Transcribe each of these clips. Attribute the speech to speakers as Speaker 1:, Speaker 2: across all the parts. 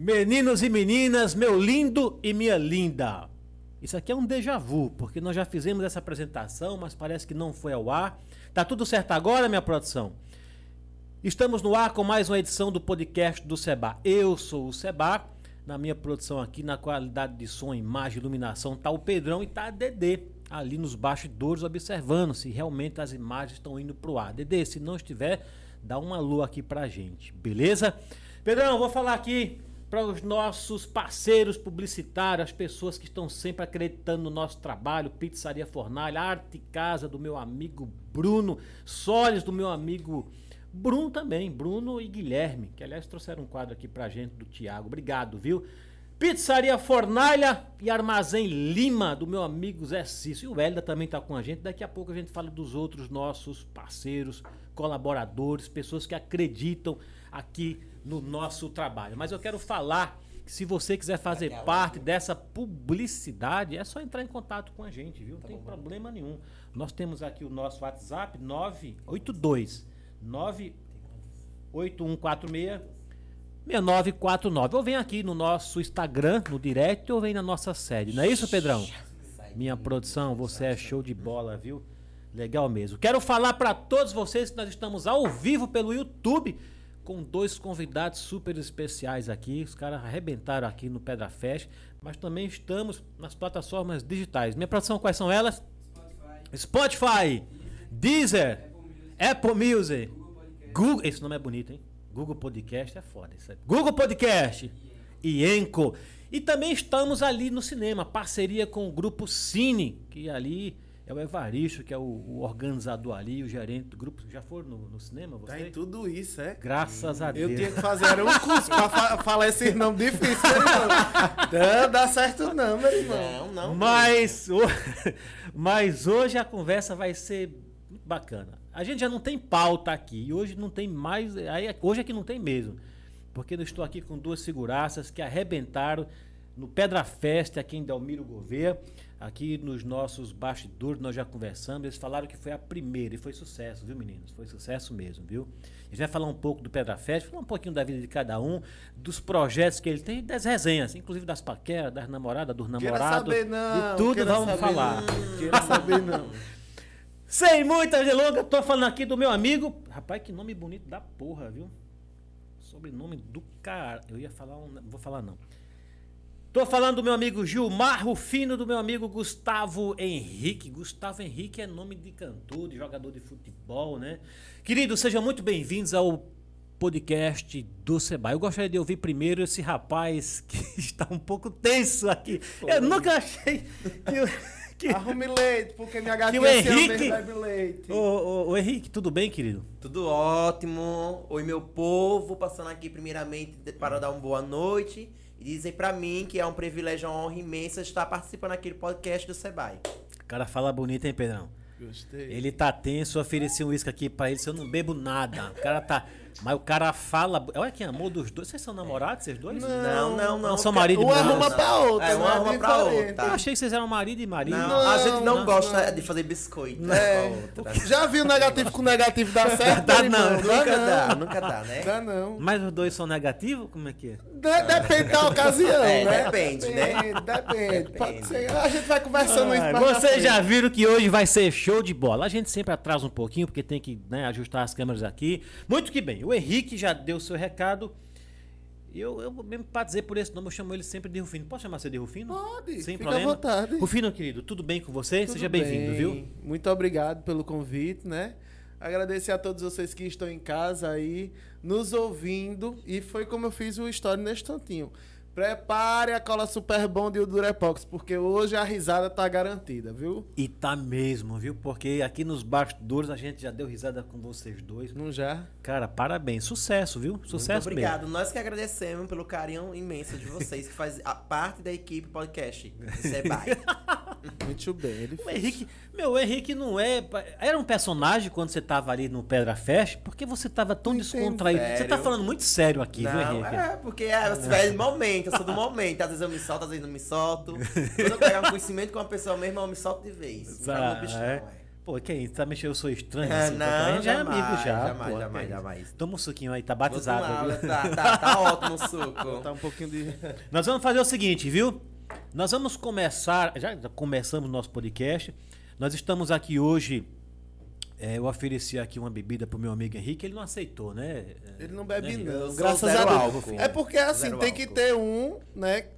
Speaker 1: Meninos e meninas, meu lindo e minha linda. Isso aqui é um déjà vu, porque nós já fizemos essa apresentação, mas parece que não foi ao ar. Tá tudo certo agora, minha produção? Estamos no ar com mais uma edição do podcast do Seba. Eu sou o Seba. Na minha produção aqui, na qualidade de som, imagem, iluminação, tá o Pedrão e tá a Dedê ali nos bastidores observando se realmente as imagens estão indo pro ar. Dedê, se não estiver, dá um alô aqui pra gente, beleza? Pedrão, vou falar aqui para os nossos parceiros publicitários, as pessoas que estão sempre acreditando no nosso trabalho, Pizzaria Fornalha, Arte Casa do meu amigo Bruno, Solis do meu amigo Bruno também, Bruno e Guilherme, que aliás trouxeram um quadro aqui pra gente do Tiago. Obrigado, viu? Pizzaria Fornalha e Armazém Lima, do meu amigo Zé Cício. E o Hélida também está com a gente. Daqui a pouco a gente fala dos outros nossos parceiros, colaboradores, pessoas que acreditam aqui no nosso trabalho. Mas eu quero falar que se você quiser fazer parte dessa publicidade, é só entrar em contato com a gente, viu? Não tem problema nenhum. Nós temos aqui o nosso WhatsApp 982 98146 6949. Ou vem aqui no nosso Instagram, no direct, ou vem na nossa sede. Não é isso, Pedrão? Minha produção, você é show de bola, viu? Legal mesmo. Quero falar para todos vocês que nós estamos ao vivo pelo YouTube com dois convidados super especiais aqui. Os caras arrebentaram aqui no Pedra Fest, mas também estamos nas plataformas digitais. Minha produção, quais são elas? Spotify, Deezer, Apple Music, Google, esse nome é bonito, hein? Google Podcast é foda isso aí. Google Podcast e Enco. E também estamos ali no cinema, parceria com o grupo Cine, que ali é o Evaristo, que é o, o organizador ali, o gerente do grupo. Já foram no, no cinema? Você?
Speaker 2: Tá em tudo isso, é?
Speaker 1: Graças a
Speaker 2: Eu
Speaker 1: Deus.
Speaker 2: tinha que fazer era um curso pra fa- falar esse nome difícil, meu irmão. Não dá certo não, meu irmão. Não,
Speaker 1: Mas, ho- mas hoje a conversa vai ser muito bacana. A gente já não tem pauta aqui. E hoje não tem mais. aí- Hoje é que não tem mesmo. Porque eu estou aqui com duas seguraças que arrebentaram no Pedra Festa, aqui em Delmiro Gouveia. Aqui nos nossos bastidores, nós já conversamos. Eles falaram que foi a primeira e foi sucesso, viu, meninos? Foi sucesso mesmo, viu? A gente vai falar um pouco do Pedra Festa, falar um pouquinho da vida de cada um, dos projetos que ele tem, e das resenhas, inclusive das paqueras, das namoradas, dos
Speaker 2: Queira
Speaker 1: namorados.
Speaker 2: saber não.
Speaker 1: de tudo
Speaker 2: queira
Speaker 1: vamos
Speaker 2: saber
Speaker 1: falar.
Speaker 2: não, Queira saber não.
Speaker 1: Sem muita delonga, tô falando aqui do meu amigo. Rapaz, que nome bonito da porra, viu? Sobrenome do cara. Eu ia falar um. Não vou falar, não. Tô falando do meu amigo Gilmar Rufino, do meu amigo Gustavo Henrique. Gustavo Henrique é nome de cantor, de jogador de futebol, né? Queridos, sejam muito bem-vindos ao podcast do Seba. Eu gostaria de ouvir primeiro esse rapaz que está um pouco tenso aqui. Eu nunca achei que. eu- que...
Speaker 2: Arrume leite, porque minha
Speaker 1: Que
Speaker 2: gatinha
Speaker 1: o
Speaker 2: esse ano
Speaker 1: Henrique-
Speaker 2: bebe leite.
Speaker 1: Ô, ô, ô, Henrique, tudo bem, querido?
Speaker 3: Tudo ótimo. Oi, meu povo. Passando aqui primeiramente de- para dar uma boa noite. E dizem pra mim que é um privilégio, uma honra imensa estar participando aqui do podcast do Sebai.
Speaker 1: O cara fala bonito, hein, Pedrão?
Speaker 2: Gostei.
Speaker 1: Ele tá tenso, eu ofereci um uísque aqui pra ele, se eu não bebo nada. O cara tá. Mas o cara fala. Olha que amor dos dois. Vocês são namorados, vocês dois?
Speaker 3: Não, não, não.
Speaker 1: Não sou marido
Speaker 2: Um
Speaker 1: Não,
Speaker 2: arruma
Speaker 1: não.
Speaker 2: pra outra,
Speaker 3: É, um
Speaker 2: né?
Speaker 3: arruma pra
Speaker 2: Diferente.
Speaker 1: Eu
Speaker 3: outra.
Speaker 1: achei que vocês eram marido e marido.
Speaker 3: Não,
Speaker 2: Não,
Speaker 3: a gente não,
Speaker 2: não.
Speaker 3: gosta de fazer biscoito né,
Speaker 2: É.
Speaker 3: com a outra.
Speaker 2: Já viu negativo com negativo dá certo?
Speaker 1: tá Dá
Speaker 2: meu
Speaker 1: não,
Speaker 2: irmão?
Speaker 3: Nunca
Speaker 2: Dá
Speaker 3: dá,
Speaker 2: não.
Speaker 3: nunca dá, né?
Speaker 2: Dá não.
Speaker 1: Mas os dois são negativos? Como é que é?
Speaker 2: De- depende da ocasião,
Speaker 3: É,
Speaker 2: né?
Speaker 3: depende, né?
Speaker 2: Depende, depende. Pode
Speaker 3: Depende.
Speaker 2: ser. A gente vai conversando isso assim,
Speaker 1: Ai,
Speaker 2: mais pra
Speaker 1: Vocês
Speaker 2: frente.
Speaker 1: já viram que hoje vai ser show de bola. A gente sempre atrasa um pouquinho, porque tem que né, ajustar as câmeras aqui. Muito que bem. O Henrique já deu seu recado. Eu, eu mesmo pra dizer por esse nome, eu chamo ele sempre de Rufino. Posso chamar você de Rufino?
Speaker 2: Pode,
Speaker 1: Sem
Speaker 2: fica à
Speaker 1: problema.
Speaker 2: vontade.
Speaker 1: Rufino, querido, tudo bem com você?
Speaker 2: Tudo
Speaker 1: Seja bem-vindo,
Speaker 2: bem.
Speaker 1: viu?
Speaker 2: Muito obrigado pelo convite, né? Agradecer a todos vocês que estão em casa aí, nos ouvindo. E foi como eu fiz o story nesse tantinho. Prepare a cola super bond e o Durepox, porque hoje a risada tá garantida, viu?
Speaker 1: E tá mesmo, viu? Porque aqui nos bastidores a gente já deu risada com vocês dois.
Speaker 2: Não já?
Speaker 1: Cara, parabéns. Sucesso, viu?
Speaker 3: Muito
Speaker 1: Sucesso
Speaker 3: obrigado. Nós que agradecemos pelo carinho imenso de vocês, que faz a parte da equipe podcast do Sebai.
Speaker 2: Muito bem, ele
Speaker 1: O Henrique, meu, o Henrique não é. Era um personagem quando você tava ali no Pedra Fest? Por que você tava tão
Speaker 2: Não entendo.
Speaker 1: descontraído? Você tá
Speaker 3: Sério?
Speaker 1: falando muito sério aqui, viu,
Speaker 3: Não,
Speaker 1: Henrique?
Speaker 3: é, porque é, você vai no momento, eu sou do momento. Às vezes eu me solto, às vezes não me solto. Quando eu pegar um conhecimento com uma pessoa mesmo, eu me solto de vez. Não fico no
Speaker 1: Ah,
Speaker 3: bichão,
Speaker 1: é.
Speaker 3: é.
Speaker 1: Pô, quem tá mexendo, eu sou estranho.
Speaker 3: Ah,
Speaker 1: assim,
Speaker 3: não,
Speaker 1: tá? A gente já é
Speaker 3: jamais,
Speaker 1: amigo já.
Speaker 3: jamais,
Speaker 1: pô,
Speaker 3: jamais,
Speaker 1: que isso.
Speaker 3: jamais.
Speaker 1: Toma um suquinho aí, tá
Speaker 3: Vou
Speaker 1: batizado.
Speaker 3: tomar,
Speaker 1: viu?
Speaker 3: tá, tá, tá ótimo o
Speaker 2: Tá
Speaker 3: suco.
Speaker 2: um pouquinho de.
Speaker 1: Nós vamos fazer o seguinte, viu? Nós vamos começar. Já já começamos nosso podcast. Nós estamos aqui hoje. é, eu ofereci aqui uma bebida pro meu amigo Henrique, ele não aceitou, né?
Speaker 2: Ele não bebe,
Speaker 1: Né?
Speaker 2: não.
Speaker 3: Eu sou
Speaker 2: Graças
Speaker 3: zero
Speaker 2: a Deus.
Speaker 3: álcool, filho.
Speaker 2: É porque assim,
Speaker 3: Zero
Speaker 2: tem que
Speaker 3: álcool.
Speaker 2: ter um, né,
Speaker 3: Sóbrio, né, amigo?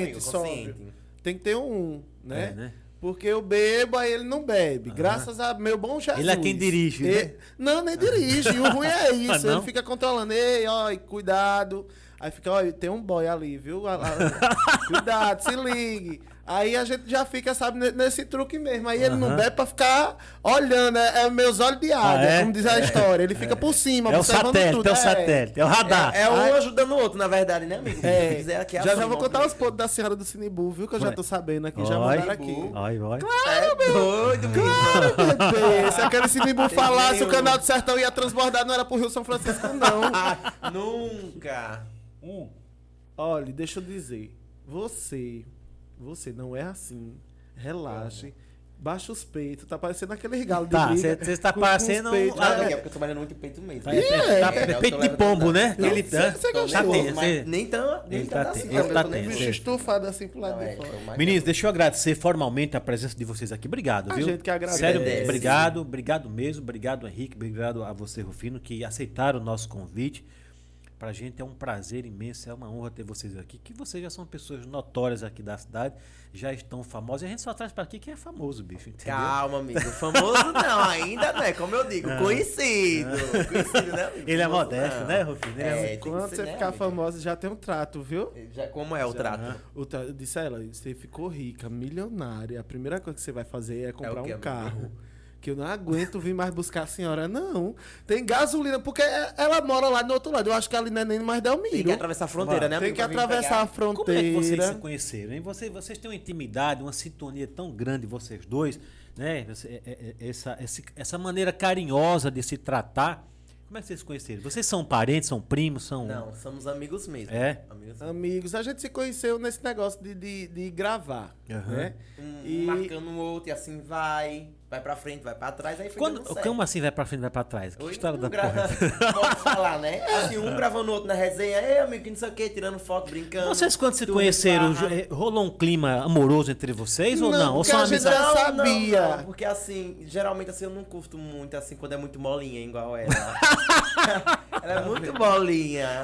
Speaker 2: consciente, sóbrio.
Speaker 3: Consciente.
Speaker 2: Tem que ter um, né?
Speaker 1: É, né?
Speaker 2: Porque eu bebo, aí ele não bebe. Graças a meu bom Jesus.
Speaker 1: Ele é quem dirige, né? Ah,
Speaker 2: E- Não, nem dirige. E o ruim é isso.
Speaker 1: não?
Speaker 2: ele fica controlando. Ei, ó, cuidado. Aí fica, ó, tem um boy ali, viu? Ah, lá, cuidado, se ligue. Aí a gente já fica, sabe, ne- nesse truque mesmo. Aí ele não
Speaker 1: Aham.
Speaker 2: bebe pra ficar olhando. É, é meus olhos de água,
Speaker 1: Ah, é?
Speaker 2: como diz a história. Ele fica por cima,
Speaker 1: É o
Speaker 2: observando
Speaker 1: satélite,
Speaker 2: tudo.
Speaker 1: é o satélite, é o radar.
Speaker 3: É, é um
Speaker 2: Ah.
Speaker 3: ajudando o outro, na verdade, né, amigo? Se
Speaker 2: É,
Speaker 3: quiser, aqui é
Speaker 2: já
Speaker 3: ação,
Speaker 2: já vou
Speaker 3: irmão.
Speaker 2: contar os pontos da senhora do Cinebu, viu? Que eu já
Speaker 1: Vai.
Speaker 2: tô sabendo aqui, já
Speaker 1: Oi.
Speaker 2: mandaram aqui.
Speaker 1: Vai, vai.
Speaker 3: É doido, menino.
Speaker 2: Bebê, Se aquele Cinebu
Speaker 3: Entendeu?
Speaker 2: falasse, o canal do sertão ia transbordar, não era pro Rio São Francisco, não.
Speaker 3: Nunca.
Speaker 2: Olha, deixa eu dizer. Você, você não é assim. Relaxe. Baixa os peitos, tá parecendo aquele galo de
Speaker 1: Tá,
Speaker 2: briga
Speaker 1: cê- cê tá
Speaker 2: com- com os
Speaker 1: parecendo um-
Speaker 2: peitos,
Speaker 1: Ah,
Speaker 3: Ah,
Speaker 2: né?
Speaker 3: é porque eu tô malhando muito peito mesmo.
Speaker 1: Tá, é, é, tá, é, peito de pombo, né?
Speaker 3: Não,
Speaker 1: Ele tá-
Speaker 2: cê- cê
Speaker 3: Tô
Speaker 2: gostou,
Speaker 1: tá tenso,
Speaker 3: mas
Speaker 1: hein?
Speaker 3: nem tão, nem
Speaker 1: Ele
Speaker 3: tão
Speaker 1: tá
Speaker 3: assim,
Speaker 1: tenso,
Speaker 3: não,
Speaker 1: tá
Speaker 3: eu tô nem
Speaker 1: tenso.
Speaker 2: Bicho
Speaker 1: Sim.
Speaker 2: estufado assim pro lado
Speaker 3: Não, é,
Speaker 2: de fora.
Speaker 3: foi mais-
Speaker 1: Meninos, deixa eu agradecer formalmente a presença de vocês aqui. Obrigado,
Speaker 2: A
Speaker 1: viu?
Speaker 2: gente que agradece.
Speaker 1: Sério,
Speaker 3: Agradece.
Speaker 1: obrigado, obrigado mesmo. Obrigado, Henrique. Obrigado a você, Rufino, que aceitaram o nosso convite. Pra gente é um prazer imenso, é uma honra ter vocês aqui. Que vocês já são pessoas notórias aqui da cidade, já estão famosas. E a gente só traz pra aqui quem é famoso, bicho, entendeu?
Speaker 3: Calma, amigo. Famoso não, ainda não é. Como eu digo, conhecido. Conhecido, né? amigo?
Speaker 1: Ah. Ele é
Speaker 3: Famoso
Speaker 1: modesto,
Speaker 3: não.
Speaker 1: né, Rufino? Ele é
Speaker 3: É, tem que
Speaker 2: Quando
Speaker 3: ser,
Speaker 2: você
Speaker 3: né,
Speaker 2: ficar
Speaker 3: amigo?
Speaker 2: famosa, já tem um trato, viu?
Speaker 3: Já, como
Speaker 1: Ah.
Speaker 3: é o trato?
Speaker 2: O tra- Eu disse a ela, você ficou rica, milionária. A primeira coisa que você vai fazer é comprar
Speaker 3: quê,
Speaker 2: um
Speaker 3: amigo?
Speaker 2: carro. Que eu não aguento vir mais buscar a senhora, não. Tem gasolina, porque é- ela mora lá do outro lado. Eu acho que ali não é nem mais Delmiro.
Speaker 3: Tem que atravessar a fronteira, né,
Speaker 2: Tem
Speaker 3: amigo?
Speaker 2: que
Speaker 3: pra vir
Speaker 2: atravessar a
Speaker 3: pegar.
Speaker 2: fronteira.
Speaker 1: Como é que vocês se conheceram? Hein? Vocês, vocês têm uma intimidade, uma sintonia tão grande, vocês dois, né? Esse- é- é- é- Essa, esse- essa maneira carinhosa de se tratar. Como é que vocês se conheceram? Vocês são parentes, são primos, são.
Speaker 3: Não, somos amigos mesmo.
Speaker 1: Hum. É?
Speaker 3: Amigos assim,
Speaker 2: Amigos, a gente se conheceu nesse negócio de, de, de gravar,
Speaker 1: Aham.
Speaker 2: né?
Speaker 3: Um
Speaker 2: E-
Speaker 3: marcando o outro e assim vai. Vai pra frente, vai pra trás, aí foi
Speaker 1: Quando,
Speaker 3: dando certo.
Speaker 1: como assim vai pra frente, vai pra trás? Que
Speaker 3: Oi,
Speaker 1: história
Speaker 3: um
Speaker 1: da
Speaker 3: grava-
Speaker 1: porra. é
Speaker 3: Vamos falar, né? Assim, um gravando o outro na resenha, ei, amigo, que não sei o quê, tirando foto, brincando.
Speaker 1: Vocês quando se
Speaker 3: tudo,
Speaker 1: conheceram,
Speaker 3: barra.
Speaker 1: ju- eh, rolou um clima amoroso entre vocês ou
Speaker 2: Não,
Speaker 1: não? Ou
Speaker 2: porque
Speaker 1: só
Speaker 2: a
Speaker 1: uma
Speaker 2: gente
Speaker 1: amizade?
Speaker 2: era- sabia.
Speaker 3: Não, não, porque assim, geralmente assim, eu não curto muito assim quando é muito molinha, igual ela. ela é muito molinha.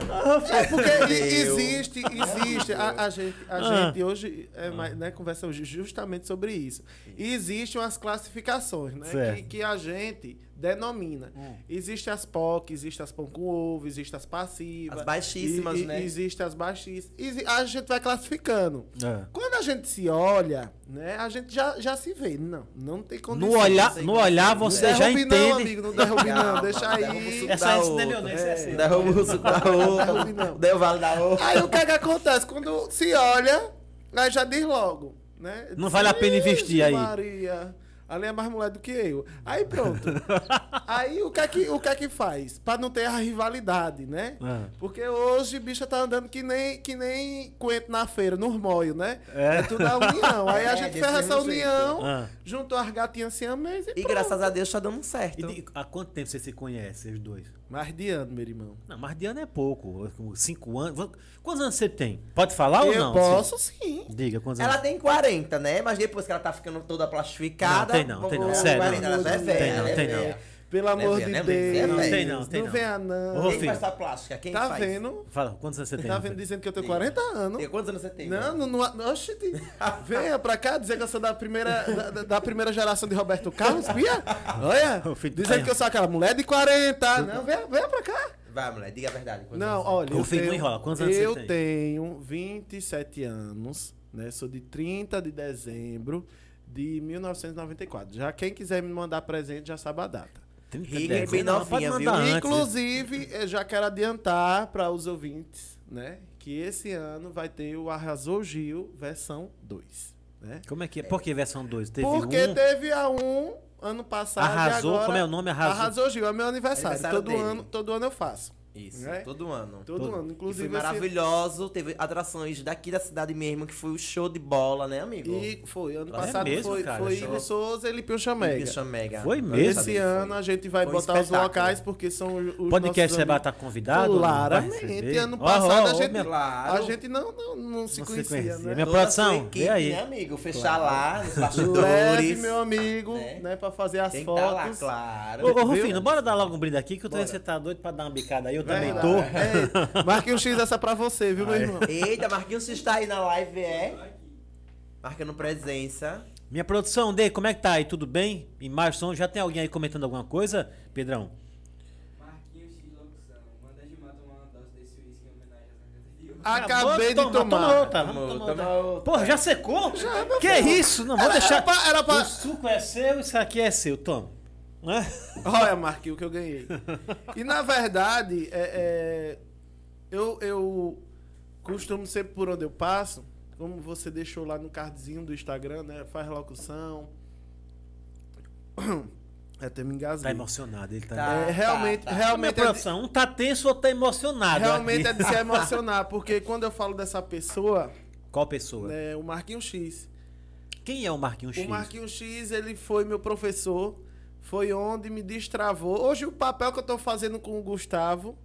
Speaker 2: É porque
Speaker 3: Meu
Speaker 2: e-
Speaker 3: Deus.
Speaker 2: existe, existe. A, a gente, a
Speaker 1: Ah.
Speaker 2: gente hoje é, mais, né, conversa ju- justamente sobre isso. E existem as classificações, né? Que,
Speaker 1: Certo.
Speaker 2: que a gente denomina.
Speaker 3: Hum.
Speaker 2: Existem as POC, existem as pão com ovo, existem as passivas.
Speaker 3: As baixíssimas,
Speaker 2: e- e-
Speaker 3: né?
Speaker 2: Existem as baixíssimas. Exi- A gente vai classificando.
Speaker 1: Ah.
Speaker 2: Quando a gente se olha, né? A gente já, já se vê. Não, não tem
Speaker 1: No
Speaker 2: condição.
Speaker 1: olhar,
Speaker 3: sei
Speaker 1: no
Speaker 3: como
Speaker 1: olhar
Speaker 3: é. Não
Speaker 1: você
Speaker 2: não
Speaker 1: já
Speaker 2: derrube não,
Speaker 1: entende.
Speaker 2: amigo, não derrube não.
Speaker 3: Calma,
Speaker 2: Deixa
Speaker 3: derruba o
Speaker 2: aí.
Speaker 3: suco
Speaker 1: Essa
Speaker 3: da
Speaker 1: é isso, né,
Speaker 3: outra.
Speaker 1: meu? Essa é assim.
Speaker 3: Derruba o suco da
Speaker 2: Derrube
Speaker 3: outra.
Speaker 2: não.
Speaker 3: Daí o vale da outra.
Speaker 2: Aí o que, é que acontece? Quando se olha, aí já diz logo, né?
Speaker 1: Não vale a pena
Speaker 2: "Ixi,
Speaker 1: investir aí."
Speaker 2: Maria. Ali é mais mulher do que eu. Aí pronto. aí o que, é que, o que é que faz? Pra não ter a rivalidade, né?
Speaker 1: Ah.
Speaker 2: Porque hoje bicha tá andando que nem, que nem coentro na feira, no moio, né?
Speaker 1: É.
Speaker 2: É, tudo a união. Aí
Speaker 3: É,
Speaker 2: a gente
Speaker 3: desse
Speaker 2: ferra essa
Speaker 3: mesmo jeito.
Speaker 2: união,
Speaker 1: Ah.
Speaker 2: juntou as gatinhas siamês e,
Speaker 3: E
Speaker 2: pronto.
Speaker 3: graças a Deus tá dando certo.
Speaker 1: E de- há quanto tempo vocês se conhecem, os dois?
Speaker 2: Mais de ano, meu irmão.
Speaker 1: Não, mas de ano é pouco. com Cinco anos. Vo- Quantos anos você tem? Pode falar ou
Speaker 2: eu
Speaker 1: não?
Speaker 2: posso sim.
Speaker 1: Sim. Diga, quantos
Speaker 3: Ela
Speaker 1: anos?
Speaker 3: tem 40, né? Mas depois que ela tá ficando toda plastificada.
Speaker 1: Não, tem não, tem não.
Speaker 3: ela
Speaker 1: Sério,
Speaker 3: vai-
Speaker 1: não.
Speaker 3: Ela já é
Speaker 2: Tem
Speaker 3: velha,
Speaker 1: não,
Speaker 3: ela é
Speaker 1: tem
Speaker 3: velha.
Speaker 1: não. é
Speaker 2: Pelo amor
Speaker 3: Lembra-
Speaker 2: de
Speaker 3: lembra-
Speaker 2: Deus.
Speaker 3: lembra- Não
Speaker 1: tem não, tem
Speaker 2: Não
Speaker 1: não.
Speaker 2: venha não.
Speaker 1: Ô,
Speaker 3: Quem
Speaker 1: filho.
Speaker 3: faz essa plástica? Quem
Speaker 2: Tá
Speaker 3: faz?
Speaker 2: vendo?
Speaker 1: Fala, quantos anos você tem?
Speaker 2: Tá vendo dizendo que eu tenho
Speaker 3: Tem.
Speaker 2: 40 anos?
Speaker 3: Tem quantos anos você tem?
Speaker 2: Não,
Speaker 3: mano?
Speaker 2: não, não. Oxi, tem- venha pra cá dizer que eu sou da primeira, da, da- da primeira geração de Roberto Carlos, Pia? Olha,
Speaker 1: Ô, filho,
Speaker 2: dizendo
Speaker 1: tá-
Speaker 2: que eu sou aquela mulher de 40. Não, venha, venha pra cá.
Speaker 3: Vai, mulher, diga a verdade. quantos
Speaker 2: Não,
Speaker 3: anos
Speaker 2: olha.
Speaker 1: Ô,
Speaker 2: eu
Speaker 1: filho, não
Speaker 2: tenho-
Speaker 1: enrola. Quantos anos você
Speaker 2: Eu
Speaker 1: tem?
Speaker 2: tenho 27 anos, né? Sou de 30 de dezembro de 1994. Já quem quiser me mandar presente já sabe a data.
Speaker 1: 30
Speaker 3: Riga
Speaker 2: é
Speaker 1: dez,
Speaker 3: bem
Speaker 1: não,
Speaker 3: novinha,
Speaker 1: pode
Speaker 3: viu?
Speaker 1: mandar antes.
Speaker 2: Inclusive, eu já quero adiantar para os ouvintes, né? Que esse ano vai ter o Arrasou Gil versão 2, né?
Speaker 1: Como é que é? Por que versão 2? Teve
Speaker 2: Porque
Speaker 1: um...
Speaker 2: teve a 1 ano passado
Speaker 1: Arrasou,
Speaker 2: e agora...
Speaker 1: como é o nome? Arrasou?
Speaker 2: Gil, é meu aniversário.
Speaker 3: Aniversário
Speaker 2: todo,
Speaker 3: dele.
Speaker 2: ano, todo ano eu faço.
Speaker 3: Isso,
Speaker 2: Né?
Speaker 3: todo ano.
Speaker 2: Todo,
Speaker 1: Todo.
Speaker 2: ano.
Speaker 3: E foi
Speaker 2: Inclusive, assim, esse-
Speaker 3: maravilhoso, teve atrações daqui da cidade mesmo, que foi o show de bola, né, amigo?
Speaker 2: E foi, ano
Speaker 3: É
Speaker 2: passado
Speaker 1: mesmo,
Speaker 2: foi,
Speaker 1: cara,
Speaker 2: foi
Speaker 1: show.
Speaker 2: Igor Souza e Lipinho Chamega.
Speaker 3: Bicha Mega.
Speaker 1: Foi
Speaker 3: Ano
Speaker 1: mesmo?
Speaker 2: Esse
Speaker 3: passado
Speaker 2: ano
Speaker 3: foi.
Speaker 2: a gente vai
Speaker 3: Foi um
Speaker 2: botar os
Speaker 3: espetáculo.
Speaker 2: locais porque são os os
Speaker 1: Podcast
Speaker 2: nossos
Speaker 1: Seba
Speaker 2: amigos.
Speaker 1: tá convidado?
Speaker 2: Claramente,
Speaker 1: Vai receber.
Speaker 2: ano
Speaker 1: Ó,
Speaker 2: passado
Speaker 1: ó,
Speaker 2: a
Speaker 1: ó,
Speaker 2: gente-
Speaker 1: minha-
Speaker 3: Claro.
Speaker 2: A gente não, não, não se
Speaker 1: Não se
Speaker 2: conhecia,
Speaker 1: conhecia,
Speaker 2: né?
Speaker 1: minha
Speaker 3: Toda a
Speaker 1: produção,
Speaker 3: sua equipe,
Speaker 1: vê aí.
Speaker 3: né, amigo? Fechar lá, nos bastidores.
Speaker 2: Leve, meu amigo, né?
Speaker 3: né?
Speaker 2: pra fazer as
Speaker 3: Tem que tá lá,
Speaker 2: fotos.
Speaker 1: Ô,
Speaker 3: claro.
Speaker 1: ô,
Speaker 2: Viu?
Speaker 1: Rufino, bora dar logo um brinde aqui, que o
Speaker 2: Bora.
Speaker 1: você tá doido pra dar uma bicada aí, eu
Speaker 2: Vai
Speaker 1: também
Speaker 2: lá.
Speaker 1: tô.
Speaker 2: É, marque um X essa pra você, viu, meu
Speaker 1: Aí.
Speaker 2: irmão?
Speaker 3: Eita, Marquinhos está aí na live, é? Marcando presença.
Speaker 1: Minha produção, Dê, como é que tá aí? Tudo bem? Imagem, som, já tem alguém aí comentando alguma coisa, Pedrão?
Speaker 4: Marquinhos X Locução, manda Gilmar tomar uma dose desse uísque em homenagem à Santa Fio.
Speaker 2: Acabei de
Speaker 1: Toma,
Speaker 2: tomar. tá?
Speaker 1: Toma Ah, outra,
Speaker 3: Tomou,
Speaker 1: vamos tomar
Speaker 3: toma
Speaker 1: outra.
Speaker 3: outra.
Speaker 1: Porra, já secou? que isso? Não, vou
Speaker 2: Era
Speaker 1: deixar.
Speaker 2: pra, era pra-
Speaker 1: O suco é seu, isso aqui é seu, toma. Né?
Speaker 2: Olha, Marquinhos, o que eu ganhei. E na verdade, é, é, eu, eu costumo sempre por onde eu passo, como você deixou lá no cardzinho do Instagram, né? Faz locução. Até me
Speaker 1: Tá
Speaker 2: engasguei.
Speaker 1: emocionado, ele tá.
Speaker 3: Tá.
Speaker 2: É, realmente,
Speaker 3: tá.
Speaker 1: Minha
Speaker 2: realmente, é de-
Speaker 1: produção, um tá tenso ou tá emocionado?
Speaker 2: realmente
Speaker 1: aqui?
Speaker 2: é de se emocionar, porque quando eu falo dessa pessoa,
Speaker 1: Qual pessoa?
Speaker 2: né, o Marquinhos X,
Speaker 1: Quem é o Marquinhos X?
Speaker 2: O Marquinhos X, ele foi meu professor, foi onde me destravou. Hoje o papel que eu tô fazendo com o Gustavo,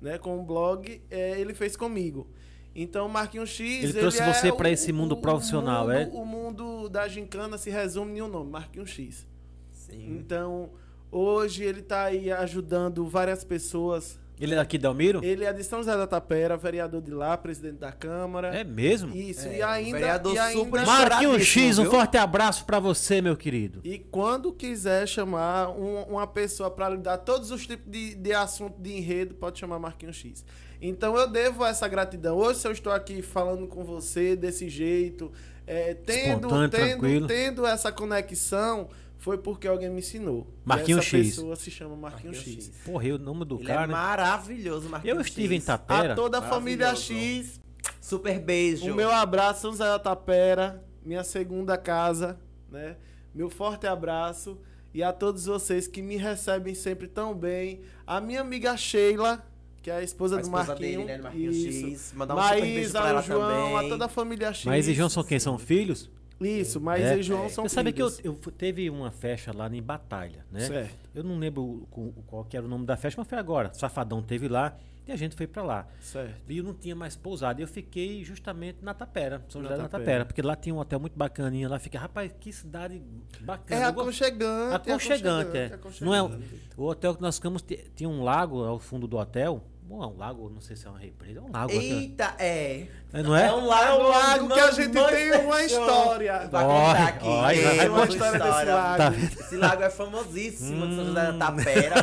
Speaker 2: né, com o blog, é, ele fez comigo. Então o Marquinhos X,
Speaker 1: Ele trouxe
Speaker 2: é
Speaker 1: você
Speaker 2: o-
Speaker 1: pra esse mundo profissional,
Speaker 2: mundo-
Speaker 1: é?
Speaker 2: O mundo da gincana se resume em um nome, Marquinhos
Speaker 1: Uhum.
Speaker 2: X.
Speaker 3: Sim.
Speaker 1: Hum,
Speaker 2: Então, hoje ele tá aí ajudando várias pessoas.
Speaker 1: Ele é daqui, Dalmiro?
Speaker 2: Ele é de São José da Tapera, vereador de lá, presidente da Câmara.
Speaker 1: É mesmo?
Speaker 2: Isso,
Speaker 3: É,
Speaker 2: e é ainda,
Speaker 3: vereador
Speaker 2: e ainda
Speaker 3: super
Speaker 1: Marquinhos X,
Speaker 3: Estouradíssimo,
Speaker 1: um
Speaker 3: viu?
Speaker 1: forte abraço pra você, meu querido.
Speaker 2: E quando quiser chamar um- uma pessoa para lidar todos os tipos de, de assunto de enredo, pode chamar Marquinhos X. Então eu devo essa gratidão. Hoje, se eu estou aqui falando com você desse jeito, é, tendo,
Speaker 1: Espontâneo,
Speaker 2: tendo,
Speaker 1: tranquilo.
Speaker 2: tendo essa conexão, foi porque alguém me ensinou.
Speaker 1: Marquinhos
Speaker 2: essa
Speaker 1: X.
Speaker 2: pessoa se chama Marquinhos,
Speaker 3: Marquinhos
Speaker 2: X.
Speaker 3: X.
Speaker 1: Porra, o nome do
Speaker 3: Ele é
Speaker 1: cara. né?
Speaker 3: maravilhoso, Marquinhos
Speaker 1: Eu estive em
Speaker 3: X.
Speaker 1: Tapera.
Speaker 2: A toda a família
Speaker 3: Maravilhoso.
Speaker 2: X,
Speaker 3: Super beijo.
Speaker 2: o meu abraço, São José da Tapera, minha segunda casa, né? Meu forte abraço e a todos vocês que me recebem sempre tão bem. A minha amiga Sheila, que é a esposa,
Speaker 3: A
Speaker 2: do
Speaker 3: esposa
Speaker 2: Marquinho.
Speaker 3: dele, né, do Marquinhos
Speaker 2: Isso.
Speaker 3: X. Mandar um super beijo
Speaker 2: Maísa,
Speaker 3: pra
Speaker 2: o
Speaker 3: ela
Speaker 2: João,
Speaker 3: também.
Speaker 2: a toda a família X.
Speaker 1: Mas e João são quem? São filhos?
Speaker 2: Isso, Maísa
Speaker 1: É.
Speaker 2: e João são
Speaker 1: Você sabe que eu,
Speaker 2: filhos.
Speaker 1: eu fu- teve uma festa lá em Batalha, né?
Speaker 2: Certo.
Speaker 1: Eu não lembro o- com- qual que era o nome da festa, mas foi agora. Safadão teve lá e a gente foi pra lá.
Speaker 2: Certo.
Speaker 1: E eu não tinha mais pousada. E eu fiquei justamente na Tapera, São
Speaker 2: Na
Speaker 1: José da
Speaker 2: Tapera.
Speaker 1: Tapera. Porque lá tinha um hotel muito bacaninha. Lá fica, rapaz, que cidade bacana.
Speaker 2: É
Speaker 1: Eu gosto-
Speaker 2: aconchegante.
Speaker 1: aconchegante, é. Não é, o-
Speaker 2: aconchegante.
Speaker 1: o hotel que nós ficamos te- tinha um lago ao fundo do hotel. Bom, é um lago, não sei se é uma represa, é um lago. aqui,
Speaker 3: Eita, é.
Speaker 1: né? não é?
Speaker 3: É um lago,
Speaker 2: É um lago que a gente
Speaker 3: mano,
Speaker 2: tem uma
Speaker 3: fechou.
Speaker 2: história.
Speaker 3: Vai
Speaker 1: Olha,
Speaker 3: contar aqui.
Speaker 1: olha,
Speaker 3: Tem
Speaker 1: vai
Speaker 3: uma
Speaker 1: contar
Speaker 2: a história desse lago.
Speaker 1: Tá. Hum.
Speaker 3: Esse lago é famosíssimo de São José da Tapera,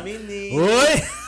Speaker 3: menino.
Speaker 1: Oi?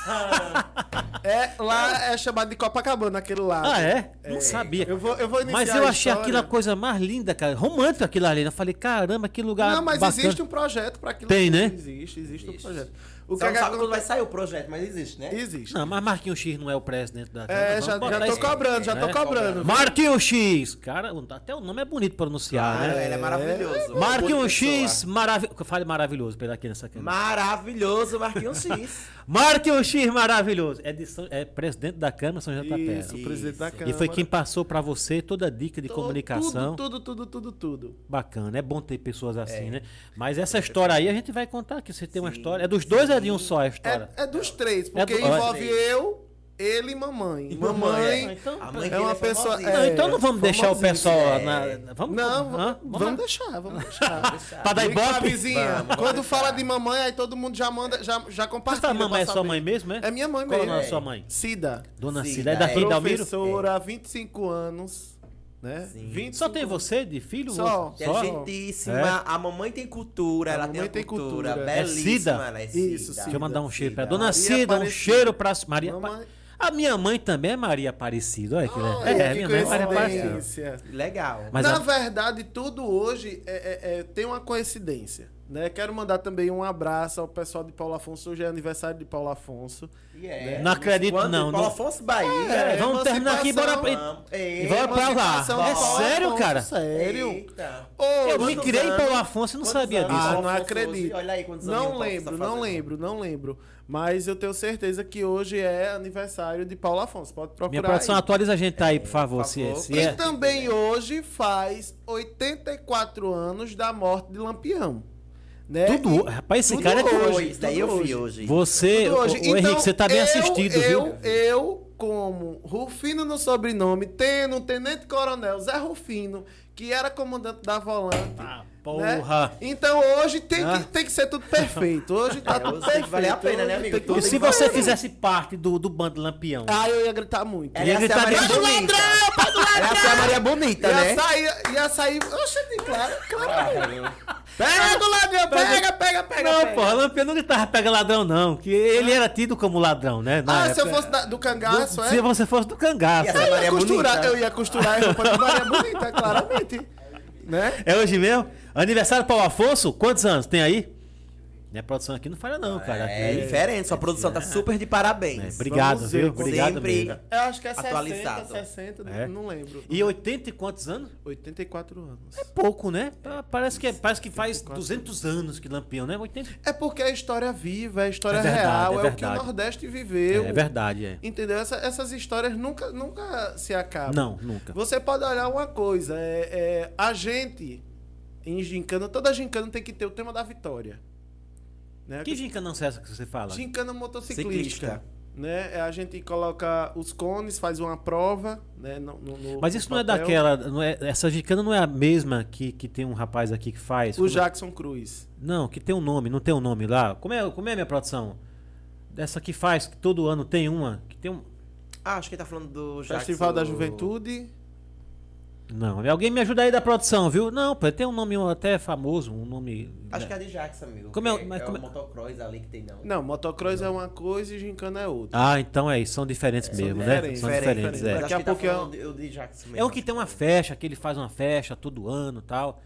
Speaker 2: É, lá é chamado de Copacabana, aquele lado.
Speaker 1: Ah, é? Não sabia.
Speaker 2: Eu vou, eu vou iniciar
Speaker 1: Mas eu
Speaker 2: a
Speaker 1: achei
Speaker 2: história.
Speaker 1: aquilo a coisa mais linda, cara. Romântico aquilo ali. né? Eu falei, caramba, que lugar.
Speaker 2: Não, mas
Speaker 1: Tá bacana.
Speaker 2: existe um projeto para aquilo.
Speaker 1: Tem, né?
Speaker 2: Existe, existe, um
Speaker 3: Existe.
Speaker 2: projeto. O
Speaker 3: O
Speaker 2: que
Speaker 3: Só
Speaker 2: é
Speaker 3: não
Speaker 2: que
Speaker 3: sabe quando
Speaker 2: acontece?
Speaker 3: vai sair o projeto, mas existe, né?
Speaker 2: Existe.
Speaker 1: Não, mas Marquinhos X não é o presidente da
Speaker 2: É, já,
Speaker 1: Vamos botar
Speaker 2: já tô
Speaker 1: isso.
Speaker 2: cobrando, já tô
Speaker 1: né?
Speaker 2: cobrando.
Speaker 1: Marquinhos X. Cara, o- até o nome é bonito pronunciar,
Speaker 2: Ah,
Speaker 3: Cara,
Speaker 1: né?
Speaker 3: ele é maravilhoso.
Speaker 1: Marquinhos
Speaker 3: Bonita
Speaker 1: um X,
Speaker 3: pessoa.
Speaker 1: maravilhoso. Fale maravilhoso pela aqui nessa câmera.
Speaker 3: Maravilhoso, Marquinhos X.
Speaker 1: Marquinhos X, maravilhoso. É, de São- é presidente da Câmara São José da Tapera.
Speaker 2: Isso, o presidente da Câmara.
Speaker 1: E foi quem passou pra você toda a dica de
Speaker 2: Tô-
Speaker 1: comunicação.
Speaker 2: Tudo, É. tudo, tudo, tudo, tudo.
Speaker 1: Bacana, é bom ter pessoas assim, né? Mas essa história aí a gente vai contar que você tem uma
Speaker 3: Sim,
Speaker 1: história. É dos dois ou é de um
Speaker 3: sim.
Speaker 1: só a história?
Speaker 2: É, é dos três, porque
Speaker 1: do-
Speaker 2: envolve
Speaker 3: Três.
Speaker 2: eu, ele e mamãe.
Speaker 3: E mamãe,
Speaker 2: mamãe.
Speaker 1: Então,
Speaker 3: A mãe
Speaker 2: É uma
Speaker 3: dele
Speaker 2: pessoa-
Speaker 3: famosíssima.
Speaker 1: não,
Speaker 2: é,
Speaker 1: então não vamos deixar o
Speaker 2: famosinho,
Speaker 1: pessoal.
Speaker 3: é.
Speaker 1: na- na- vamos,
Speaker 2: Não,
Speaker 1: hã?
Speaker 2: vamos,
Speaker 1: lá. tá
Speaker 2: deixar, vamos deixar.
Speaker 1: Pra dar
Speaker 2: Brinca,
Speaker 1: ibope?
Speaker 2: vizinha.
Speaker 3: Vamos, vamos
Speaker 2: Quando
Speaker 3: deixar.
Speaker 2: fala de mamãe, aí todo mundo já manda, já, já
Speaker 1: Mas
Speaker 2: compartilha.
Speaker 1: tua mamãe
Speaker 2: pra
Speaker 1: é sua
Speaker 2: saber.
Speaker 1: mãe mesmo, é?
Speaker 2: É minha mãe
Speaker 1: Qual é o
Speaker 2: mesmo.
Speaker 1: nome da sua mãe?
Speaker 2: Cida.
Speaker 1: Dona
Speaker 3: Sim,
Speaker 1: Cida. É
Speaker 3: é.
Speaker 1: daqui da Almiro?
Speaker 2: Professora, 25 anos, né?
Speaker 3: Sim.
Speaker 2: 25
Speaker 1: Só tem você de filho?
Speaker 2: Só.
Speaker 1: Você-
Speaker 3: Que é gentíssima. A mamãe tem cultura,
Speaker 2: A
Speaker 3: ela
Speaker 2: mamãe
Speaker 3: tem
Speaker 2: tem
Speaker 3: uma cultura.
Speaker 2: cultura.
Speaker 1: É Cida?
Speaker 3: Belíssima, ela é Cida.
Speaker 2: Isso, Cida.
Speaker 1: Deixa eu mandar um cheiro pra
Speaker 3: Cida.
Speaker 1: Dona
Speaker 2: Maria
Speaker 1: Cida, um
Speaker 2: Aparecida.
Speaker 1: cheiro pra Maria Pa-
Speaker 2: Mamãe-
Speaker 1: A minha mãe também é Maria Aparecida, olha que né?
Speaker 2: Olha,
Speaker 1: É,
Speaker 2: que
Speaker 1: minha mãe é Maria
Speaker 2: coincidência.
Speaker 1: Aparecida.
Speaker 3: Legal.
Speaker 1: Mas
Speaker 2: Na
Speaker 1: a-
Speaker 2: verdade, tudo hoje é- é- é- tem uma coincidência. Né? Quero mandar também um abraço ao pessoal de Paulo Afonso. Hoje é aniversário de Paulo Afonso. Né?
Speaker 3: Yeah.
Speaker 1: Não acredito,
Speaker 3: é, Quando
Speaker 1: não,
Speaker 3: Paulo
Speaker 1: não.
Speaker 3: Afonso Bahia. é,
Speaker 1: É, vamos terminar aqui e bora pra-
Speaker 3: E
Speaker 1: e bora pra lá.
Speaker 2: Emancipação de
Speaker 1: É
Speaker 2: Paulo
Speaker 1: sério,
Speaker 2: Afonso,
Speaker 1: cara?
Speaker 2: Sério?
Speaker 3: Eita.
Speaker 2: Ô,
Speaker 1: Eu me
Speaker 3: Quantos
Speaker 1: criei em
Speaker 3: anos?
Speaker 1: Paulo Afonso e não
Speaker 3: Quantos
Speaker 1: sabia
Speaker 3: anos?
Speaker 1: disso.
Speaker 2: Ah, não
Speaker 3: Afonso,
Speaker 2: acredito.
Speaker 3: Olha aí quantos aninhos
Speaker 2: Não
Speaker 3: o Paulo Afonso tá
Speaker 2: lembro, não
Speaker 3: fazendo.
Speaker 2: lembro, não lembro. Mas eu tenho certeza que hoje é aniversário de Paulo Afonso. Pode procurar
Speaker 1: Minha produção
Speaker 2: aí. Então,
Speaker 1: atualiza a gente aí, por favor.
Speaker 3: por
Speaker 1: se,
Speaker 3: favor.
Speaker 1: se
Speaker 2: E
Speaker 1: é.
Speaker 2: também hoje faz 84 anos da morte de Lampião. Né?
Speaker 1: Tudo,
Speaker 2: E-
Speaker 1: rapaz, esse
Speaker 2: tudo
Speaker 1: cara é
Speaker 3: Foi,
Speaker 2: hoje,
Speaker 3: isso daí
Speaker 2: tudo
Speaker 3: eu vi
Speaker 2: hoje.
Speaker 3: hoje.
Speaker 1: Você,
Speaker 2: Tudo
Speaker 1: o,
Speaker 2: hoje.
Speaker 1: o
Speaker 2: Então,
Speaker 1: Henrique, você tá bem
Speaker 2: eu-
Speaker 1: assistido,
Speaker 2: eu,
Speaker 1: viu?
Speaker 2: Eu, como Rufino no sobrenome, tendo um tenente coronel Zé Rufino, que era comandante da volante.
Speaker 1: Ah,
Speaker 2: né?
Speaker 1: porra.
Speaker 2: Então hoje tem,
Speaker 1: Ah.
Speaker 2: que, tem que ser tudo perfeito. Hoje tá
Speaker 3: É,
Speaker 2: tudo
Speaker 3: hoje tem
Speaker 2: perfeito.
Speaker 3: que valer a pena, né, amigo?
Speaker 2: Tem que-
Speaker 1: E se você fizesse parte do, do bando Lampião?
Speaker 2: Ah, eu ia gritar muito.
Speaker 3: Ela ia
Speaker 1: Ele
Speaker 3: ser
Speaker 1: tá
Speaker 3: a Maria
Speaker 1: dentro do
Speaker 3: Bonita. Ela
Speaker 1: é
Speaker 3: ia ser a Maria Bonita,
Speaker 2: ia,
Speaker 3: né?
Speaker 2: sair, ia sair. Oxe, tem claro, claro.
Speaker 3: Ah, Pega do ladrão,
Speaker 2: Pega, pega, pega.
Speaker 1: não,
Speaker 2: pega.
Speaker 1: porra, Lampião não gritava pega ladrão, não. Que ele era tido como ladrão, né? na
Speaker 2: Ah, se eu
Speaker 1: época.
Speaker 2: fosse da- do cangaço,
Speaker 1: Do-
Speaker 2: é?
Speaker 1: Se você fosse do cangaço.
Speaker 3: E essa
Speaker 2: Eu ia
Speaker 3: Maria
Speaker 2: costurar,
Speaker 3: Bonita.
Speaker 2: eu ia costurar a roupa de Maria Bonita, claramente. Né?
Speaker 1: É hoje mesmo? Aniversário do Paulo Afonso? Quantos anos tem aí? Minha produção aqui não falha, não, cara.
Speaker 3: É
Speaker 1: Aqui-
Speaker 3: diferente, sua produção tá super de
Speaker 1: É,
Speaker 3: parabéns.
Speaker 1: obrigado,
Speaker 2: Vamos ver,
Speaker 1: viu? Obrigado
Speaker 3: sempre.
Speaker 1: mesmo.
Speaker 2: Eu acho que é 60,
Speaker 3: Atualizado.
Speaker 2: 60, não-
Speaker 1: É.
Speaker 2: não lembro.
Speaker 1: E 80 e quantos anos?
Speaker 2: 84 anos.
Speaker 1: Pouco, né? Pa- Parece que, parece que faz
Speaker 2: 84.
Speaker 1: 200 anos que Lampião, né? 80.
Speaker 2: É porque é história viva, é história
Speaker 1: É verdade,
Speaker 2: real,
Speaker 1: é
Speaker 2: é, o que o
Speaker 1: verdade.
Speaker 2: Nordeste viveu.
Speaker 1: É verdade, é.
Speaker 2: Entendeu? Essa- essas histórias nunca, nunca se acabam.
Speaker 1: Não, nunca.
Speaker 2: Você pode olhar uma coisa, é, é, a gente, em gincana, toda gincana tem que ter o tema da vitória. Né?
Speaker 1: Que gincana não é essa que você fala?
Speaker 2: Gincana motociclista.
Speaker 3: Ciclista.
Speaker 2: Né? É, A gente coloca os cones, faz uma prova. Né? No, no- no-
Speaker 1: Mas
Speaker 2: no
Speaker 1: isso não é
Speaker 2: papel.
Speaker 1: daquela. Não é, essa gincana não é a mesma que, que tem um rapaz aqui que faz?
Speaker 2: O
Speaker 1: Como- é?
Speaker 2: Jackson Cruz.
Speaker 1: Não, que tem um nome, não tem um nome lá. Como é, como é minha produção? Dessa que faz, que todo ano tem uma. Que tem um...
Speaker 3: Ah, acho que ele tá falando do Jackson.
Speaker 2: Festival da Juventude.
Speaker 1: Não, né? alguém me ajuda aí da produção, viu? Não, pô, tem um nome até famoso, um nome.
Speaker 3: Acho que é a de Jackson, amigo.
Speaker 1: Como é o-
Speaker 3: que
Speaker 1: mas
Speaker 3: é
Speaker 1: como
Speaker 3: o
Speaker 1: é-
Speaker 3: motocross ali que tem, não.
Speaker 2: Não, motocross é uma coisa e gincana é outra.
Speaker 1: Ah, então é isso, são diferentes mesmo, né?
Speaker 2: diferentes,
Speaker 1: São
Speaker 2: diferentes,
Speaker 1: diferentes,
Speaker 2: diferentes.
Speaker 1: é.
Speaker 3: Mas
Speaker 2: Daqui
Speaker 3: acho
Speaker 2: a
Speaker 3: que ele tá
Speaker 2: pouco é um-
Speaker 3: falando do- do Jackson mesmo.
Speaker 1: É o que tem uma festa, que ele faz uma festa todo ano e tal.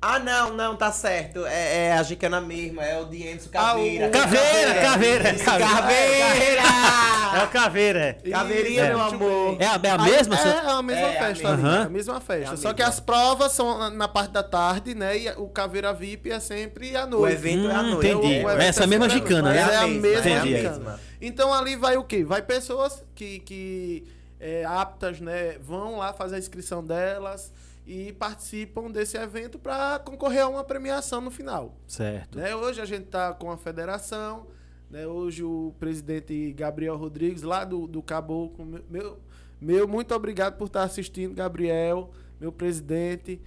Speaker 3: Ah, não, não, tá certo. É, é a Gicana mesmo, é o de Enzo Caveira.
Speaker 2: Ah, o-
Speaker 1: Caveira, caveira,
Speaker 3: Isso,
Speaker 1: caveira. É
Speaker 3: Caveira!
Speaker 1: o Caveira, é.
Speaker 3: Caveirinha,
Speaker 2: Isso,
Speaker 3: meu
Speaker 2: muito
Speaker 3: amor.
Speaker 2: bem.
Speaker 1: É a, é a
Speaker 2: Aí-
Speaker 1: mesma?
Speaker 2: É,
Speaker 1: seu-
Speaker 2: é a mesma
Speaker 3: É, é a
Speaker 2: festa,
Speaker 1: mesma.
Speaker 2: ali, é a
Speaker 1: Aham.
Speaker 2: mesma festa.
Speaker 3: É a
Speaker 2: Só
Speaker 3: mesma.
Speaker 2: que as provas são na- na parte da tarde, né? E o Caveira VIP é sempre à
Speaker 3: O
Speaker 2: noite.
Speaker 3: evento é à
Speaker 1: Hum,
Speaker 3: noite.
Speaker 1: entendi.
Speaker 3: É o-
Speaker 2: o evento
Speaker 1: Essa mesma
Speaker 2: sempre à
Speaker 1: gicana,
Speaker 2: noite,
Speaker 1: né?
Speaker 2: mas É a
Speaker 3: Entendi,
Speaker 2: mesma
Speaker 1: é a
Speaker 2: gicana.
Speaker 3: mesma.
Speaker 2: Então ali vai o quê? Vai pessoas que, que é, aptas, né? Vão lá fazer a inscrição delas e participam desse evento para concorrer a uma premiação no final.
Speaker 1: Certo.
Speaker 2: Né, Hoje a gente está com a federação. né, Hoje o presidente Gabriel Rodrigues, lá do, do Caboclo, meu- meu, meu muito obrigado por estar assistindo, Gabriel, meu presidente.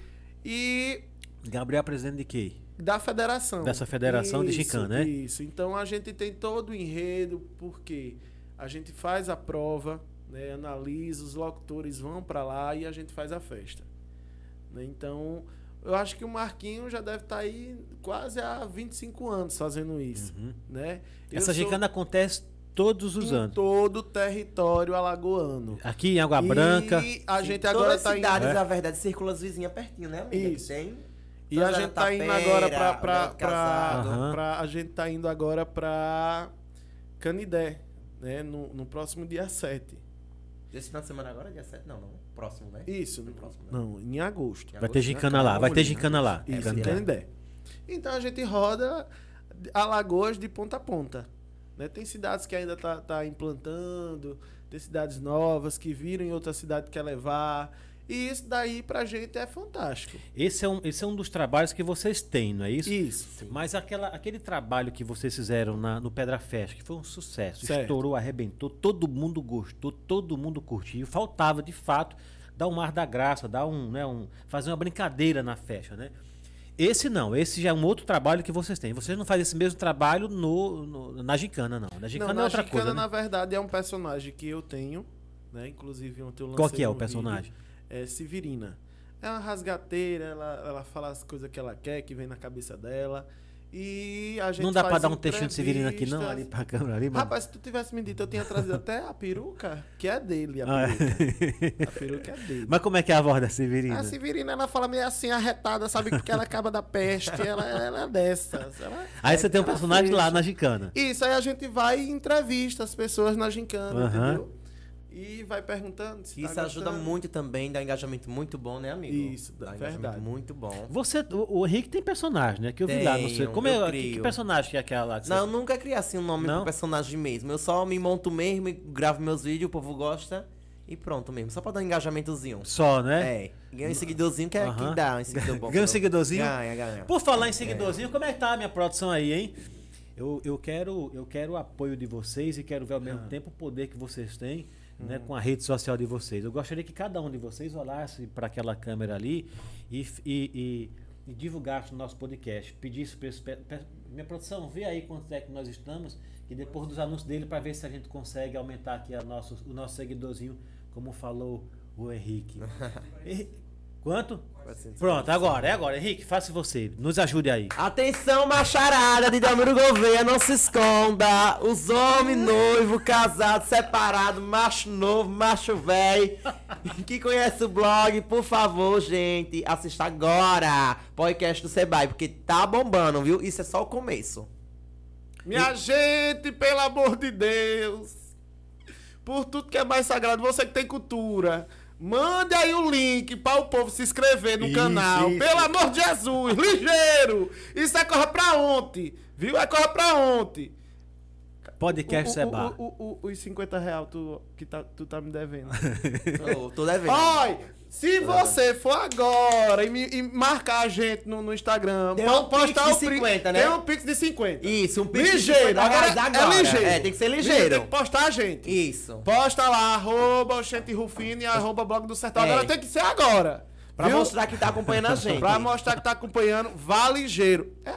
Speaker 2: E
Speaker 1: Gabriel é presidente de quê?
Speaker 2: da federação.
Speaker 1: Dessa federação de Chicã, né?
Speaker 2: Isso. Então a gente tem todo o enredo, porque a gente faz a prova, né, analisa, os locutores vão para lá e a gente faz a festa. né? Então, eu acho que o Marquinho já deve estar aí quase há 25 anos fazendo isso,
Speaker 1: Uhum.
Speaker 2: né? Eu
Speaker 1: Essa
Speaker 2: sou
Speaker 1: gicana acontece todos os
Speaker 2: em
Speaker 1: anos.
Speaker 2: todo o território alagoano.
Speaker 1: Aqui em Água
Speaker 2: E
Speaker 1: Branca.
Speaker 2: a gente
Speaker 3: Todas
Speaker 2: agora
Speaker 3: as
Speaker 2: está em
Speaker 3: cidades,
Speaker 1: É.
Speaker 3: na verdade, circula as vizinhas pertinho, né, amiga?
Speaker 2: Isso.
Speaker 3: Que tem.
Speaker 2: E a
Speaker 3: Todas
Speaker 2: gente tá indo
Speaker 3: Aratapeira,
Speaker 2: agora pra. pra,
Speaker 3: Belo Casado.
Speaker 2: pra-
Speaker 1: Aham.
Speaker 2: pra- a gente tá indo agora pra Canidé, né? No, no próximo dia 7.
Speaker 3: Esse final de semana agora, dia 7, não, não. Próximo, né?
Speaker 2: Isso, no
Speaker 3: próximo, né?
Speaker 2: Não, em agosto.
Speaker 1: Vai ter gincana lá, vai ter gincana lá. É,
Speaker 2: Isso,
Speaker 1: Canindé.
Speaker 2: em
Speaker 3: é.
Speaker 2: Canidé. Então a gente roda Alagoas de ponta a ponta. Né? Tem cidades que ainda tá, tá implantando, tem cidades novas que viram em outra cidade que quer levar. E isso daí pra gente é fantástico.
Speaker 1: Esse é, um, esse é um dos trabalhos que vocês têm, não é isso?
Speaker 2: Isso.
Speaker 1: Mas aquela- aquele trabalho que vocês fizeram na- no Pedra Fest, que foi um sucesso,
Speaker 2: Certo.
Speaker 1: estourou, arrebentou, todo mundo gostou, todo mundo curtiu. Faltava, de fato, dar um ar da graça, dar um, né, um- fazer uma brincadeira na festa, né? Esse não, esse já é um outro trabalho que vocês têm. Vocês não fazem esse mesmo trabalho no- no- na gincana, não. Na gincana
Speaker 2: não, na
Speaker 1: é outra
Speaker 2: Chicana,
Speaker 1: coisa. né?
Speaker 2: na verdade, é um personagem que eu tenho, né? Inclusive, ontem eu lancei
Speaker 1: Qual que é
Speaker 2: um
Speaker 1: o personagem?
Speaker 2: vídeo, é Severina. É uma rasgateira, ela, ela fala as coisas que ela quer, que vem na cabeça dela. E a gente
Speaker 1: Não dá pra
Speaker 2: faz
Speaker 1: dar um textinho de Severino aqui, não? Ali
Speaker 2: entrevistas.
Speaker 1: pra câmera ali, mano.
Speaker 2: Rapaz, se tu tivesse me dito, eu tinha trazido até a peruca, que é dele. A
Speaker 1: Ah,
Speaker 2: peruca,
Speaker 1: é.
Speaker 2: a peruca é dele.
Speaker 1: Mas como é que é a voz da Severina?
Speaker 2: A Severina, ela fala meio assim, arretada, sabe? Porque ela acaba da peste, ela, ela é dessas. Ela, é
Speaker 1: Aí você tem um personagem lá
Speaker 2: fecha.
Speaker 1: na Gicana.
Speaker 2: Isso, aí a gente vai e entrevista as pessoas na gincana,
Speaker 1: Aham.
Speaker 2: entendeu? E vai perguntando
Speaker 1: é.
Speaker 2: se tá
Speaker 3: Isso ajuda
Speaker 2: gostando.
Speaker 3: muito também, dá engajamento muito bom, né, amigo?
Speaker 2: Isso,
Speaker 3: dá
Speaker 2: verdade.
Speaker 3: engajamento muito bom.
Speaker 1: Você, o, o Henrique tem personagem, né? Que eu vi lá, não sei.
Speaker 3: Tenho,
Speaker 1: Como
Speaker 3: eu
Speaker 1: é, que,
Speaker 3: crio.
Speaker 1: que personagem que é aquela lá? que
Speaker 3: Não, eu
Speaker 1: você-
Speaker 3: nunca criei assim um nome
Speaker 1: Não?
Speaker 3: pro personagem mesmo. Eu só me monto mesmo e gravo meus vídeos, o povo gosta e pronto mesmo. Só pra dar um engajamentozinho.
Speaker 1: Só, né?
Speaker 3: É. Ganha um seguidorzinho que é
Speaker 1: Aham.
Speaker 3: que dá um seguidor bom.
Speaker 1: Ganha um
Speaker 3: pro-
Speaker 1: seguidorzinho?
Speaker 3: Ganha, ganha.
Speaker 1: Por falar em seguidorzinho, como é que tá a minha produção aí, hein? Eu, eu quero eu quero o apoio de vocês e quero ver ao mesmo tempo o poder que vocês têm né, com a rede social de vocês. Eu gostaria que cada um de vocês olhasse para aquela câmera ali e, f- e, e, e divulgasse o nosso podcast. Pedisse para esse pe- pe- minha produção, vê aí quanto é que nós estamos e depois dos anúncios dele para ver se a gente consegue aumentar aqui a nosso, o nosso seguidorzinho, como falou o Henrique. Henri- Quanto? Pronto, agora, é agora. Henrique, faça você. Nos ajude aí.
Speaker 3: Atenção, macharada de Delmiro Gouveia, não se esconda. Os homens noivo, casado, separado, macho novo, macho velho, que conhece o blog, por favor, gente, assista agora. Podcast do Sebai, porque tá bombando, viu? Isso é só o começo.
Speaker 2: Minha gente, pelo amor de Deus! Por tudo que é mais sagrado, você que tem cultura, mande aí o link para o povo se inscrever no
Speaker 1: Isso,
Speaker 2: canal.
Speaker 1: isso.
Speaker 2: Pelo amor de Jesus, ligeiro! Isso é corra pra ontem, viu? É corra pra ontem.
Speaker 1: Podcast é
Speaker 2: O- o-
Speaker 1: Seba.
Speaker 2: o- o- o- Os 50 reais tu, que tá, tu tá me devendo.
Speaker 3: Tô, tô devendo.
Speaker 2: Oi! Se você for agora e, me- e marcar a gente no, no Instagram,
Speaker 3: Tem
Speaker 2: po-
Speaker 3: um pix de 50, né?
Speaker 2: Tem um pix de 50.
Speaker 3: Isso, um pix de
Speaker 2: Ligeiro,
Speaker 3: 50 reais
Speaker 2: agora,
Speaker 3: agora.
Speaker 2: é ligeiro.
Speaker 3: É, tem que ser ligeiro.
Speaker 2: Tem que postar a gente.
Speaker 3: Isso.
Speaker 2: Posta lá, arroba o Chente Rufino e arroba blog do Sertão.
Speaker 3: É.
Speaker 2: Agora tem que ser agora.
Speaker 3: Pra
Speaker 2: viu?
Speaker 3: mostrar que tá acompanhando a gente.
Speaker 2: Pra mostrar que tá acompanhando, vá ligeiro. É,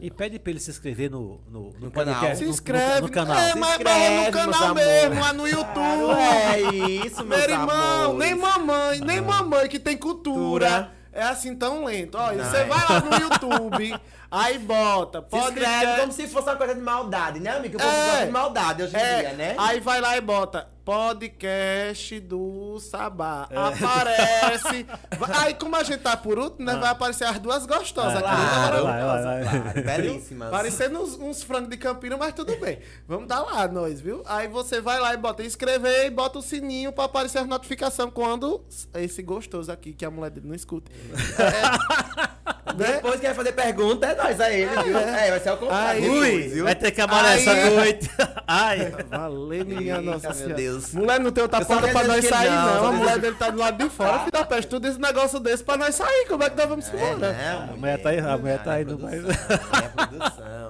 Speaker 1: E pede pra ele se inscrever no, no, no
Speaker 3: É, No
Speaker 1: podcast.
Speaker 3: canal.
Speaker 1: no-
Speaker 2: se
Speaker 1: no-
Speaker 2: inscreve.
Speaker 1: No, canal.
Speaker 2: É,
Speaker 3: Se
Speaker 2: mas
Speaker 3: inscreve,
Speaker 2: no
Speaker 3: meus
Speaker 2: canal
Speaker 3: amor.
Speaker 2: mesmo, lá no YouTube.
Speaker 3: É isso,
Speaker 2: Meu
Speaker 3: meus
Speaker 2: irmão,
Speaker 3: amores. Ah.
Speaker 2: nem mamãe, nem mamãe que tem cultura.
Speaker 3: Cultura.
Speaker 2: É assim tão lento. Olha,
Speaker 3: Não,
Speaker 2: você
Speaker 3: é.
Speaker 2: vai lá no YouTube, aí bota,
Speaker 3: Se
Speaker 2: pode
Speaker 3: inscreve como se fosse uma coisa de maldade, né, amigo? Eu povo
Speaker 2: É.
Speaker 3: gosta de maldade hoje em
Speaker 2: É,
Speaker 3: dia, né?
Speaker 2: Aí vai lá e bota podcast do Sabá.
Speaker 3: É.
Speaker 2: Aparece. Va- Aí, como a gente tá por último,
Speaker 3: Ah.
Speaker 2: né, vai aparecer as duas gostosas aqui.
Speaker 1: Claro,
Speaker 2: Agora,
Speaker 1: vai, vai, vai.
Speaker 3: Claro,
Speaker 2: viu?
Speaker 3: belíssimas.
Speaker 2: Parecendo uns, uns frangos de Campina, mas tudo bem. Vamos dar lá, nós, viu? Aí você vai lá e bota inscrever e bota o sininho pra aparecer as notificações quando esse gostoso aqui, que a mulher dele não escuta. É, né?
Speaker 3: Depois que vai fazer pergunta, é nós a ele, viu? É, vai ser o contrário.
Speaker 2: Aí-
Speaker 3: depois,
Speaker 1: Ui,
Speaker 3: viu?
Speaker 1: vai ter que acabar essa
Speaker 2: Aí- é.
Speaker 1: noite. Ai.
Speaker 2: Valeu, minha
Speaker 3: Eita,
Speaker 2: nossa
Speaker 3: meu
Speaker 2: senhora.
Speaker 3: Deus.
Speaker 2: Mulher não tem outra
Speaker 3: Eu só
Speaker 2: porta pra
Speaker 3: desejo
Speaker 2: nós
Speaker 3: que
Speaker 2: sair,
Speaker 3: não,
Speaker 2: não.
Speaker 3: só
Speaker 2: A mulher
Speaker 3: desejo-
Speaker 2: dele tá do lado de fora, filho da peste. Tudo esse negócio desse pra nós sair. Como é que nós vamos
Speaker 3: É,
Speaker 2: embora?
Speaker 3: né,
Speaker 1: A mulher tá aí, a mulher tá aí, não vai-
Speaker 3: produção, é produção.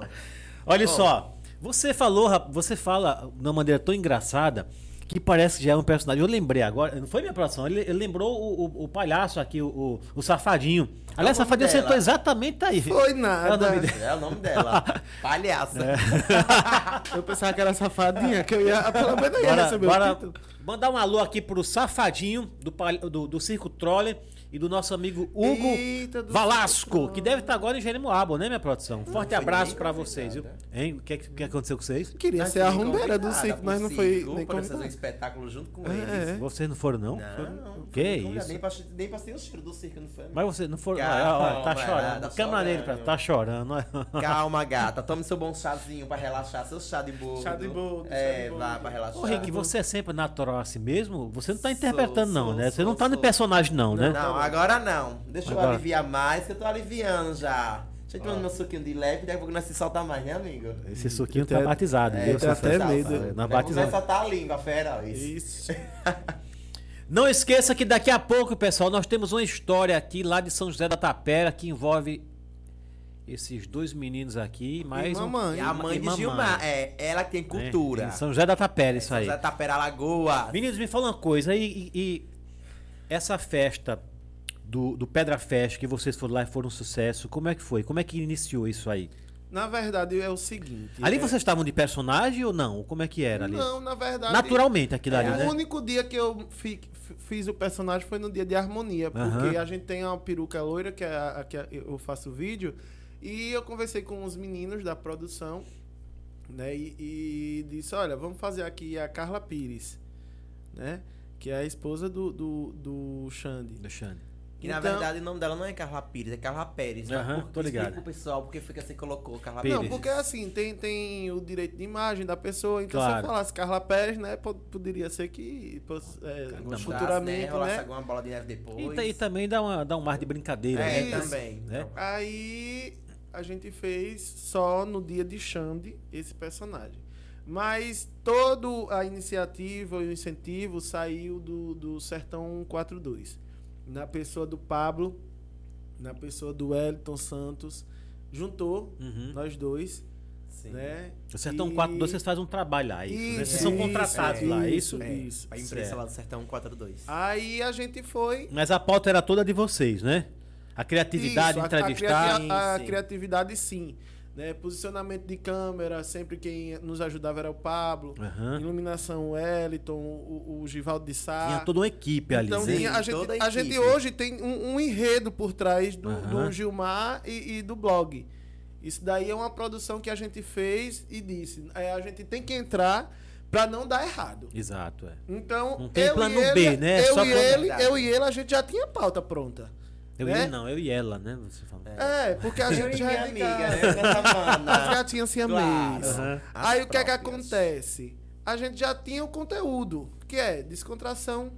Speaker 1: Olha só, você falou, rap- você fala de uma maneira tão engraçada que parece que já é um personagem. Eu lembrei agora, não foi minha produção, ele, ele lembrou o, o- o palhaço aqui, o, o- o Safadinho. Aliás,
Speaker 3: É o nome
Speaker 1: Safadinho
Speaker 3: dela.
Speaker 1: sentou exatamente aí.
Speaker 2: Foi
Speaker 1: É o
Speaker 2: nada.
Speaker 1: nome dele.
Speaker 3: É o nome dela. Palhaça.
Speaker 2: É. Eu pensava que era safadinha, que eu ia. Pelo menos eu ia
Speaker 1: Bora,
Speaker 2: receber o
Speaker 1: bora
Speaker 2: título.
Speaker 1: mandar um alô aqui pro Safadinho do, pal- do, do Circo Troller e do nosso amigo Hugo
Speaker 2: Eita, do
Speaker 1: Valasco, que deve estar agora em Jeremoabo, né, minha produção? Forte
Speaker 3: foi
Speaker 1: abraço
Speaker 3: nem
Speaker 1: pra
Speaker 3: convidado,
Speaker 1: vocês, viu?
Speaker 3: né?
Speaker 1: Hein? O que, é que- o que aconteceu com vocês?
Speaker 2: Queria
Speaker 3: Nós
Speaker 2: ser a
Speaker 3: nem
Speaker 2: rumbeira do
Speaker 3: convidada
Speaker 2: circo, mas não
Speaker 3: pro
Speaker 2: foi
Speaker 3: circo
Speaker 2: nem
Speaker 3: pra fazer um
Speaker 2: convidada.
Speaker 3: espetáculo junto com
Speaker 2: É,
Speaker 3: eles.
Speaker 2: é.
Speaker 1: Vocês não foram, não?
Speaker 3: Não, não.
Speaker 1: Que é
Speaker 3: foi nem
Speaker 1: isso?
Speaker 3: Nem passei, nem passei os tiros do circo, não foi? amigo?
Speaker 1: Mas vocês não foram.
Speaker 3: Calma,
Speaker 1: Ah, olha, tá
Speaker 3: vai lá,
Speaker 1: chorando.
Speaker 3: tá
Speaker 1: Câmera nele, pra...
Speaker 3: chorando.
Speaker 1: tá chorando.
Speaker 3: Calma, gata. Tome seu bom chazinho pra relaxar. Seu chá de boldo.
Speaker 2: Chá de boldo, chá de
Speaker 3: É,
Speaker 2: boldo.
Speaker 3: vá pra relaxar.
Speaker 1: Ô, Rick, você é sempre natural assim mesmo? Você não tá
Speaker 3: Sou,
Speaker 1: interpretando, não,
Speaker 3: sou,
Speaker 1: né? Você
Speaker 3: sou,
Speaker 1: não tá no
Speaker 3: sou.
Speaker 1: personagem, não, né?
Speaker 3: Não, agora não. Deixa eu
Speaker 1: Agora.
Speaker 3: aliviar mais, que eu tô aliviando já. Deixa eu tomar meu suquinho de leve, daqui a pouco nós se solta mais, né, amigo?
Speaker 1: Esse suquinho
Speaker 2: Eu
Speaker 1: tá
Speaker 2: tenho-
Speaker 1: batizado,
Speaker 2: eu
Speaker 1: viu?
Speaker 2: tenho
Speaker 1: Essa-
Speaker 2: até
Speaker 1: essa-
Speaker 2: medo.
Speaker 3: É,
Speaker 1: essa- é Na
Speaker 3: Vai
Speaker 1: batizada.
Speaker 3: soltar a língua, feroz.
Speaker 2: Isso.
Speaker 1: Não esqueça que daqui a pouco, pessoal, nós temos uma história aqui lá de São José da Tapera que envolve esses dois meninos aqui, mais
Speaker 2: E
Speaker 1: um-
Speaker 2: mamãe.
Speaker 3: É a mãe
Speaker 1: E
Speaker 3: de
Speaker 1: mamãe.
Speaker 3: Gilmar. É, ela que tem
Speaker 1: né?
Speaker 3: cultura.
Speaker 1: Em São José da Tapera, isso aí.
Speaker 3: Já tá pera lagoa.
Speaker 1: Meninos, me fala uma coisa. E, e- e essa festa do, do Pedra Fest que vocês foram lá e foram um sucesso, como é que foi? Como é que iniciou isso aí?
Speaker 2: Na verdade, é o seguinte.
Speaker 1: ali
Speaker 2: é-
Speaker 1: vocês estavam de personagem ou não? Como é que era ali?
Speaker 2: Não, na verdade.
Speaker 1: Naturalmente aquilo ali,
Speaker 2: É,
Speaker 1: né?
Speaker 2: O único dia que eu fi- fi- fiz o personagem foi no dia de harmonia, porque
Speaker 1: Aham.
Speaker 2: a gente tem uma peruca loira, que é a, a que eu faço o vídeo, e E eu conversei com os meninos da produção, né? E, e disse, olha, vamos fazer aqui a Carla Pires, né? Que é a esposa do, do, do Xande.
Speaker 1: Do Xande.
Speaker 3: Que na
Speaker 2: Então-
Speaker 3: verdade o nome dela não é Carla Pires, é Carla Pérez. né?
Speaker 1: Aham,
Speaker 3: Por-
Speaker 1: tô ligado.
Speaker 3: Explica pro pessoal porque fica assim colocou Carla
Speaker 1: Pires.
Speaker 2: Não, porque assim, tem, tem o direito de imagem da pessoa, então se
Speaker 1: Claro.
Speaker 2: eu falasse Carla Pérez, né, po- poderia ser que poss- é,
Speaker 1: Cara,
Speaker 3: Gostasse,
Speaker 2: futuramente,
Speaker 3: Rolasse
Speaker 2: né?
Speaker 3: alguma bola de neve depois.
Speaker 1: E, ta- e também dá, uma, dá um mar de brincadeira.
Speaker 3: É,
Speaker 1: né?
Speaker 3: também.
Speaker 1: Né?
Speaker 3: Então,
Speaker 2: Aí a gente fez só no dia de Xande esse personagem. Mas toda a iniciativa e o incentivo saiu do, do Sertão 42. Na pessoa do Pablo, na pessoa do Wellington Santos, juntou
Speaker 1: Uhum.
Speaker 2: nós dois,
Speaker 3: Sim. É
Speaker 2: né?
Speaker 1: O Sertão
Speaker 2: E-
Speaker 1: 42, vocês fazem um trabalho lá. É Isso, né? Vocês são
Speaker 2: Isso,
Speaker 1: contratados lá, é isso?
Speaker 2: É. Isso.
Speaker 3: A imprensa
Speaker 1: Certo. Ah,
Speaker 3: lá do Sertão 42.
Speaker 2: Aí a gente foi
Speaker 1: Mas a pauta era toda de vocês, né? A criatividade,
Speaker 2: Isso, a-
Speaker 1: entrevistar.
Speaker 2: A, criati- a
Speaker 3: sim.
Speaker 2: criatividade, sim. Né? Posicionamento de câmera, sempre quem nos ajudava era o Pablo.
Speaker 1: Aham.
Speaker 2: Iluminação, o Wellington, o, o- o Givaldo de Sá.
Speaker 1: Tinha toda uma equipe ali,
Speaker 2: Então,
Speaker 1: né?
Speaker 2: tinha- a,
Speaker 3: Toda
Speaker 2: gente,
Speaker 3: a
Speaker 2: a gente
Speaker 3: equipe.
Speaker 2: hoje tem um, um enredo por trás do,
Speaker 1: Aham.
Speaker 2: do Gilmar e, e do blog. Isso daí é uma produção que a gente fez e disse: é, a gente tem que entrar para não dar errado.
Speaker 1: Exato, é.
Speaker 2: Então,
Speaker 1: Não tem
Speaker 2: eu
Speaker 1: plano
Speaker 2: e ele,
Speaker 1: B, né?
Speaker 2: Eu,
Speaker 1: Só
Speaker 2: e
Speaker 1: quando-
Speaker 2: ele, eu e ele, a gente já tinha a pauta pronta.
Speaker 1: Eu
Speaker 2: né?
Speaker 1: e não, eu e ela, né? Você fala.
Speaker 2: É, porque a gente já é de casa. As
Speaker 3: né?
Speaker 2: gatinhas se
Speaker 3: Claro.
Speaker 1: né? Aham.
Speaker 2: Aí
Speaker 3: As
Speaker 2: o que é que
Speaker 3: próprias.
Speaker 2: acontece? A gente já tinha o conteúdo, que é descontração,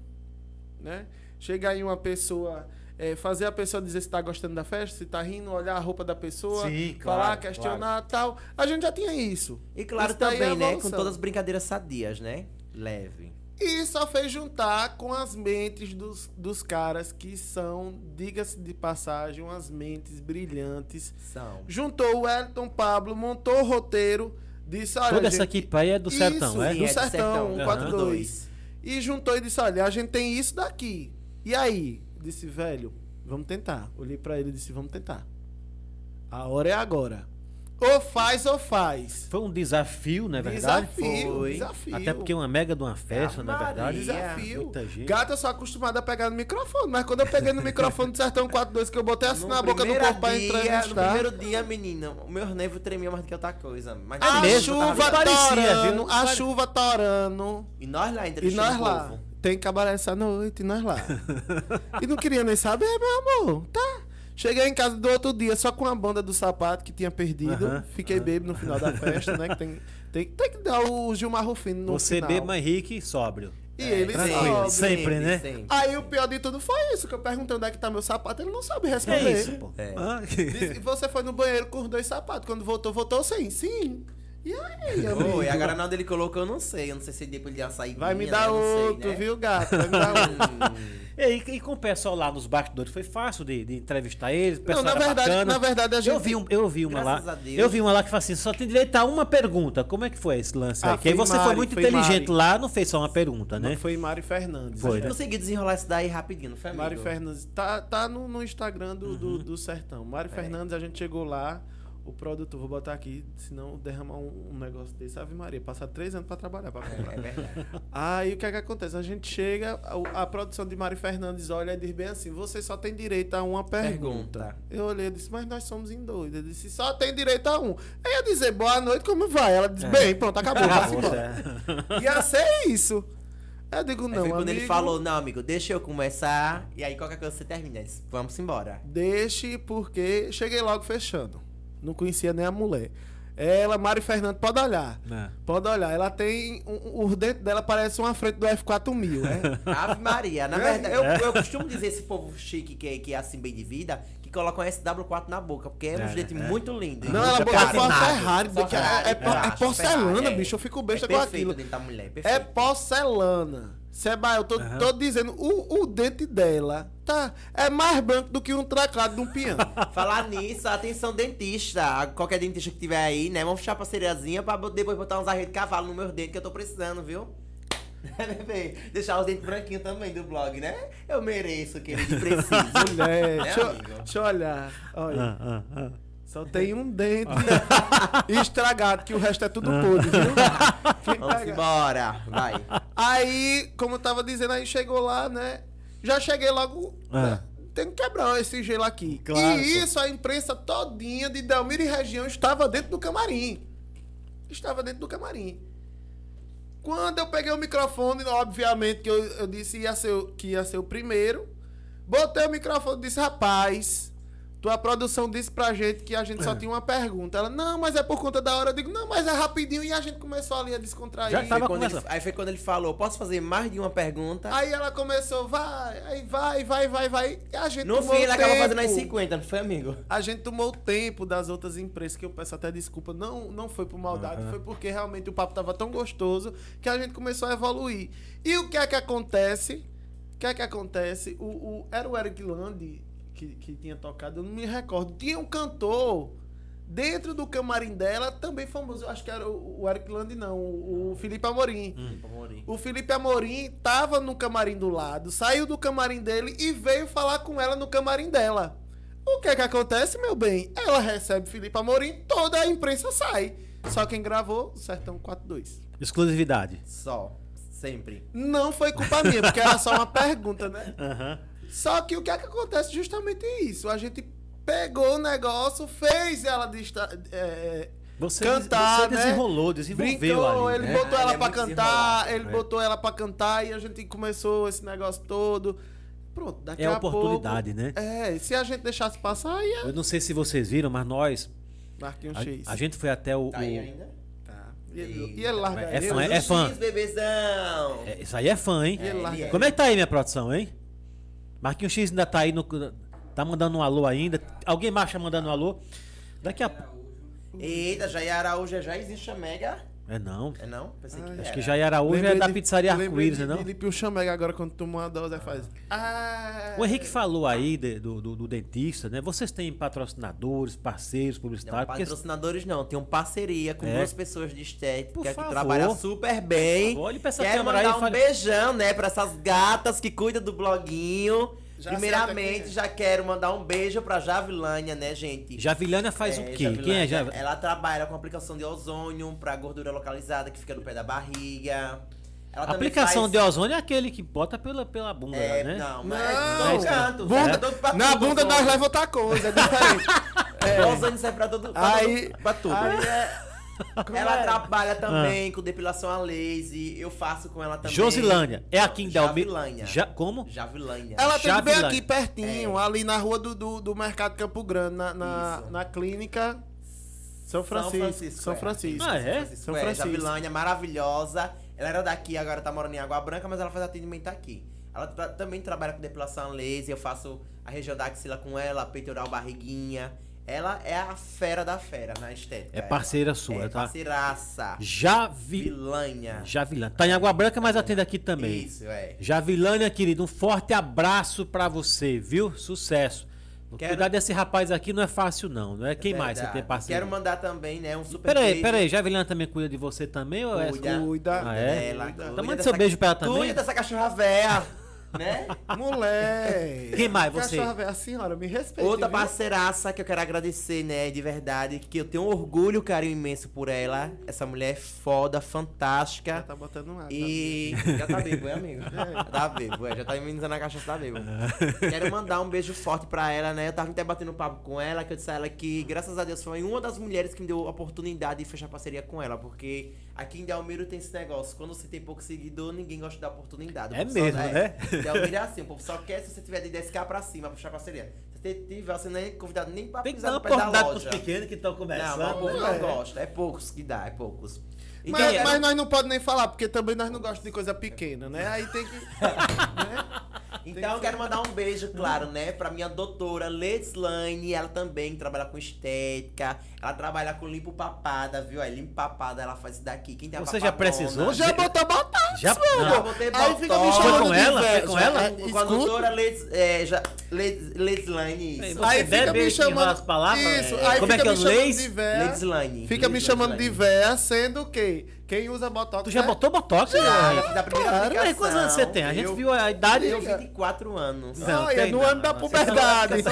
Speaker 2: né? Chegar em uma pessoa, eh, fazer a pessoa dizer se tá gostando da festa, se tá rindo, olhar a roupa da pessoa,
Speaker 3: Sim,
Speaker 2: falar,
Speaker 3: claro,
Speaker 2: questionar tal. A gente já tinha isso.
Speaker 3: E claro
Speaker 2: Isso daí é
Speaker 3: também, né? Com
Speaker 2: evolução.
Speaker 3: todas as brincadeiras sadias, né? Leve.
Speaker 2: E só fez juntar com as mentes dos, dos caras que são, diga-se de passagem, umas mentes brilhantes.
Speaker 3: São.
Speaker 2: Juntou o Elton Pablo, montou o roteiro, disse: olha.
Speaker 1: Toda essa
Speaker 2: gente,
Speaker 1: equipe aí é do
Speaker 2: Isso,
Speaker 1: sertão, é?
Speaker 2: do Sertão,
Speaker 1: Aham.
Speaker 2: 42. E juntou e disse: Olha, a gente tem isso daqui. E aí? Disse, velho, vamos tentar. Olhei pra ele e disse: Vamos tentar. A hora é agora. Ou faz ou faz.
Speaker 1: Foi um desafio, não é verdade?
Speaker 2: Desafio,
Speaker 3: Foi.
Speaker 2: desafio.
Speaker 1: Até porque é uma mega de uma festa, não é verdade?
Speaker 2: Desafio.
Speaker 1: Muita gente.
Speaker 2: Gato, eu sou acostumado a pegar no microfone, mas quando eu peguei no microfone do Sertão 42, que eu botei assim
Speaker 3: No
Speaker 2: na boca do
Speaker 3: primeiro
Speaker 2: corpo tá? pra
Speaker 3: dia- No
Speaker 2: entrevistar.
Speaker 3: primeiro dia, menina, o meu nervo tremia mais do que outra coisa. Mas
Speaker 2: A
Speaker 1: É mesmo,
Speaker 2: Ah, chuva
Speaker 1: tava- Parecia, viu?
Speaker 2: torando, a chuva torando.
Speaker 3: E nós lá
Speaker 2: E
Speaker 3: entrevistando
Speaker 2: nós
Speaker 3: o
Speaker 2: lá.
Speaker 3: povo.
Speaker 2: Tem cabaré essa noite, e nós lá. e não queria nem saber, meu amor. Tá. Cheguei em casa do outro dia só com a banda do sapato que tinha perdido.
Speaker 1: Aham,
Speaker 2: Fiquei bebo no final da festa, né? Que tem, tem, tem que dar o Gilmar Rufino no
Speaker 1: Você
Speaker 2: final.
Speaker 1: bebe mais rico e sóbrio.
Speaker 2: E ele
Speaker 1: tranquilo.
Speaker 2: sobe.
Speaker 1: Sempre, né?
Speaker 3: É, sempre.
Speaker 2: Aí o pior de tudo foi isso, que eu perguntei onde é que tá meu sapato, ele não sabe responder.
Speaker 1: É isso, pô.
Speaker 3: É.
Speaker 1: Ah,
Speaker 2: Disse, E você foi no banheiro com os dois sapatos. Quando voltou, voltou sem? Sim. E aí, amigo?
Speaker 3: Oi, agora na hora dele colocou, eu não sei. Eu não sei se depois ele ia sair.
Speaker 2: Vai me dar outro,
Speaker 3: né?
Speaker 1: né?
Speaker 2: viu, gato? Vai me dar um. outro.
Speaker 3: Hum.
Speaker 1: E, aí, e com o pessoal lá nos bastidores, foi fácil de, de entrevistar eles? O
Speaker 2: Não,
Speaker 1: pessoal
Speaker 2: na
Speaker 1: era
Speaker 2: verdade,
Speaker 1: bacana.
Speaker 2: na verdade, a gente...
Speaker 1: eu vi, um- eu vi uma
Speaker 3: Graças
Speaker 1: lá.
Speaker 3: a Deus.
Speaker 1: Eu vi uma lá que fala assim: só tem direito a uma pergunta. Como é que foi esse lance
Speaker 2: Ah,
Speaker 1: aí? Que aí
Speaker 2: foi
Speaker 1: você foi
Speaker 2: Mari,
Speaker 1: muito
Speaker 2: foi
Speaker 1: inteligente
Speaker 2: Mari.
Speaker 1: lá, não fez só uma pergunta,
Speaker 2: Não,
Speaker 1: né?
Speaker 2: Foi Mari Fernandes.
Speaker 1: Foi,
Speaker 2: né?
Speaker 1: né?
Speaker 3: Consegui desenrolar isso daí rapidinho, não foi, amigo?
Speaker 2: Mari Fernandes. Tá, tá no, no Instagram do, do,
Speaker 3: Uhum.
Speaker 2: do Sertão. Mari Fernandes, a gente chegou lá. O produtor, vou botar aqui, senão derramar um, um negócio desse. Ave Maria, passar três anos pra trabalhar, pra comprar.
Speaker 3: É verdade.
Speaker 2: Aí o que é que acontece? A gente chega, a, a produção de Mari Fernandes olha e diz bem assim: você só tem direito a uma pergunta.
Speaker 3: Pergunta.
Speaker 2: Eu olhei e disse, mas nós somos em dois. Ele disse, só tem direito a um. Aí eu dizer, boa noite, como vai? Ela
Speaker 3: É.
Speaker 2: diz, bem, pronto, acabou,
Speaker 1: Ah,
Speaker 2: vai embora.
Speaker 1: é
Speaker 2: Ia ser é isso. Eu digo,
Speaker 3: Aí
Speaker 2: não.
Speaker 3: foi quando ele
Speaker 2: amigo,
Speaker 3: falou, não, amigo, deixa eu começar. E aí qualquer coisa você termina. Ele disse, Vamos embora.
Speaker 2: Deixe, porque cheguei logo fechando. Não conhecia nem a mulher. Ela, Mari Fernando, pode olhar.
Speaker 1: É.
Speaker 2: Pode olhar. Ela tem. Um, um- os dentes dela parece uma frente do F4000, né?
Speaker 3: Ave Maria,
Speaker 1: É.
Speaker 3: na verdade, eu, eu costumo dizer esse povo chique que, é- que é assim bem de vida, que coloca um SW4 na boca, porque é um
Speaker 1: É,
Speaker 3: jeito
Speaker 1: é.
Speaker 3: muito lindo.
Speaker 2: Não, ela
Speaker 3: Muito
Speaker 2: botou
Speaker 3: platinado.
Speaker 2: uma Ferrari,
Speaker 3: Só
Speaker 2: que é- é por- é
Speaker 3: Ferrari,
Speaker 2: porcelana,
Speaker 3: Ferrari,
Speaker 2: bicho, eu fico besta
Speaker 3: é
Speaker 2: com
Speaker 3: perfeito
Speaker 2: aquilo.
Speaker 3: dentro da mulher,
Speaker 2: É
Speaker 3: perfeito.
Speaker 2: porcelana. Seba, eu tô,
Speaker 1: Aham.
Speaker 2: tô dizendo, o, o dente dela tá, é mais branco do que um tracado de um piano.
Speaker 3: Falar nisso, atenção dentista, qualquer dentista que tiver aí, né, vamos fechar parceriazinha pra bo- depois botar uns arreios de cavalo no meu dente que eu tô precisando, viu? Né, bebê? Deixar os dentes branquinhos também do blog, né? Eu mereço, querido, e preciso.
Speaker 2: Mulher,
Speaker 3: Né,
Speaker 2: deixa, eu-
Speaker 3: amigo?
Speaker 2: deixa eu olhar. Olha,
Speaker 1: É, Ah, ah, ah.
Speaker 2: só tem um dente né? estragado, que o resto é tudo podre, viu? Quem
Speaker 3: Vamos
Speaker 2: pega-
Speaker 3: embora, vai.
Speaker 2: Aí, como eu tava dizendo, aí chegou lá, né? Já cheguei logo.
Speaker 1: Ah.
Speaker 2: né? tem que quebrar esse gelo aqui.
Speaker 1: Claro,
Speaker 2: e
Speaker 1: pô.
Speaker 2: isso, a imprensa todinha de Delmiro e região estava dentro do camarim. Estava dentro do camarim. Quando eu peguei o microfone, obviamente que eu, eu disse ia ser o- que ia ser o primeiro, botei o microfone e disse, rapaz, tua produção disse pra gente que a gente
Speaker 1: É.
Speaker 2: só tinha uma pergunta. Ela, não, mas é por conta da hora. Eu digo, não, mas é rapidinho. E a gente começou ali a descontrair.
Speaker 1: Já tava
Speaker 3: Quando ele-
Speaker 1: conversando.
Speaker 3: aí foi quando ele falou: posso fazer mais de uma pergunta?
Speaker 2: Aí ela começou, vai, aí vai, vai, vai, vai. E a gente
Speaker 3: no
Speaker 2: tomou
Speaker 3: fim, ele acabou
Speaker 2: tempo.
Speaker 3: fazendo as 50, não foi, amigo?
Speaker 2: A gente tomou o tempo das outras empresas, que eu peço até desculpa. Não, não foi por maldade,
Speaker 1: Aham.
Speaker 2: foi porque realmente o papo tava tão gostoso que a gente começou a evoluir. E o que é que acontece? O que é que acontece? O, o- era o Eric Landi que, que tinha tocado, eu não me recordo. Tinha um cantor dentro do camarim dela, também famoso. Eu acho que era o, o Eric Landi, não, o, o Felipe Amorim.
Speaker 1: Hum,
Speaker 2: O Felipe Amorim tava no camarim do lado, saiu do camarim dele e veio falar com ela no camarim dela. O que é que acontece, meu bem? Ela recebe Felipe Amorim, toda a imprensa sai. Só quem gravou, o Sertão 42.
Speaker 1: Exclusividade.
Speaker 3: Só. Sempre.
Speaker 2: Não foi culpa minha, porque era só uma pergunta, né?
Speaker 1: Aham.
Speaker 2: Só que o que é que acontece justamente é isso. A gente pegou o negócio, fez ela dista- é,
Speaker 1: Você,
Speaker 2: Cantar,
Speaker 1: você
Speaker 2: né?
Speaker 1: desenrolou, desenvolveu
Speaker 2: Brincou,
Speaker 1: ali.
Speaker 2: ele
Speaker 1: né?
Speaker 2: botou
Speaker 3: Ah,
Speaker 2: ela
Speaker 3: ele é
Speaker 2: pra
Speaker 3: muito é.
Speaker 2: cantar, ele
Speaker 1: né?
Speaker 2: botou ela pra cantar e a gente começou esse negócio todo. Pronto, daqui
Speaker 1: É
Speaker 2: a
Speaker 1: a oportunidade, né?
Speaker 2: pouco. É, se a gente deixasse passar, ia.
Speaker 1: Eu não sei se vocês viram, mas nós.
Speaker 2: Marquinhos
Speaker 1: a-
Speaker 2: X.
Speaker 1: A, gente foi até o.
Speaker 3: Tá aí
Speaker 1: o-
Speaker 3: ainda?
Speaker 2: Tá. E ele, e ele larga né?
Speaker 1: Mas é
Speaker 2: eu.
Speaker 1: fã, é?
Speaker 3: Jesus
Speaker 1: fã.
Speaker 3: X, bebezão.
Speaker 1: É, isso aí é fã, hein?
Speaker 2: E ele larga
Speaker 3: é.
Speaker 1: Como é que tá aí minha produção, hein? Marquinhos X ainda tá aí no. Tá mandando um alô ainda. Alguém mais tá mandando um alô? Daqui a.
Speaker 3: Eita, Jair Araújo é já existe a Mega?
Speaker 1: É não.
Speaker 3: É não? Pensei que
Speaker 1: Acho
Speaker 3: era.
Speaker 1: que Jair Araújo é
Speaker 2: Lembrei
Speaker 1: da
Speaker 2: de-
Speaker 1: pizzaria
Speaker 2: lembrei
Speaker 1: Arco-Íris,
Speaker 2: de-
Speaker 1: né? Não?
Speaker 2: de Lipe o Chamega agora quando tomou uma dose, aí faz. Ah,
Speaker 1: O Henrique falou aí de- do, do- do dentista, né? Vocês têm patrocinadores, parceiros,
Speaker 3: Não,
Speaker 1: publicitários. Tá, porque-
Speaker 3: patrocinadores não, tem uma parceria com
Speaker 1: É.
Speaker 3: duas pessoas de estética
Speaker 1: Por
Speaker 3: que
Speaker 1: favor.
Speaker 3: trabalham super bem.
Speaker 1: Por favor, olhe pra essa
Speaker 3: Quero
Speaker 1: câmera aí
Speaker 3: mandar
Speaker 1: e
Speaker 3: um
Speaker 1: fale-
Speaker 3: beijão, né, pra essas gatas que cuidam do bloguinho.
Speaker 2: Já acerta
Speaker 3: Primeiramente,
Speaker 2: aqui, né?
Speaker 3: já quero mandar um beijo pra Javilânia, né, gente?
Speaker 1: Javilânia faz
Speaker 3: É,
Speaker 1: o quê?
Speaker 3: Javilânia,
Speaker 1: Quem é Jav...
Speaker 3: Ela trabalha com aplicação de ozônio pra gordura localizada que fica no pé da barriga. Ela também
Speaker 1: Aplicação
Speaker 3: faz-
Speaker 1: de ozônio é aquele que bota pela, pela bunda,
Speaker 3: É,
Speaker 1: né?
Speaker 3: não, mas
Speaker 2: Não,
Speaker 3: não, canto.
Speaker 2: bunda-
Speaker 3: é todo pra
Speaker 2: na
Speaker 3: tudo,
Speaker 2: bunda nós
Speaker 3: ozônio.
Speaker 2: leva outra coisa, é diferente.
Speaker 1: É.
Speaker 3: Ozônio serve pra todo pra
Speaker 2: Aí-
Speaker 3: todo- pra tudo.
Speaker 2: aí
Speaker 1: é
Speaker 3: Ela
Speaker 2: é?
Speaker 1: Ah.
Speaker 3: trabalha também com depilação a laser. Eu faço com ela também.
Speaker 1: Josilânia. É aqui em Dalmiro.
Speaker 3: Javilânia.
Speaker 1: Já, como?
Speaker 3: Javilânia.
Speaker 2: Ela tem que vir
Speaker 1: Chavilândia.
Speaker 2: aqui pertinho, ali na rua do, do, do Mercado Campo Grande, na, na,
Speaker 3: Isso.
Speaker 2: na clínica São Francisco. São Francisco.
Speaker 3: é.
Speaker 1: Ah, é?
Speaker 2: São
Speaker 3: é,
Speaker 2: Francisco.
Speaker 3: Javilânia, maravilhosa. Ela era daqui, agora tá morando em Água Branca, mas ela faz atendimento aqui. Ela tra- também trabalha com depilação a laser. Eu faço a região da axila com ela, peitoral, barriguinha. Ela é a fera da fera na estética.
Speaker 1: É parceira sua,
Speaker 3: é
Speaker 1: tá?
Speaker 3: parceiraça.
Speaker 1: Javi...
Speaker 3: Vilânia.
Speaker 1: Javilânia. Tá em Água Branca, mas atende aqui também.
Speaker 3: Isso, é.
Speaker 1: Javilânia, querido, um forte abraço pra você, viu? Sucesso.
Speaker 3: Quero-
Speaker 1: Cuidar desse rapaz aqui não é fácil, não, não é? Quem mais você
Speaker 3: Verdade.
Speaker 1: tem parceiro?
Speaker 3: Quero mandar também, né, um super
Speaker 1: Peraí,
Speaker 3: beijo.
Speaker 1: peraí, Javilânia também cuida de você também? Ou é...
Speaker 3: Cuida.
Speaker 2: Cuida
Speaker 1: Ah, é?
Speaker 3: dela,
Speaker 2: Cuida.
Speaker 3: cuida
Speaker 1: Então manda
Speaker 3: dessa-
Speaker 1: seu beijo pra ela também.
Speaker 3: Cuida dessa cachorra véia, né?
Speaker 2: Mulher.
Speaker 1: Quem mais? Você?
Speaker 2: Cachorra, velha, a senhora, me respeita.
Speaker 3: Outra
Speaker 2: viu?
Speaker 3: parceiraça que eu quero agradecer, né, de verdade, que eu tenho um orgulho, um carinho imenso por ela. Essa mulher é foda,
Speaker 2: Ela
Speaker 3: fantástica.
Speaker 2: tá botando água.
Speaker 3: E. Já tá bebo, é, amigo? Já tá bebo, é. Já tá imunizando a cachaça, tá bebo.
Speaker 1: É.
Speaker 3: Quero mandar um beijo forte pra ela, né? Eu tava até batendo papo com ela, que eu disse a ela que, graças a Deus, foi uma das mulheres que me deu a oportunidade de fechar parceria com ela. Porque aqui em Delmiro tem esse negócio. Quando você tem pouco seguidor, ninguém gosta da oportunidade. O
Speaker 1: É
Speaker 3: povo só-
Speaker 1: mesmo, né?
Speaker 3: Delmiro é assim, o povo só quer se você tiver de 10k pra cima, pra fechar parceria. Se você tiver, você não é convidado nem pra
Speaker 1: Tem que
Speaker 3: pisar
Speaker 1: dar uma
Speaker 3: no pé da
Speaker 1: oportunidade pros
Speaker 3: loja.
Speaker 1: pequenos que estão
Speaker 3: Não, mas o
Speaker 1: começando.
Speaker 3: povo
Speaker 1: né?
Speaker 3: não gosta. É poucos que dá, é poucos.
Speaker 2: Mas,
Speaker 1: é?
Speaker 3: Então, eu
Speaker 2: mas
Speaker 3: quero-
Speaker 2: nós não podemos nem falar, porque também nós não gostamos de coisa pequena, né? Aí tem que. né?
Speaker 3: Então eu quero mandar um beijo, claro, né, pra minha doutora Leslane, ela também trabalha com estética, ela trabalha com limpo papada, viu? Aí limpo papada ela faz isso daqui. Quem tem a
Speaker 1: Você já
Speaker 3: papadona-
Speaker 1: precisou?
Speaker 2: Já botou botox,
Speaker 1: Já-
Speaker 2: é meu
Speaker 1: não.
Speaker 2: amor.
Speaker 3: Já botei
Speaker 2: Aí fica me
Speaker 3: botox.
Speaker 2: chamando
Speaker 1: Foi com
Speaker 2: de
Speaker 1: ela? Foi
Speaker 2: velho.
Speaker 1: com ela?
Speaker 2: Aí,
Speaker 3: Com a
Speaker 2: escuta.
Speaker 3: doutora Les, é, já, Les, Leslane, isso.
Speaker 1: Você
Speaker 2: Aí fica
Speaker 1: bebe
Speaker 2: me
Speaker 1: esse que enrola as
Speaker 2: chamando.
Speaker 1: palavras,
Speaker 2: Isso,
Speaker 1: é.
Speaker 2: aí
Speaker 1: Como é
Speaker 2: fica
Speaker 1: que é
Speaker 2: me
Speaker 1: o
Speaker 2: chamando
Speaker 1: Leis?
Speaker 2: de véia.
Speaker 3: Leslane.
Speaker 2: Fica me chamando de
Speaker 3: velho.
Speaker 2: véia, sendo que quem usa botox.
Speaker 1: Tu já
Speaker 2: né?
Speaker 1: botou botox? né?
Speaker 3: Da primeira
Speaker 2: Claro,
Speaker 1: Cara,
Speaker 3: aplicação.
Speaker 1: quantos anos você tem? A gente viu a idade.
Speaker 3: Eu, 24 anos.
Speaker 1: Não,
Speaker 2: Olha,
Speaker 1: tem
Speaker 2: no
Speaker 1: não.
Speaker 2: ano da
Speaker 1: Você
Speaker 2: puberdade.
Speaker 3: Eu sou,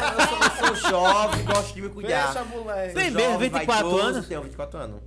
Speaker 3: eu sou jovem, gosto de me cuidar.
Speaker 2: Deixa, moleque.
Speaker 1: Tem mesmo, 24
Speaker 3: vaidoso,
Speaker 1: anos?
Speaker 3: Tenho 24 anos.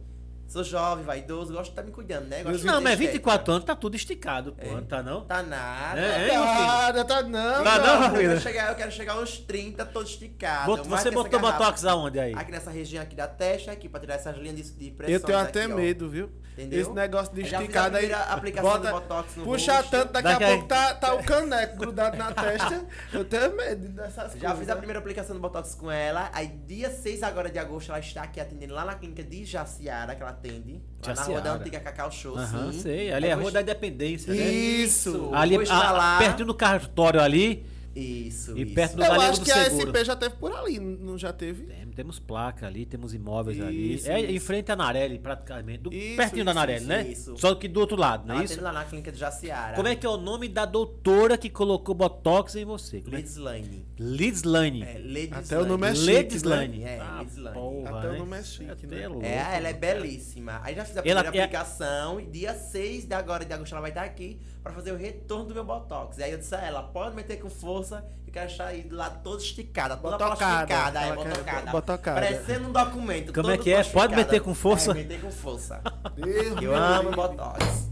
Speaker 3: Sou jovem, vaidoso, gosto de estar me cuidando, né? Gosto de
Speaker 1: Não,
Speaker 3: me
Speaker 1: mas
Speaker 3: deixar.
Speaker 1: 24 anos tá tudo esticado, pô.
Speaker 3: É.
Speaker 1: Não tá não?
Speaker 3: Tá nada.
Speaker 1: É, é, meu filho.
Speaker 2: Nada, tá não.
Speaker 1: Tá não,
Speaker 3: Eu,
Speaker 1: Rafael?
Speaker 3: quero chegar, eu quero chegar aos 30, todo esticado.
Speaker 1: Bot-
Speaker 3: mais
Speaker 1: Você
Speaker 3: que essa
Speaker 1: botou
Speaker 3: garrafa.
Speaker 1: Botox aonde aí?
Speaker 3: Aqui nessa região aqui da testa, aqui, pra tirar essas linhas de, de pressão.
Speaker 2: Eu tenho até medo, viu?
Speaker 3: Entendeu?
Speaker 2: Esse negócio de
Speaker 3: Eu já fiz a
Speaker 2: esticada aí.
Speaker 3: primeira aplicação de Botox no
Speaker 2: puxar
Speaker 3: rosto.
Speaker 2: tanto, daqui,
Speaker 1: Daqui
Speaker 2: a
Speaker 1: aí.
Speaker 2: pouco tá, tá o caneco grudado na testa. Eu tenho medo dessas coisas.
Speaker 3: Já fiz a primeira aplicação do Botox com ela. Aí, dia 6 agora de agosto, ela está aqui atendendo lá na clínica de Jaciara, que ela atende. Lá na rua
Speaker 1: Jaciara.
Speaker 3: da antiga Cacau Show,
Speaker 1: Aham,
Speaker 3: sim.
Speaker 1: sei. Ali é a Rua da Independência, né?
Speaker 2: Isso.
Speaker 1: Ali,
Speaker 3: Vou
Speaker 1: a-
Speaker 3: instalar.
Speaker 1: perto do cartório ali,
Speaker 3: Isso,
Speaker 1: E
Speaker 3: isso.
Speaker 1: perto do-
Speaker 2: Eu
Speaker 1: Valeu
Speaker 2: acho que a
Speaker 1: seguro.
Speaker 2: SP já teve por ali, não já teve?
Speaker 1: tem- temos placa ali, temos imóveis ali.
Speaker 2: Isso,
Speaker 1: É em
Speaker 2: isso.
Speaker 1: frente à Narelli, praticamente. do-
Speaker 2: Isso,
Speaker 1: pertinho da
Speaker 2: isso,
Speaker 1: Narelli,
Speaker 3: isso,
Speaker 1: né?
Speaker 3: isso.
Speaker 1: Só que do outro lado, não
Speaker 3: Ela
Speaker 1: é
Speaker 3: atende
Speaker 1: isso?
Speaker 3: lá na clínica de Jaciara.
Speaker 1: Como é que é o nome da doutora que colocou Botox em você? Como é que-
Speaker 3: Lidslane.
Speaker 1: Lidslane.
Speaker 3: É, Ladies
Speaker 2: Até o nome é
Speaker 3: Lane.
Speaker 2: chique,
Speaker 1: Lidslane.
Speaker 3: né? É,
Speaker 1: Ah,
Speaker 3: Lidslane.
Speaker 1: porra,
Speaker 2: Até o
Speaker 1: hein?
Speaker 2: nome é chique,
Speaker 1: Até
Speaker 2: né?
Speaker 1: louco,
Speaker 3: É, ela
Speaker 1: cara.
Speaker 3: é belíssima. Aí já fiz a
Speaker 1: Ela-
Speaker 3: primeira
Speaker 1: é-
Speaker 3: aplicação e dia 6 de agora de agosto ela vai estar aqui pra fazer o retorno do meu Botox. E aí eu disse a ela, pode meter com força, eu quero estar aí lá toda esticada, toda
Speaker 2: Botocada.
Speaker 3: plasticada, é,
Speaker 2: Ela quer-
Speaker 3: botocada.
Speaker 2: botocada.
Speaker 3: Parecendo um documento.
Speaker 1: Como
Speaker 3: toda
Speaker 1: é que é? Pode
Speaker 3: plasticada.
Speaker 1: meter com força?
Speaker 3: É, meter com força.
Speaker 2: Deus
Speaker 3: Eu
Speaker 2: me
Speaker 3: amo
Speaker 2: livre.
Speaker 3: Botox.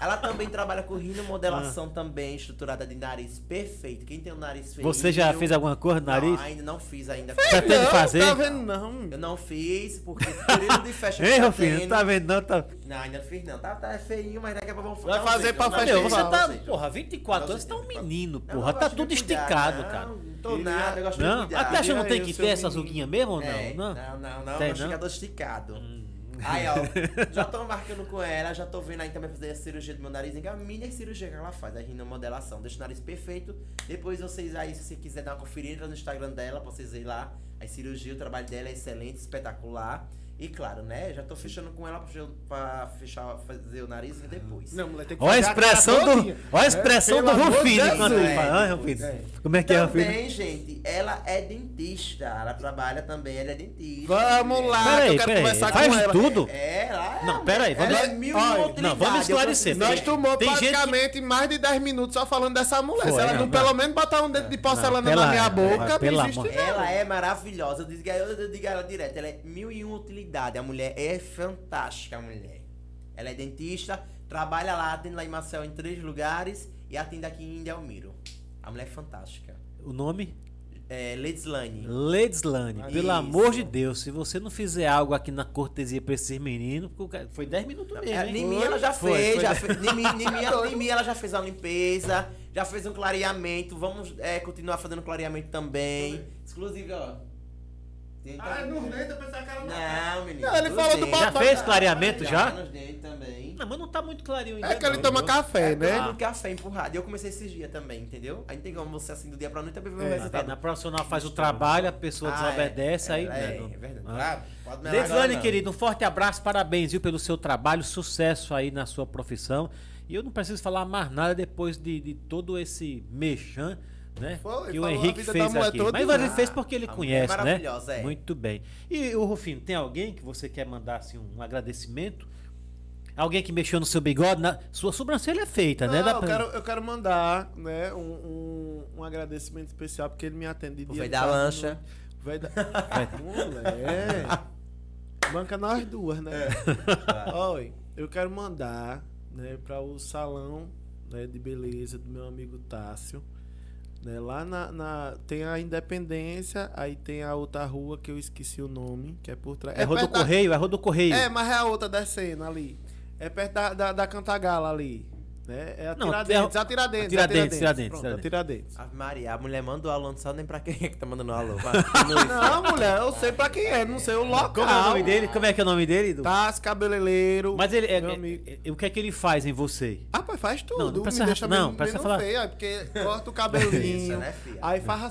Speaker 3: Ela também trabalha com
Speaker 1: Ah.
Speaker 3: rinomodelação também, estruturada de nariz perfeito. Quem tem o nariz feio...
Speaker 1: Você já fez alguma cor no nariz?
Speaker 3: Não, ainda não fiz ainda.
Speaker 1: Pretende
Speaker 2: Não,
Speaker 1: fazer?
Speaker 2: Tá vendo, não.
Speaker 3: Eu não fiz, porque período de festa que
Speaker 1: Ei,
Speaker 3: tá
Speaker 1: Rafinha, não
Speaker 3: tendo-
Speaker 1: tá vendo não? Tá...
Speaker 3: Não, ainda não fiz não. Tá, tá feinho, mas daqui a pouco vamos
Speaker 2: Vai
Speaker 3: dar um
Speaker 2: fazer
Speaker 3: jeito,
Speaker 2: pra
Speaker 3: vamos dar
Speaker 2: festa
Speaker 1: Meu,
Speaker 3: um jeito,
Speaker 1: você
Speaker 2: igual,
Speaker 3: vamos dar
Speaker 1: tá,
Speaker 3: um jeito.
Speaker 1: porra, 24 anos, você tá um menino,
Speaker 3: Não, eu
Speaker 1: porra. Tá
Speaker 3: gosto de
Speaker 1: tudo
Speaker 3: me cuidar,
Speaker 1: esticado,
Speaker 3: não,
Speaker 1: cara.
Speaker 3: Não tô nada, eu gosto de me
Speaker 1: Não?
Speaker 3: cuidar.
Speaker 1: Até
Speaker 2: E
Speaker 1: já não
Speaker 2: aí,
Speaker 1: tem
Speaker 2: o
Speaker 1: que
Speaker 2: seu
Speaker 1: ter essas
Speaker 2: menino?
Speaker 1: ruguinhas mesmo ou não?
Speaker 3: É,
Speaker 1: não?
Speaker 3: não, não,
Speaker 1: Tem,
Speaker 3: não, meu
Speaker 1: não? Hum.
Speaker 3: esticador esticado. Aí, ó, já tô marcando com ela, já tô vendo aí também fazer a cirurgia do meu nariz, que é a mini cirurgia que ela faz, a rinomodelação. Deixa o nariz perfeito. Depois vocês aí, se você quiser dar uma conferida entra no Instagram dela, pra vocês ir lá. A cirurgia, o trabalho dela é excelente, espetacular. E claro, né? Já tô fechando com ela pra fechar- pra fechar, fazer o nariz depois.
Speaker 2: Não, mulher, tem que
Speaker 1: Olha a
Speaker 2: fazer cara
Speaker 1: expressão do,
Speaker 2: todinha.
Speaker 1: olha a
Speaker 2: É,
Speaker 1: expressão
Speaker 2: pelo
Speaker 1: do
Speaker 2: amor de
Speaker 1: Rufino
Speaker 2: Deus,
Speaker 1: quando ele
Speaker 2: é.
Speaker 1: fala. Ah, Rufino,
Speaker 2: É.
Speaker 1: Como é que é, Rufino?
Speaker 3: Também, gente, ela é dentista. Ela trabalha também, ela é dentista.
Speaker 2: Vamos lá,
Speaker 1: Peraí,
Speaker 2: que eu quero
Speaker 1: peraí,
Speaker 2: conversar
Speaker 1: faz
Speaker 2: com ela.
Speaker 1: tudo?
Speaker 3: É, ela é.
Speaker 1: Não, peraí, vamos-
Speaker 3: ela é mil e
Speaker 2: Olha,
Speaker 3: uma
Speaker 2: não,
Speaker 3: utilidade,
Speaker 1: vamos
Speaker 3: eu assim,
Speaker 1: esclarecer.
Speaker 3: preciso-
Speaker 2: Nós tomou
Speaker 1: Tem gente que-
Speaker 2: praticamente mais de 10 minutos só falando dessa mulher.
Speaker 1: Foi,
Speaker 2: Se ela
Speaker 1: não,
Speaker 2: não,
Speaker 1: não.
Speaker 2: pelo menos botar um dedo de porcelana
Speaker 1: Não, pela-
Speaker 2: na minha
Speaker 1: não,
Speaker 2: boca,
Speaker 1: pelo
Speaker 2: não existe
Speaker 1: amor.
Speaker 2: não.
Speaker 3: Ela é maravilhosa. Eu digo, eu, eu digo a ela direto, ela é mil e uma utilidade. A mulher é fantástica, a mulher. Ela é dentista, trabalha lá, atende lá em Marcel em três lugares e atende aqui em Delmiro. A mulher é fantástica.
Speaker 1: O nome?
Speaker 3: É, Ledislane.
Speaker 1: Ledslane. Pelo
Speaker 3: Isso.
Speaker 1: amor de Deus, se você não fizer algo aqui na cortesia pra esses meninos, porque o cara- foi 10 minutos mesmo.
Speaker 3: É,
Speaker 1: hein?
Speaker 3: Nimi
Speaker 1: Foi,
Speaker 3: ela já
Speaker 1: foi,
Speaker 3: fez,
Speaker 1: foi.
Speaker 3: já fez Nimi, Nimi, ela, Nimi ela já fez a limpeza, já fez um clareamento, vamos é, continuar fazendo clareamento também. Exclusivo, ó. Tem-
Speaker 2: É vem, pensar cara
Speaker 1: É.
Speaker 3: Não, menino.
Speaker 2: Não, ele
Speaker 3: nos
Speaker 2: falou do
Speaker 3: dentes.
Speaker 1: Já
Speaker 2: Botox.
Speaker 1: fez clareamento já?
Speaker 3: Nos dentes também.
Speaker 1: Não, mas não tá muito clarinho ainda.
Speaker 2: É que ele
Speaker 1: não,
Speaker 2: toma
Speaker 1: viu?
Speaker 2: café,
Speaker 3: É,
Speaker 2: né?
Speaker 3: no café empurrado. E eu comecei esses dias também, entendeu? Aí não tem como você assim do dia pra noite também ver o
Speaker 2: É.
Speaker 1: Tá vendo?
Speaker 3: resultado.
Speaker 1: A profissional faz o trabalho, a pessoa
Speaker 3: Ah,
Speaker 1: desobedece,
Speaker 3: é,
Speaker 1: aí.
Speaker 3: É,
Speaker 1: né,
Speaker 3: é,
Speaker 1: não-
Speaker 3: é verdade.
Speaker 1: Ah.
Speaker 3: Claro, pode me largar
Speaker 1: Deslane,
Speaker 3: não.
Speaker 1: querido, um forte abraço, parabéns, viu, pelo seu trabalho, sucesso aí na sua profissão. E eu não preciso falar mais nada depois de, de todo esse mexã, né?
Speaker 2: Foi,
Speaker 1: que o
Speaker 2: falou a
Speaker 1: Henrique
Speaker 2: vida
Speaker 1: fez
Speaker 2: da mulher
Speaker 1: aqui.
Speaker 2: toda.
Speaker 1: Mas ele
Speaker 2: Ah,
Speaker 1: fez porque ele
Speaker 3: a mulher
Speaker 1: conhece, né?
Speaker 3: maravilhosa, é.
Speaker 1: Muito bem. E o Rufino, tem alguém que você quer mandar assim, um agradecimento? Alguém que mexeu no seu bigode? na- Sua sobrancelha é feita, né?
Speaker 2: Não,
Speaker 1: Dá
Speaker 2: eu,
Speaker 1: pra-
Speaker 2: quero, eu quero mandar né, um, um, um agradecimento especial, porque ele me atende de
Speaker 3: O velho
Speaker 1: Tá
Speaker 3: da lancha.
Speaker 2: Vai dar. Mulher. Banca nós duas, né? Oi, eu quero mandar né, para o salão né, de beleza do meu amigo Tássio. Né, lá na, na- Tem a Independência, aí tem a outra rua que eu esqueci o nome, que é por trás.
Speaker 1: É Rua do
Speaker 2: perto da-
Speaker 1: Correio, é Rua do Correio.
Speaker 2: É, mas é a outra descendo ali. É perto da, da, da Cantagala ali. Né? É a
Speaker 1: Não,
Speaker 2: Tiradentes,
Speaker 1: tem a-
Speaker 2: a Tiradentes.
Speaker 1: a Tiradentes,
Speaker 2: a
Speaker 1: Tiradentes,
Speaker 2: Pronto, a Tiradentes.
Speaker 3: Ave Maria, a mulher manda o alô, não sabe nem pra quem é que tá mandando o alô.
Speaker 2: Não, mulher, eu sei pra quem é, não sei o local.
Speaker 1: Como é o nome dele? Como é que é o nome dele? Edu?
Speaker 2: Tás, cabeleireiro.
Speaker 1: Mas ele é-
Speaker 2: Meu
Speaker 1: é-
Speaker 2: amigo.
Speaker 1: é- o que é que ele faz em você?
Speaker 2: Rapaz, faz tudo.
Speaker 1: Não, não precisa-
Speaker 2: me deixa
Speaker 1: não,
Speaker 2: meio-
Speaker 1: precisa
Speaker 2: meio
Speaker 1: falar.
Speaker 2: feio, é porque corta o
Speaker 3: Isso,
Speaker 2: cabelinho,
Speaker 3: né, filha?
Speaker 2: aí faz a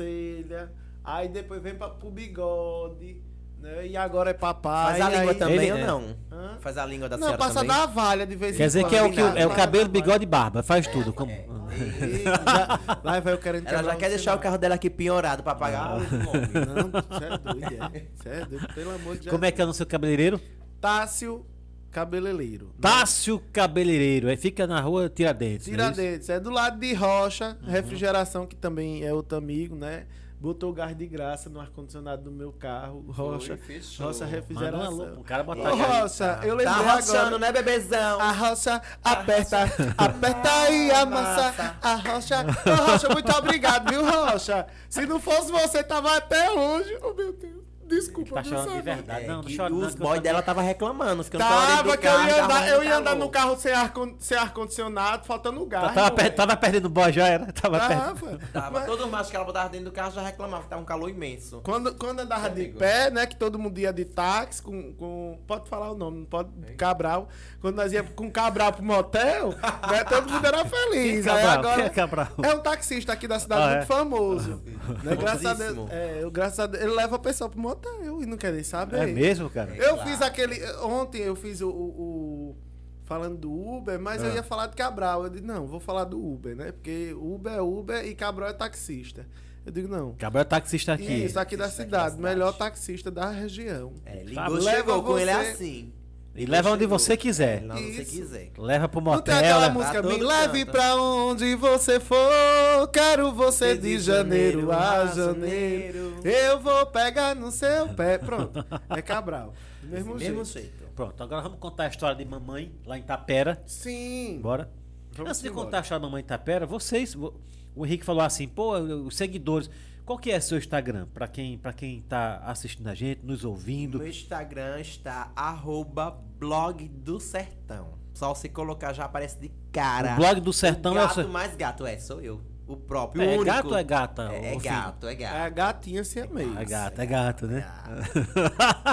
Speaker 2: sobrancelha, aí depois vem pra, pro bigode, né? E agora é papai.
Speaker 3: Faz a língua
Speaker 2: aí...
Speaker 3: também
Speaker 1: Ele-
Speaker 3: ou
Speaker 1: é.
Speaker 3: não?
Speaker 2: Hã?
Speaker 3: Faz a língua da
Speaker 2: Não,
Speaker 3: senhora
Speaker 2: passa
Speaker 3: também?
Speaker 2: navalha de vez em quando.
Speaker 1: Quer dizer que é o, que é o
Speaker 2: Passa
Speaker 1: cabelo,
Speaker 2: navalha.
Speaker 1: bigode e barba. Faz
Speaker 2: É,
Speaker 1: tudo. Como...
Speaker 2: Ei, já- Lá vai eu querendo
Speaker 3: Ela já
Speaker 2: quebrar
Speaker 3: quer
Speaker 2: um
Speaker 3: deixar o carro dela aqui pinhorado
Speaker 2: Ah,
Speaker 3: pra pagar.
Speaker 2: sinal. Não, você é doido, é. Você é doido, pelo amor de Deus.
Speaker 1: Como é que Tá, é no seu cabeleireiro?
Speaker 2: Tássio Cabeleireiro.
Speaker 1: Tácio Cabeleireiro. Aí fica na rua Tiradentes. não é isso? Uhum.
Speaker 2: Tiradentes. É do lado de Rocha, refrigeração, que também é outro amigo, né? Botou gás de graça no ar-condicionado do meu carro. Rocha.
Speaker 4: fechou.
Speaker 1: Manda
Speaker 2: Rocha
Speaker 1: um alô
Speaker 2: refrigeração.
Speaker 1: pro cara botar
Speaker 2: Ô,
Speaker 1: gás.
Speaker 2: Rocha, eu lembrei
Speaker 3: Tá roçando,
Speaker 2: agora. Ah,
Speaker 3: né, bebezão?
Speaker 2: A rocha
Speaker 1: Tá
Speaker 2: aperta, aperta e amassa. A rocha. Ô, Rocha, muito obrigado, viu, Rocha? Se não fosse você, tava até hoje. Oh, meu Deus. Desculpa,
Speaker 1: Tá
Speaker 2: viu,
Speaker 1: chorando de
Speaker 2: Sandro?
Speaker 1: verdade.
Speaker 3: É,
Speaker 1: não, não
Speaker 3: que
Speaker 1: chora não,
Speaker 3: os
Speaker 1: que eu
Speaker 3: boys
Speaker 1: tô-
Speaker 3: dela tava reclamando, ficando
Speaker 2: Tava que eu ia andar, eu ia andar no
Speaker 3: carro. tava dentro do
Speaker 2: carro sem ar, con- sem ar condicionado, faltando gás.
Speaker 1: Tava,
Speaker 2: meu
Speaker 1: per-
Speaker 2: velho.
Speaker 1: tava perdendo o boy já, era? Tava perdendo.
Speaker 2: Tava.
Speaker 3: Tava,
Speaker 2: Mas
Speaker 3: todos os machos que ela botava dentro do carro já reclamavam que tava um calor imenso.
Speaker 2: Quando, quando andava de pé, né? Que todo mundo ia de táxi com. com pode falar o nome, não pode. Cabral. Quando nós ia com Cabral pro motel, né, todo mundo era feliz.
Speaker 1: Quem é
Speaker 2: Aí
Speaker 1: Cabral?
Speaker 2: agora,
Speaker 1: Quem é Cabral?
Speaker 2: é um taxista aqui da cidade
Speaker 1: Ah,
Speaker 2: muito
Speaker 1: é? Ah,
Speaker 2: famoso. né, graças a Deus.
Speaker 3: Famosíssimo.
Speaker 2: É, eu- graças a Deus. Ele leva a pessoa pro motel e não quer nem saber.
Speaker 1: É mesmo, cara?
Speaker 2: Eu fiz aquele. Ontem eu fiz o. o- o- falando do Uber, mas
Speaker 1: Ah.
Speaker 2: eu ia falar de Cabral. Eu disse, não, vou falar do Uber, né? Porque Uber é Uber e Cabral é taxista. Eu digo, não.
Speaker 1: Cabral é taxista aqui.
Speaker 2: Isso, aqui da
Speaker 3: Isso, aqui
Speaker 2: cidade.
Speaker 3: da cidade.
Speaker 2: Melhor taxista da região.
Speaker 3: É,
Speaker 1: Tá,
Speaker 3: ligou,
Speaker 2: leva
Speaker 3: chegou com
Speaker 2: você-
Speaker 3: ele assim.
Speaker 1: E leva onde você quiser.
Speaker 3: Não, se
Speaker 2: Isso.
Speaker 3: quiser.
Speaker 1: Leva pro
Speaker 2: Não tem
Speaker 1: motel.
Speaker 2: aquela
Speaker 1: né?
Speaker 2: música
Speaker 3: todo
Speaker 2: bem
Speaker 3: canto.
Speaker 2: leve pra onde você for, quero você de, janeiro, a janeiro.
Speaker 3: janeiro.
Speaker 2: Eu vou pegar no seu pé. Pronto, é Cabral. Do mesmo jeito.
Speaker 3: Mesmo jeito.
Speaker 1: Pronto, agora vamos contar a história de mamãe lá em Tapera.
Speaker 2: Sim.
Speaker 1: Bora?
Speaker 2: Vamos
Speaker 1: Antes de
Speaker 2: embora.
Speaker 1: contar a história da mamãe em Tapera, vocês. vo- O Henrique falou assim, pô, os seguidores. Qual que é seu Instagram? Pra quem, pra quem tá assistindo a gente, nos ouvindo.
Speaker 3: Meu Instagram está arroba blog do sertão. Só se colocar já aparece de cara.
Speaker 1: O blog do sertão
Speaker 3: o
Speaker 1: é o
Speaker 3: gato
Speaker 1: seu.
Speaker 3: mais gato, é, sou eu. O próprio, o
Speaker 1: É
Speaker 3: único.
Speaker 1: gato ou é gata?
Speaker 3: É, é
Speaker 1: Rufino?
Speaker 3: gato, é gato.
Speaker 2: A gatinha se amei.
Speaker 1: É gato, é gato, né?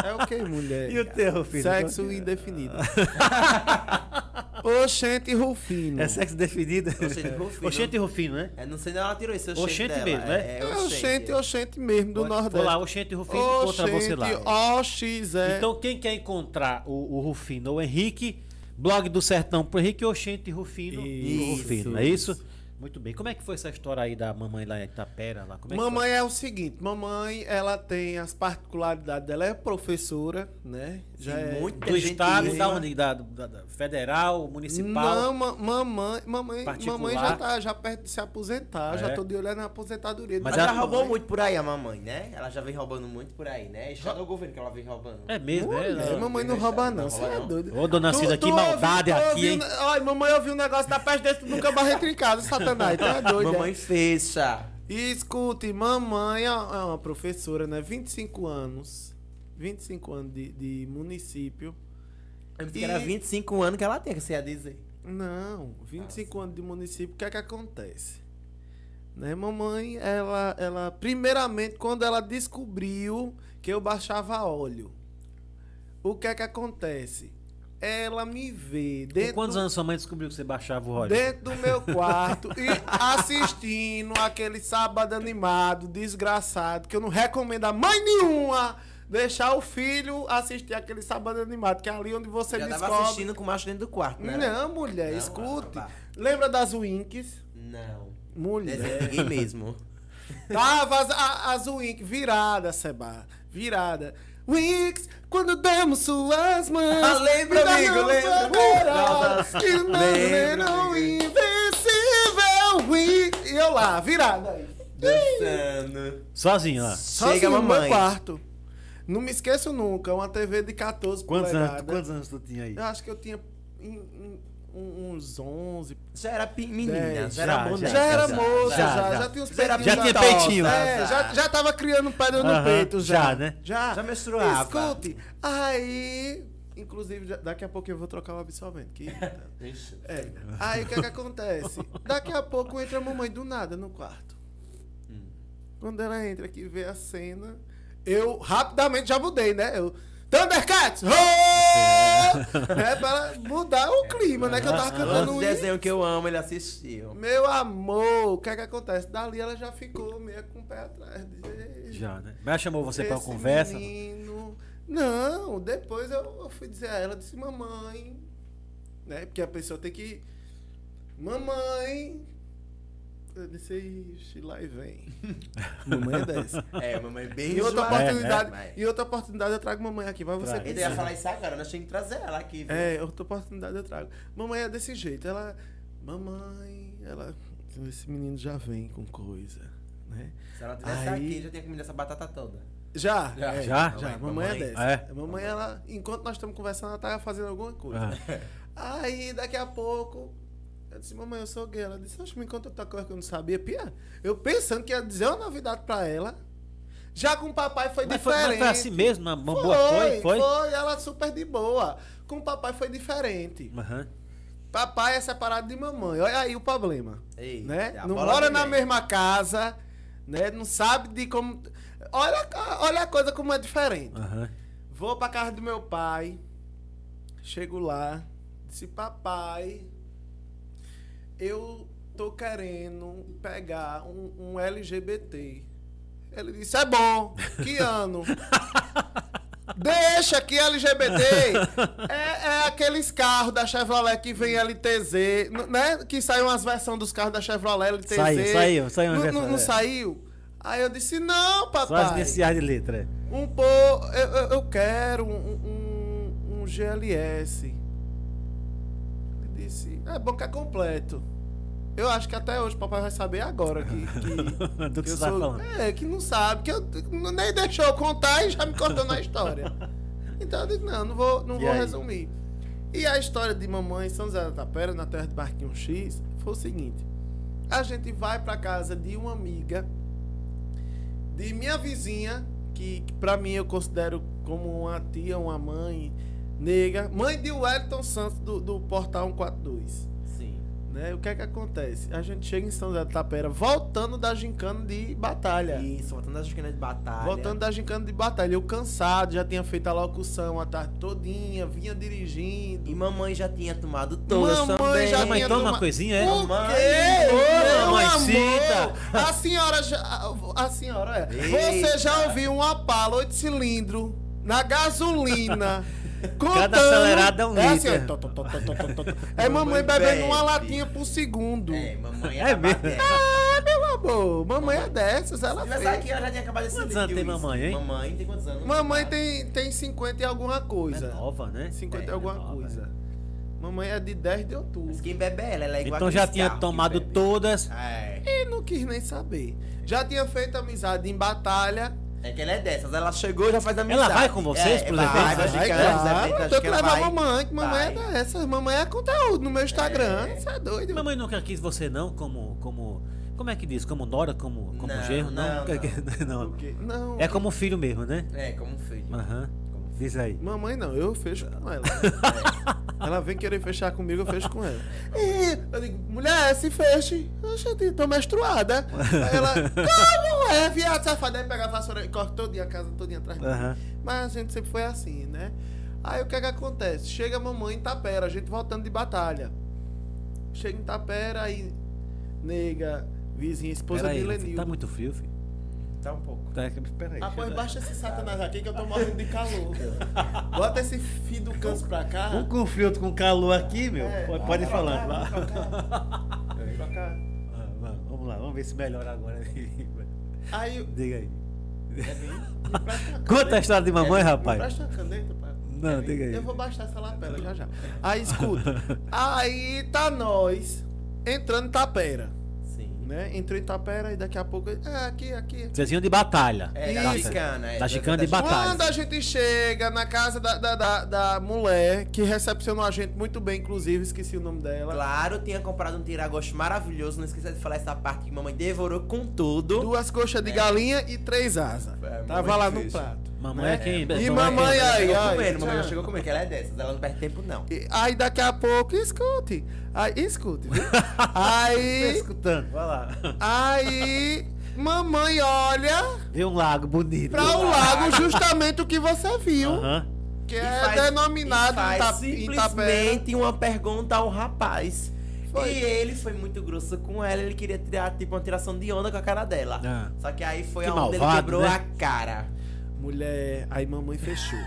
Speaker 2: É o que, mulher?
Speaker 1: E o teu, filho?
Speaker 2: Sexo indefinido. Oxente Rufino.
Speaker 1: É sexo definido?
Speaker 3: Oxente Rufino.
Speaker 1: Oxente e Rufino, né?
Speaker 3: É, não sei de onde ela tirou esse oxente,
Speaker 1: Oxente
Speaker 3: dela.
Speaker 1: mesmo, né?
Speaker 3: É,
Speaker 2: É oxente,
Speaker 3: oxente.
Speaker 2: oxente mesmo, do
Speaker 1: Vou lá,
Speaker 2: Nordeste.
Speaker 1: Oxente e Rufino, encontra você lá.
Speaker 3: né?
Speaker 2: OXE.
Speaker 1: Então, quem quer encontrar o, o Rufino ou o Henrique, blog do Sertão pro Henrique, Oxente e Rufino. e o
Speaker 3: Isso,
Speaker 1: Rufino, é isso? Muito bem. Como é que foi essa história aí da mamãe lá em Itapera? Lá? Como é que foi?
Speaker 2: Mamãe é o seguinte, mamãe, ela tem as particularidades dela, é professora, né? Já é...
Speaker 3: muito
Speaker 1: do estado,
Speaker 3: gente
Speaker 1: da
Speaker 3: usa.
Speaker 1: onde? Da, da- da federal,
Speaker 2: Não,
Speaker 1: municipal.
Speaker 2: ma- mamãe, mamãe,
Speaker 1: Particular.
Speaker 2: mamãe já tá já perto de se aposentar,
Speaker 1: É.
Speaker 2: já tô de olho na aposentadoria.
Speaker 1: Mas
Speaker 3: Mas,
Speaker 2: da
Speaker 3: ela
Speaker 1: ela-
Speaker 3: roubou
Speaker 2: mamãe.
Speaker 3: muito por aí, a mamãe, né? Ela já vem roubando muito por aí, né? Já do governo que ela vem roubando.
Speaker 1: É mesmo,
Speaker 2: Mulher,
Speaker 1: né?
Speaker 2: mamãe não
Speaker 3: não
Speaker 2: rouba
Speaker 3: rouba
Speaker 2: não,
Speaker 3: não.
Speaker 2: você é doido.
Speaker 1: Ô, dona Cida, que maldade
Speaker 2: tu
Speaker 1: aqui,
Speaker 2: ouviu-
Speaker 1: hein?
Speaker 2: Ai, mamãe ouviu um negócio da peste desse, tu nunca mais entra em casa, satanás, tu é doido.
Speaker 3: Mamãe fecha.
Speaker 2: E escute, mamãe é uma é uma professora, né? 25 anos. 25 anos de, de município.
Speaker 3: Eu pensei
Speaker 2: E-
Speaker 3: que era 25 anos que ela tem, que você ia dizer.
Speaker 2: Não,
Speaker 1: Ah,
Speaker 2: 25 anos de município, o que é que acontece? Né, mamãe, ela, ela, primeiramente, quando ela descobriu que eu baixava óleo, o que é que acontece? Ela me vê
Speaker 1: Com
Speaker 2: dentro
Speaker 1: quantos anos sua mãe descobriu que você baixava o óleo?
Speaker 2: dentro do meu quarto e assistindo aquele sábado animado, desgraçado, que eu não recomendo a mãe nenhuma deixar o filho assistir aquele sábado animado, que é ali onde você
Speaker 3: já tava
Speaker 2: descobre.
Speaker 3: assistindo com o macho dentro do quarto, né?
Speaker 2: Não, mulher,
Speaker 3: Não,
Speaker 2: escute.
Speaker 3: não, não,
Speaker 2: Lembra das Winks?
Speaker 3: Não.
Speaker 2: Mulher.
Speaker 3: Desenho ninguém mesmo. É.
Speaker 2: Tava as, a- as Winx virada, Seba. Virada. Winx, quando damos suas mãos.
Speaker 3: Ah, lembra,
Speaker 2: me
Speaker 3: amigo,
Speaker 2: dão
Speaker 3: lembra.
Speaker 2: bandeira,
Speaker 3: Nossa.
Speaker 2: Que não
Speaker 3: Lembra,
Speaker 2: não
Speaker 3: amigo.
Speaker 2: invencível Winx. E eu lá, virada.
Speaker 3: Dançando.
Speaker 1: Sozinho lá.
Speaker 2: Sozinho
Speaker 3: Ah. Chega,
Speaker 2: assim no meu
Speaker 3: mamãe.
Speaker 2: quarto. Não me esqueço nunca, uma TV de 14
Speaker 1: Quantos anos,
Speaker 2: polegadas.
Speaker 1: quantos anos tu tinha aí?
Speaker 2: Eu acho que eu tinha em- em- um- uns 11,
Speaker 3: Já era pi- menina,
Speaker 2: Dez,
Speaker 3: É, já era
Speaker 1: já,
Speaker 3: boneca.
Speaker 2: É, Já era
Speaker 1: já,
Speaker 2: moça,
Speaker 1: já,
Speaker 2: já, já,
Speaker 1: já.
Speaker 2: tinha os
Speaker 3: Já era
Speaker 2: peitinhos.
Speaker 1: Já tinha
Speaker 2: da-
Speaker 1: peitinho,
Speaker 2: É, já, já tava criando pedra no
Speaker 1: Aham,
Speaker 2: peito já.
Speaker 1: já, né?
Speaker 2: Já.
Speaker 3: Já menstruava.
Speaker 2: Escute, aí... Inclusive, já- daqui a pouco eu vou trocar o absorvente. Que...
Speaker 3: Ixi.
Speaker 2: É. Aí, o que é que acontece? Daqui a pouco entra a mamãe do nada no quarto. Quando ela entra aqui e vê a cena, eu rapidamente já mudei, né? Eu... Thundercats! Oh! né? Pra ela mudar o clima, né? Que eu tava cantando
Speaker 3: Outro
Speaker 2: um
Speaker 3: desenho que eu amo, ele assistiu.
Speaker 2: meu amor, o que é que acontece? Dali ela já ficou meio com o pé atrás. Diz,
Speaker 1: Já, né? Mas chamou você pra uma
Speaker 2: "Esse
Speaker 1: conversa.
Speaker 2: menino." Não, depois eu, eu fui dizer a ela, disse, mamãe, né? Porque a pessoa tem que. Mamãe, Eu disse, ixi, lá e vem. mamãe é dessa.
Speaker 3: É, mamãe bem
Speaker 2: Em outra,
Speaker 3: enjoada.
Speaker 2: oportunidade,
Speaker 3: É, é.
Speaker 2: em outra oportunidade eu trago mamãe aqui, mas você
Speaker 1: né? Traz.
Speaker 3: Ele ia falar isso agora, nós tínhamos que trazer ela aqui. viu?
Speaker 2: É, outra oportunidade eu trago. Mamãe é desse jeito. Ela. Mamãe. Ela. Esse menino já vem com coisa. Né?
Speaker 3: Se ela tivesse
Speaker 2: Aí-
Speaker 3: aqui, já tinha comido essa batata toda.
Speaker 2: Já,
Speaker 3: Já.
Speaker 2: é,
Speaker 1: Já?
Speaker 2: já.
Speaker 3: Mamãe,
Speaker 2: Mamãe, é
Speaker 3: mamãe.
Speaker 2: dessa.
Speaker 1: É?
Speaker 2: Mamãe, ela, enquanto nós estamos conversando, ela tá fazendo alguma coisa.
Speaker 1: Ah.
Speaker 2: Aí, daqui a pouco, eu disse, mamãe, eu sou gay. Ela disse, acho que me conta outra coisa que eu não sabia. Pia, eu pensando que ia dizer uma novidade pra ela. Já com o papai foi
Speaker 1: Mas foi, mas
Speaker 2: diferente.
Speaker 1: foi assim mesmo, uma, uma boa foi, foi?
Speaker 2: ela super de boa. Com o papai foi diferente.
Speaker 1: Aham.
Speaker 2: Papai é separado de mamãe. Olha aí o problema.
Speaker 3: Ei,
Speaker 2: né?
Speaker 3: é a
Speaker 2: Não
Speaker 3: bola
Speaker 2: mora
Speaker 3: de
Speaker 2: na
Speaker 3: neve.
Speaker 2: mesma casa, né? Não sabe de como. Olha, a- olha a coisa como é diferente.
Speaker 1: Aham.
Speaker 2: Vou pra casa do meu pai. Chego lá. Disse, papai, eu tô querendo pegar um, um LGBT. Ele disse, é bom. Que ano? Deixa que LGBT é, é aqueles carros da Chevrolet que vem LTZ, n- né? Que saiu umas versões dos carros da Chevrolet LTZ.
Speaker 1: Saiu, saiu, saiu umas
Speaker 2: Não- Não,
Speaker 1: versões,
Speaker 2: não
Speaker 1: é.
Speaker 2: saiu? Aí eu disse, não,
Speaker 1: Só as
Speaker 2: papai.
Speaker 1: iniciais de letra. é.
Speaker 2: Um po... Eu, eu- eu quero um, um, um GLS. Ele disse, é bom que é completo. Eu acho que até hoje o papai vai saber agora que... que...
Speaker 1: Do que
Speaker 2: eu
Speaker 1: você tá
Speaker 2: sou-
Speaker 1: falando.
Speaker 2: É, que não sabe, que eu n- nem deixou eu contar e já me contou na história. Então eu digo, não, não vou, não
Speaker 1: E
Speaker 2: vou
Speaker 1: aí?
Speaker 2: resumir. E a história de mamãe em São José da Tapera, na terra de Barquinho X, foi o seguinte. A gente vai pra casa de uma amiga, de minha vizinha, que, que pra mim eu considero como uma tia, uma mãe negra, mãe de Wellington Santos, do, do Portal 142
Speaker 3: Sim.
Speaker 2: né? O que é que acontece? A gente chega em São José da Tapera voltando da gincana de
Speaker 1: É.
Speaker 2: batalha.
Speaker 3: Isso, voltando às esquinas de batalha.
Speaker 2: Voltando da gincana de batalha. Eu cansado, já tinha feito a locução a tarde todinha, vinha dirigindo.
Speaker 3: E mamãe já tinha tomado todas
Speaker 2: Mamãe
Speaker 3: também.
Speaker 2: já
Speaker 1: Mamãe
Speaker 2: tinha
Speaker 1: toma
Speaker 2: toma-
Speaker 1: uma coisinha, é?
Speaker 2: O
Speaker 3: Mamãe,
Speaker 2: quê?
Speaker 1: ô,
Speaker 2: Não,
Speaker 1: mamãecita.
Speaker 2: amor. A senhora já... a- A senhora, é.
Speaker 3: Eita.
Speaker 2: Você já ouviu um Apala 8 cilindro na gasolina... contando-
Speaker 1: acelerado é um
Speaker 2: assim,
Speaker 1: litro.
Speaker 2: ó, tó, tó, tó, tó, tó, tó, tó. É mamãe
Speaker 3: Mamãe
Speaker 2: bebendo uma
Speaker 3: bebe.
Speaker 2: latinha por segundo.
Speaker 3: É, mamãe
Speaker 1: É
Speaker 3: era
Speaker 1: mesmo?
Speaker 3: batera.
Speaker 2: Ah, meu amor, mamãe é dessas, ela
Speaker 3: Mas
Speaker 2: fez.
Speaker 3: aqui eu já tinha acabado de
Speaker 1: Quantos
Speaker 3: sentir
Speaker 1: anos tem
Speaker 3: isso.
Speaker 1: mamãe, hein?
Speaker 3: Mamãe tem quantos anos?
Speaker 2: Mamãe tem, tem 50 e alguma
Speaker 1: É
Speaker 2: coisa.
Speaker 1: nova, né?
Speaker 2: 50 e
Speaker 3: É,
Speaker 2: alguma
Speaker 1: nova,
Speaker 2: coisa. Mamãe é de 10 de
Speaker 3: Mas
Speaker 2: outubro.
Speaker 3: quem bebe é ela, ela é igual
Speaker 1: Então já
Speaker 3: aqueles
Speaker 1: tinha
Speaker 3: carros que
Speaker 1: tomado
Speaker 3: bebe.
Speaker 1: todas.
Speaker 3: É.
Speaker 2: E não quis nem saber. Já tinha feito amizade em batalha.
Speaker 3: É que ela é dessas, ela chegou e já faz amizade.
Speaker 1: Ela vai com vocês
Speaker 3: é,
Speaker 1: pros
Speaker 3: vai,
Speaker 1: eventos?
Speaker 3: vai,
Speaker 1: Vai,
Speaker 3: vai,
Speaker 1: claro.
Speaker 3: vai, vai,
Speaker 2: tem que levar
Speaker 3: vai.
Speaker 2: a mamãe, que mamãe
Speaker 3: Vai.
Speaker 2: é dessas. Mamãe é conteúdo no meu Instagram. Isso é doido.
Speaker 1: Mamãe nunca quis você não, como. como. Como é que diz? Como Nora, como, como
Speaker 3: Não,
Speaker 1: genro? Não,
Speaker 3: não,
Speaker 1: não.
Speaker 2: Não,
Speaker 1: É como filho mesmo, né?
Speaker 3: É, como filho.
Speaker 1: Aham.
Speaker 3: Como filho.
Speaker 1: Diz aí.
Speaker 2: mamãe não, eu fecho com ela. Ela vem querer fechar comigo, eu fecho com ela. E eu digo, mulher, se feche. Oxe, eu tô menstruada. Aí ela, como é, viado safado? Aí pega a vassoura e corta todinha a casa, todinha atrás dela.
Speaker 1: Aham.
Speaker 2: Mas a gente sempre foi assim, né? Aí o que é que acontece? Chega a mamãe em Tapera, a gente voltando de batalha. Chega em Tapera aí, nega, vizinha, esposa
Speaker 1: Peraí,
Speaker 2: de
Speaker 1: filho,
Speaker 2: Lenildo.
Speaker 1: tá muito frio, filho.
Speaker 3: Tá um pouco.
Speaker 1: Tá, peraí.
Speaker 2: Ah, pois
Speaker 1: deixa eu-
Speaker 2: baixa esse satanás aqui que eu tô morrendo de calor. Bota esse fio do canso pra
Speaker 3: ah.
Speaker 2: cá.
Speaker 1: Um com frio, outro com calor aqui, meu.
Speaker 3: É.
Speaker 1: pode pode ir
Speaker 3: tá,
Speaker 1: falando. Lá.
Speaker 2: pra cá.
Speaker 1: Ah, vamos vamos lá, vamos ver se melhora agora.
Speaker 2: Aí,
Speaker 1: Diga aí.
Speaker 3: É
Speaker 2: me presta uma
Speaker 1: Conta a história de mamãe,
Speaker 2: Me
Speaker 1: rapaz.
Speaker 2: presta uma caneta, pai.
Speaker 1: Não, diga aí.
Speaker 2: Eu vou baixar essa lapela já já. Aí, escuta. Aí tá nós entrando em Tapera.
Speaker 3: Sim.
Speaker 2: Né? Entrou em Tapera e daqui a pouco. É, aqui, aqui.
Speaker 1: Vocês iam de batalha. Tá
Speaker 3: É,
Speaker 2: Isso.
Speaker 3: da chicana. É,
Speaker 1: Da chicana de batalha.
Speaker 2: Quando a gente chega na casa da, da, da, da mulher, que recepcionou a gente muito bem, inclusive, esqueci o nome dela.
Speaker 3: Claro, tinha comprado um tiragosto maravilhoso. Não esqueça de falar essa parte que mamãe devorou com tudo.
Speaker 2: Duas
Speaker 1: É.
Speaker 2: coxas de galinha e três asas.
Speaker 3: É,
Speaker 2: Tava
Speaker 3: muito
Speaker 2: lá no
Speaker 3: difícil.
Speaker 2: prato. Né?
Speaker 1: Mamãe é quem.
Speaker 2: E
Speaker 1: mamãe é quem-
Speaker 2: mamãe
Speaker 3: Ela
Speaker 2: Ai,
Speaker 3: chegou
Speaker 2: ai,
Speaker 3: comendo, mamãe já
Speaker 2: tchau.
Speaker 3: chegou comendo, que ela é dessas. Ela não perde tempo, não.
Speaker 2: E aí daqui a pouco, escute. Aí, escute, viu?
Speaker 1: Tô
Speaker 2: aí.
Speaker 1: escutando, vai lá.
Speaker 2: Aí, mamãe olha
Speaker 1: Vê um lago bonito.
Speaker 2: para o lago justamente o que você viu,
Speaker 1: Aham.
Speaker 2: que
Speaker 3: E
Speaker 2: é
Speaker 3: faz-
Speaker 2: denominado
Speaker 3: e faz
Speaker 2: em Ta- em Itapera.
Speaker 3: simplesmente uma pergunta ao rapaz.
Speaker 2: Foi.
Speaker 3: E ele foi muito grosso com ela, ele queria tirar tipo uma tiração de onda com a cara dela.
Speaker 1: Ah.
Speaker 3: Só que aí foi
Speaker 1: Que
Speaker 3: aonde ele
Speaker 1: malvado,
Speaker 3: quebrou
Speaker 1: né?
Speaker 3: a cara.
Speaker 2: Mulher, aí mamãe fechou.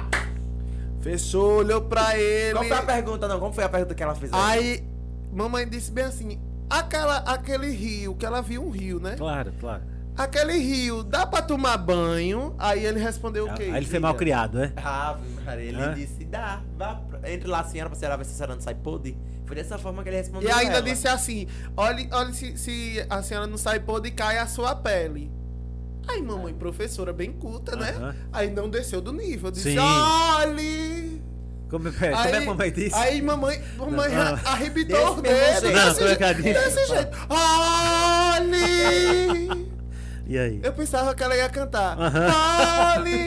Speaker 2: fechou, olhou pra ele.
Speaker 3: Qual foi a pergunta, não? Como foi a pergunta que ela fez?
Speaker 2: Aí, mamãe disse bem assim: Aquela, aquele rio, que ela viu um rio, né?
Speaker 1: Claro, claro.
Speaker 2: Aquele rio, dá pra tomar banho? Aí ele respondeu o quê?
Speaker 1: Aí ele foi
Speaker 2: filha?
Speaker 1: mal criado, né?
Speaker 3: Ave Maria, ele
Speaker 1: Hã?
Speaker 3: disse, dá, vá, pra- entre lá assim, a senhora, pra senhora ver se a senhora não sai podre. Foi dessa forma que ele respondeu
Speaker 2: E ainda
Speaker 3: ela.
Speaker 2: disse assim: olha, olha se, se a senhora não sai podre, cai é a sua pele. Aí, mamãe, professora, bem culta,
Speaker 1: Ah. Aham.
Speaker 2: né? Aí não desceu do nível. Disse:
Speaker 1: Sim.
Speaker 2: olhe!
Speaker 1: Como, é- como é que a mamãe disse?
Speaker 2: Aí mamãe, mamãe
Speaker 1: Não, não.
Speaker 2: arrebitou o
Speaker 3: Desse mesmo
Speaker 2: dedo.
Speaker 3: jeito.
Speaker 1: Não,
Speaker 2: desse,
Speaker 1: como é
Speaker 2: jeito,
Speaker 1: que ela disse?
Speaker 2: desse jeito. Olhe!
Speaker 1: E aí?
Speaker 2: Eu pensava que ela ia cantar.
Speaker 1: Aham.
Speaker 2: Olhe!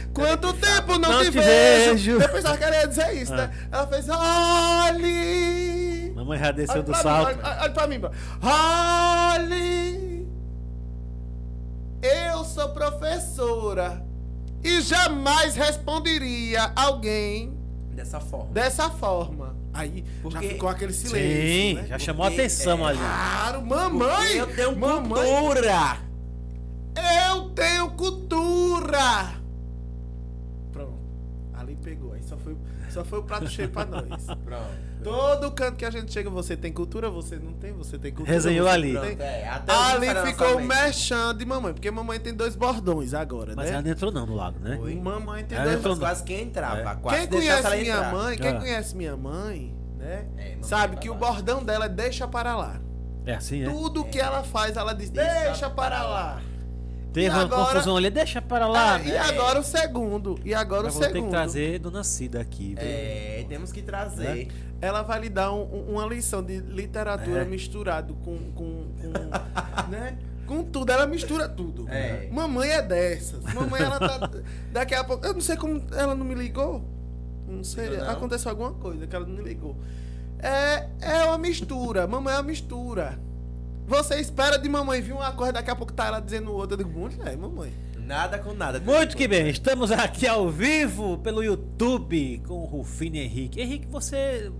Speaker 2: Quanto tempo não,
Speaker 1: Não
Speaker 2: te,
Speaker 1: te
Speaker 2: vejo.
Speaker 1: vejo. Ah.
Speaker 2: Eu pensava que ela ia dizer isso, né? Ela fez: olhe!
Speaker 1: Mamãe já desceu
Speaker 2: Olha
Speaker 1: do
Speaker 2: pra mim,
Speaker 1: salto.
Speaker 2: Olha, olha pra mim, bro. Olhe! Eu sou professora e jamais responderia alguém
Speaker 3: Dessa forma.
Speaker 2: dessa forma. Aí já
Speaker 3: Porque-
Speaker 2: ficou aquele silêncio.
Speaker 1: Sim,
Speaker 2: né?
Speaker 1: já chamou a
Speaker 3: Porque-
Speaker 1: atenção
Speaker 3: é.
Speaker 1: ali.
Speaker 2: Claro,
Speaker 3: Porque
Speaker 2: mamãe!
Speaker 3: eu tenho
Speaker 2: mamãe,
Speaker 3: cultura!
Speaker 2: eu tenho cultura! Pronto. Ali pegou. Aí só foi, só foi o prato cheio pra nós.
Speaker 3: Pronto.
Speaker 2: Todo canto que a gente chega, você tem cultura, você não tem, você tem cultura.
Speaker 1: Resenhou
Speaker 2: você
Speaker 1: ali.
Speaker 2: não tem.
Speaker 3: Pronto, é, até hoje
Speaker 2: Ali
Speaker 3: tá na nossa
Speaker 2: ficou o
Speaker 3: mente.
Speaker 2: merchan de mamãe, porque mamãe tem dois bordões agora,
Speaker 1: Mas ela
Speaker 2: né?
Speaker 1: não entrou não no lago, né?
Speaker 2: Mamãe tem
Speaker 1: Ela
Speaker 2: dois
Speaker 1: entrou no-
Speaker 2: bordões.
Speaker 3: Mas quase que entrava.
Speaker 1: É.
Speaker 3: Quase
Speaker 2: quem
Speaker 3: deixasse
Speaker 2: conhece
Speaker 3: ela
Speaker 2: minha
Speaker 3: entrar.
Speaker 2: mãe, quem
Speaker 1: Ah.
Speaker 2: conhece minha mãe, né?
Speaker 3: É, mamãe
Speaker 2: sabe
Speaker 3: é
Speaker 2: que o
Speaker 3: babado.
Speaker 2: bordão dela é deixa para lá.
Speaker 1: É assim, é.
Speaker 2: Tudo que ela faz, ela diz
Speaker 3: Deixa
Speaker 2: deixa para
Speaker 3: para
Speaker 2: lá.
Speaker 1: Teve
Speaker 2: e
Speaker 1: uma
Speaker 2: agora-
Speaker 1: confusão ali, deixa para lá.
Speaker 2: Ah, e
Speaker 1: né?
Speaker 2: agora o segundo, e agora
Speaker 1: Mas
Speaker 2: o
Speaker 1: vou ter que
Speaker 2: segundo.
Speaker 1: trazer Dona Cida aqui. viu?
Speaker 3: É, temos que trazer.
Speaker 2: Ela vai lhe dar um- um- uma lição de literatura
Speaker 1: É.
Speaker 2: misturado com com, com né? Com tudo, ela mistura tudo.
Speaker 3: É.
Speaker 2: Mamãe é dessas. Mamãe, ela tá. Daqui a pouco. Eu não sei como ela não me ligou. Não sei.
Speaker 3: Ligou não?
Speaker 2: Aconteceu alguma coisa que ela não me ligou. É, é uma mistura. mamãe é uma mistura. Você espera de mamãe vir uma coisa, daqui a pouco tá ela dizendo outra. Eu digo, mulher, mamãe.
Speaker 3: Nada com nada. Tipo,
Speaker 1: Muito que bem, estamos aqui ao vivo pelo YouTube com o Rufino Henrique. Henrique, você.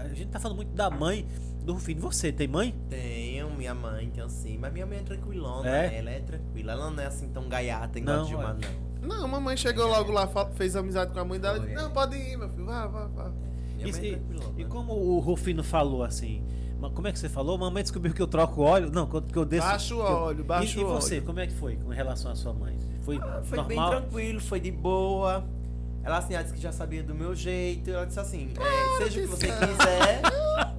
Speaker 1: A gente tá falando muito da mãe do Rufino. Você tem mãe?
Speaker 3: Tenho, minha mãe tem sim, mas minha mãe é tranquilona,
Speaker 1: É?
Speaker 3: né? Ela é tranquila, ela não é assim tão gaiata
Speaker 1: Não,
Speaker 3: igual de
Speaker 2: é.
Speaker 3: uma,
Speaker 1: olha.
Speaker 3: não.
Speaker 2: Não, mamãe chegou logo lá, fa- fez amizade com a mãe dela.
Speaker 3: É. Foi.
Speaker 2: Não, pode ir, meu filho. Vá, vá, vá.
Speaker 3: Minha
Speaker 1: E,
Speaker 3: mãe é
Speaker 1: e-
Speaker 3: tranquilona.
Speaker 1: e como o Rufino falou assim? ma- Como é que você falou? Mamãe descobriu que eu troco óleo. Não, que eu- que eu desço.
Speaker 2: Baixa o
Speaker 1: que eu-
Speaker 2: óleo, baixa
Speaker 1: e, e
Speaker 2: o
Speaker 1: você,
Speaker 2: óleo.
Speaker 1: como é que foi com relação à sua mãe? Foi,
Speaker 3: Ah, Foi bem
Speaker 1: normal?
Speaker 3: tranquilo, foi de boa. Ela assim, ela disse que já sabia do meu jeito. Ela disse assim, é, seja o que você quiser,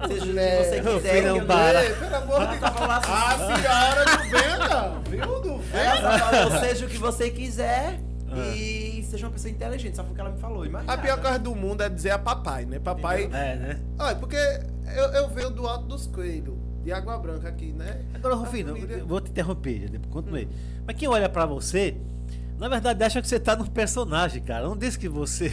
Speaker 3: seja o que você
Speaker 1: Meu filho,
Speaker 3: quiser. que eu
Speaker 1: É, não
Speaker 3: não-
Speaker 1: para.
Speaker 2: Ei, pelo amor de
Speaker 3: Ela
Speaker 2: Deus.
Speaker 3: falou assim,
Speaker 2: A senhora não venda, viu? Não venda.
Speaker 3: ela falou, seja o que você quiser
Speaker 1: Ah.
Speaker 3: e seja uma pessoa inteligente. Só foi o que ela me falou, imagina.
Speaker 2: A pior coisa do mundo é dizer a papai, né? Papai.
Speaker 1: É, né?
Speaker 2: Olha, porque eu, eu venho do Alto dos Coelhos, de Água Branca aqui, né?
Speaker 1: Agora,
Speaker 2: A
Speaker 1: Rufino,
Speaker 2: família-
Speaker 1: eu vou te interromper, já, continue. Mas quem olha pra você, na verdade, acha que você tá num personagem, cara. Não diz que você.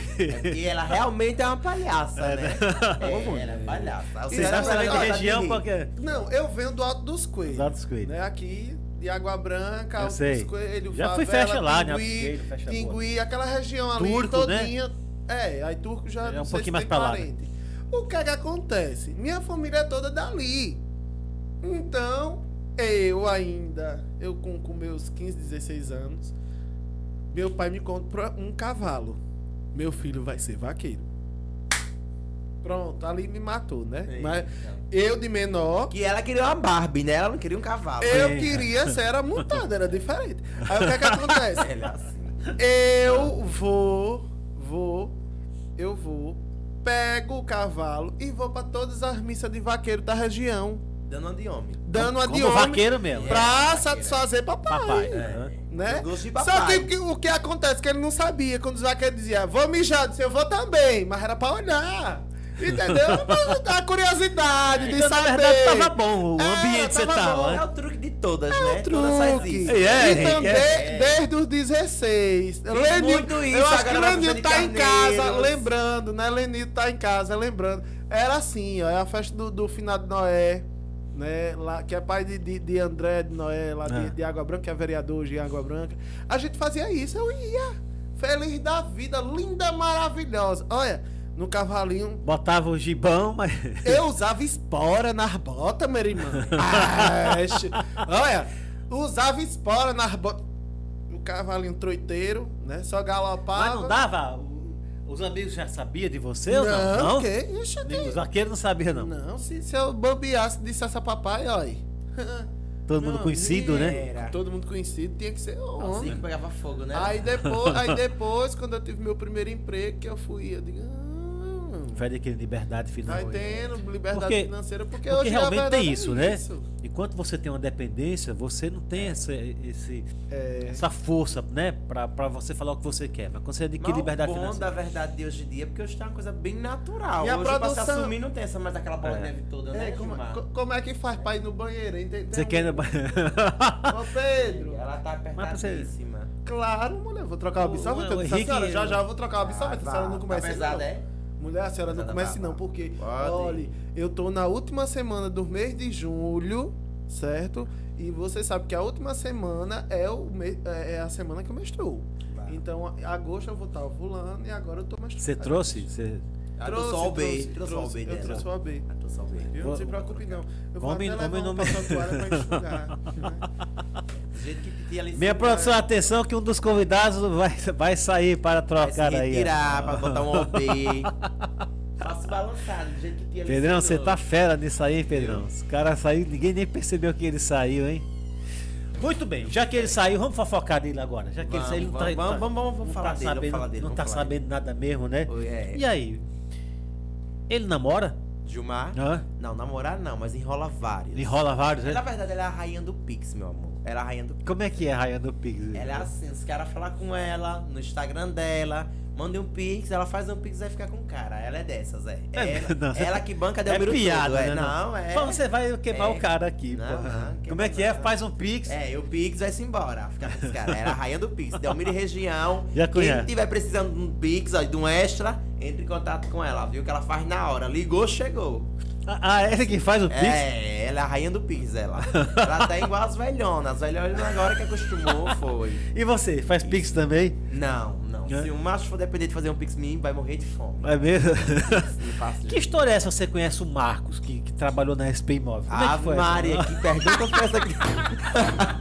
Speaker 3: E ela realmente é uma palhaça, né? É, ela é palhaça.
Speaker 2: Você
Speaker 1: Você
Speaker 2: sabe
Speaker 1: sabe
Speaker 2: que
Speaker 1: saber
Speaker 2: ela
Speaker 1: de
Speaker 2: tá de
Speaker 1: região
Speaker 3: rir.
Speaker 1: porque.
Speaker 2: Não, eu venho do Alto dos Coelhos.
Speaker 1: Alto dos Coelhos.
Speaker 2: Né? Aqui, de Água Branca,
Speaker 1: Eu
Speaker 2: Alto
Speaker 1: sei.
Speaker 2: dos Coelhos,
Speaker 1: Já fui
Speaker 2: favela,
Speaker 1: festa lá, né, Alto dos
Speaker 2: Tingui,
Speaker 1: Coelhos, festa boa.
Speaker 2: Tingui, aquela região ali
Speaker 1: né? Turco, né?
Speaker 2: todinha. É, aí Turco já
Speaker 1: É
Speaker 2: não
Speaker 1: um
Speaker 2: sei
Speaker 1: pouquinho
Speaker 2: se
Speaker 1: mais
Speaker 2: tem
Speaker 1: pra lá,
Speaker 2: parente. O que é que acontece? Minha família é toda dali. Então, eu ainda, eu com, com meus 15, 16 anos, meu pai me compra um cavalo. Meu filho vai ser vaqueiro. Pronto, ali me matou, né?
Speaker 3: Sim.
Speaker 2: Mas eu de menor,
Speaker 3: Que ela queria uma Barbie, né? Ela não queria um cavalo.
Speaker 2: eu
Speaker 1: Sim.
Speaker 2: queria ser era montada, era diferente. Aí o que é que acontece?
Speaker 3: Ela é assim.
Speaker 2: Eu vou, vou, eu vou, pego o cavalo e vou pra todas as missas de vaqueiro da região,
Speaker 3: Dando uma de homem.
Speaker 2: dando a
Speaker 1: Como
Speaker 2: de homem
Speaker 1: vaqueiro mesmo.
Speaker 3: É,
Speaker 2: pra
Speaker 3: vaqueira.
Speaker 2: satisfazer papai.
Speaker 1: Papai.
Speaker 2: Né?
Speaker 3: Eu gosto de
Speaker 2: Só que,
Speaker 3: papai.
Speaker 2: que o que acontece é que ele não sabia quando os vaqueiros diziam, vou mijar, eu disse, eu vou também, mas era pra olhar. Entendeu? Mas A curiosidade de
Speaker 1: Então, na
Speaker 2: saber.
Speaker 1: verdade, tava bom o
Speaker 2: É,
Speaker 1: ambiente que você
Speaker 2: tava
Speaker 1: tava.
Speaker 2: bom,
Speaker 1: né?
Speaker 3: É o truque de todas,
Speaker 2: É
Speaker 3: né?
Speaker 2: o
Speaker 3: Todas faz
Speaker 2: truque.
Speaker 3: isso.
Speaker 1: É,
Speaker 2: e também
Speaker 1: é.
Speaker 2: desde os 16. Lenil,
Speaker 3: muito isso,
Speaker 2: eu acho que
Speaker 3: agora
Speaker 2: o
Speaker 3: vai
Speaker 2: Lenil
Speaker 3: precisar de
Speaker 2: tá em casa,
Speaker 3: carneiros.
Speaker 2: lembrando, né? Lenil tá em casa, lembrando. Era assim, ó, é a festa do, do finado Noé, né? Lá, que é pai de, de, de André de Noé, lá de,
Speaker 1: Ah.
Speaker 2: de Água Branca, que é vereador hoje de Água Branca. A gente fazia isso, eu ia. Feliz da vida, linda, maravilhosa. Olha, no cavalinho,
Speaker 1: Botava o gibão, mas.
Speaker 2: eu usava espora nas botas, meu irmão. Ache. Olha, usava espora nas botas. O cavalinho troiteiro, né? Só galopava.
Speaker 1: Mas não dava o, Os amigos já sabiam de você ou não?
Speaker 2: que? Ixi, tem-
Speaker 1: Os vaqueiros não sabiam, não.
Speaker 2: Não, se, se eu bobeasse disse essa papai, olha.
Speaker 1: Todo mundo
Speaker 2: Não,
Speaker 1: conhecido, né?
Speaker 3: Era.
Speaker 2: Todo mundo conhecido tinha que ser
Speaker 3: Assim
Speaker 2: homem.
Speaker 3: que pegava fogo, né?
Speaker 2: Aí depois, aí depois, quando eu tive meu primeiro emprego, que eu fui, eu digo, ah,
Speaker 1: Vai ter liberdade
Speaker 2: vai
Speaker 1: final.
Speaker 2: tendo liberdade
Speaker 1: é. Porque-
Speaker 2: financeira, porque,
Speaker 1: Porque
Speaker 2: hoje a
Speaker 1: realmente
Speaker 2: verdade
Speaker 1: tem
Speaker 2: é
Speaker 1: isso, né? Enquanto você tem uma dependência, você não tem essa, esse- essa força, né? Pra, pra você falar o que você quer. Mas quando você adquire
Speaker 3: Mas
Speaker 1: liberdade
Speaker 3: o bom
Speaker 1: financeira.
Speaker 3: da verdade de hoje em dia é porque hoje tá uma coisa bem natural.
Speaker 2: E a
Speaker 3: hoje produção... pra se
Speaker 2: produção-
Speaker 3: assumir não tem essa mais aquela bola de
Speaker 1: É.
Speaker 3: neve toda,
Speaker 2: É,
Speaker 3: né,
Speaker 2: como,
Speaker 3: Gilmar?
Speaker 2: co- como é que faz pra ir no banheiro? Entendeu?
Speaker 1: Você quer.
Speaker 2: Ô Pedro,
Speaker 3: Ela tá
Speaker 1: Mas você-
Speaker 3: apertadíssima.
Speaker 2: claro, mulher, vou trocar o
Speaker 1: O-
Speaker 2: absorvente.
Speaker 1: o- o
Speaker 2: Eu disse, a
Speaker 1: Henrique-
Speaker 2: senhora, já já eu vou trocar o absorvente, a senhora não
Speaker 3: Tá
Speaker 2: começa
Speaker 3: pesada,
Speaker 2: não.
Speaker 3: é?
Speaker 2: Mulher, a senhora não
Speaker 3: Pesada,
Speaker 2: comece
Speaker 3: brava.
Speaker 2: não, porque,
Speaker 3: Pode.
Speaker 2: olha, eu tô na última semana do mês de julho, certo? E você sabe que a última semana é, o me- é é a semana que eu menstruo.
Speaker 3: Vai.
Speaker 2: Então, a- agosto eu vou estar ovulando e agora eu tô menstruando.
Speaker 1: Você trouxe? Você...
Speaker 3: Ah, tu só o B, tu só o B
Speaker 2: trouxe, eu
Speaker 3: dela.
Speaker 2: trouxe o AB.
Speaker 3: Ah, tô só vendo.
Speaker 2: Eu
Speaker 1: Vou-
Speaker 2: não se preocupe, não. Eu vou
Speaker 1: Homem-
Speaker 2: até levar
Speaker 1: homem
Speaker 2: um
Speaker 1: não-
Speaker 2: papel toalha pra enxugar. né?
Speaker 3: Do jeito que Titi ali
Speaker 1: Minha produção, atenção, que um dos convidados vai, vai sair para
Speaker 3: vai se
Speaker 1: trocar aí. ó.
Speaker 3: retirar pra botar um OB. Faço balançado, do jeito que Tia ali
Speaker 1: Pedrão, você tá fera nisso aí, Pedrão. Os caras saíram, ninguém nem percebeu que ele saiu, hein? Muito bem, já que ele saiu, vamos fofocar dele agora. Já que
Speaker 3: Vamos,
Speaker 1: ele saiu, ele não tá,
Speaker 3: vamos, vamos,
Speaker 1: tá-
Speaker 3: vamos, vamos
Speaker 1: não tá
Speaker 3: falar dele, vamos
Speaker 1: sabendo,
Speaker 3: falar dele,
Speaker 1: não
Speaker 3: vamos
Speaker 1: tá
Speaker 3: falar
Speaker 1: sabendo nada mesmo, né?
Speaker 3: Oi, é.
Speaker 1: E aí? Ele namora?
Speaker 3: Gilmar?
Speaker 1: Hã?
Speaker 3: Não, namorar não, mas enrola várias.
Speaker 1: Enrola vários,
Speaker 3: Na
Speaker 1: né?
Speaker 3: verdade, ela é a rainha do Pix, meu amor. Ela é a rainha do
Speaker 1: Como é que é a Rainha do Pix?
Speaker 3: Ela é assim, os caras falam com ela, no Instagram dela, manda um pix, ela faz um pix e fica com o cara. Ela é dessas, é.
Speaker 1: É,
Speaker 3: Ela,
Speaker 1: não,
Speaker 3: ela que banca deu
Speaker 1: É
Speaker 3: miro
Speaker 1: piada,
Speaker 3: todo,
Speaker 1: né?
Speaker 3: é. Não, é.
Speaker 1: Vamos, você vai queimar
Speaker 3: É.
Speaker 1: o cara aqui,
Speaker 3: Não,
Speaker 1: pô.
Speaker 3: não,
Speaker 1: Como
Speaker 3: queima
Speaker 1: é que é?
Speaker 3: não.
Speaker 1: Faz um pix.
Speaker 3: É, e o Pix vai-se embora, fica com os caras. Ela é a rainha do Pix, Delmiro e região.
Speaker 1: Já conhece.
Speaker 3: Quem tiver precisando de um Pix, ó, de um extra, entre em contato com ela, viu? Que ela faz na hora. Ligou, chegou.
Speaker 1: Ah, ah, essa que faz o pix?
Speaker 3: É, ela é a rainha do Pix, ela. Ela tá igual as velhonas. As velhonas agora que acostumou foi.
Speaker 1: E você, faz pix também?
Speaker 3: Não, não.
Speaker 1: Hã?
Speaker 3: Se o macho for depender de fazer um pix mim, vai morrer de fome.
Speaker 1: É mesmo?
Speaker 3: Não faço
Speaker 1: Que
Speaker 3: jeito.
Speaker 1: história é essa? Você conhece o Marcos, que, que trabalhou na SP Imóvel? Como é que
Speaker 3: Ave
Speaker 1: foi essa?
Speaker 3: Maria, que pergunta foi essa aqui?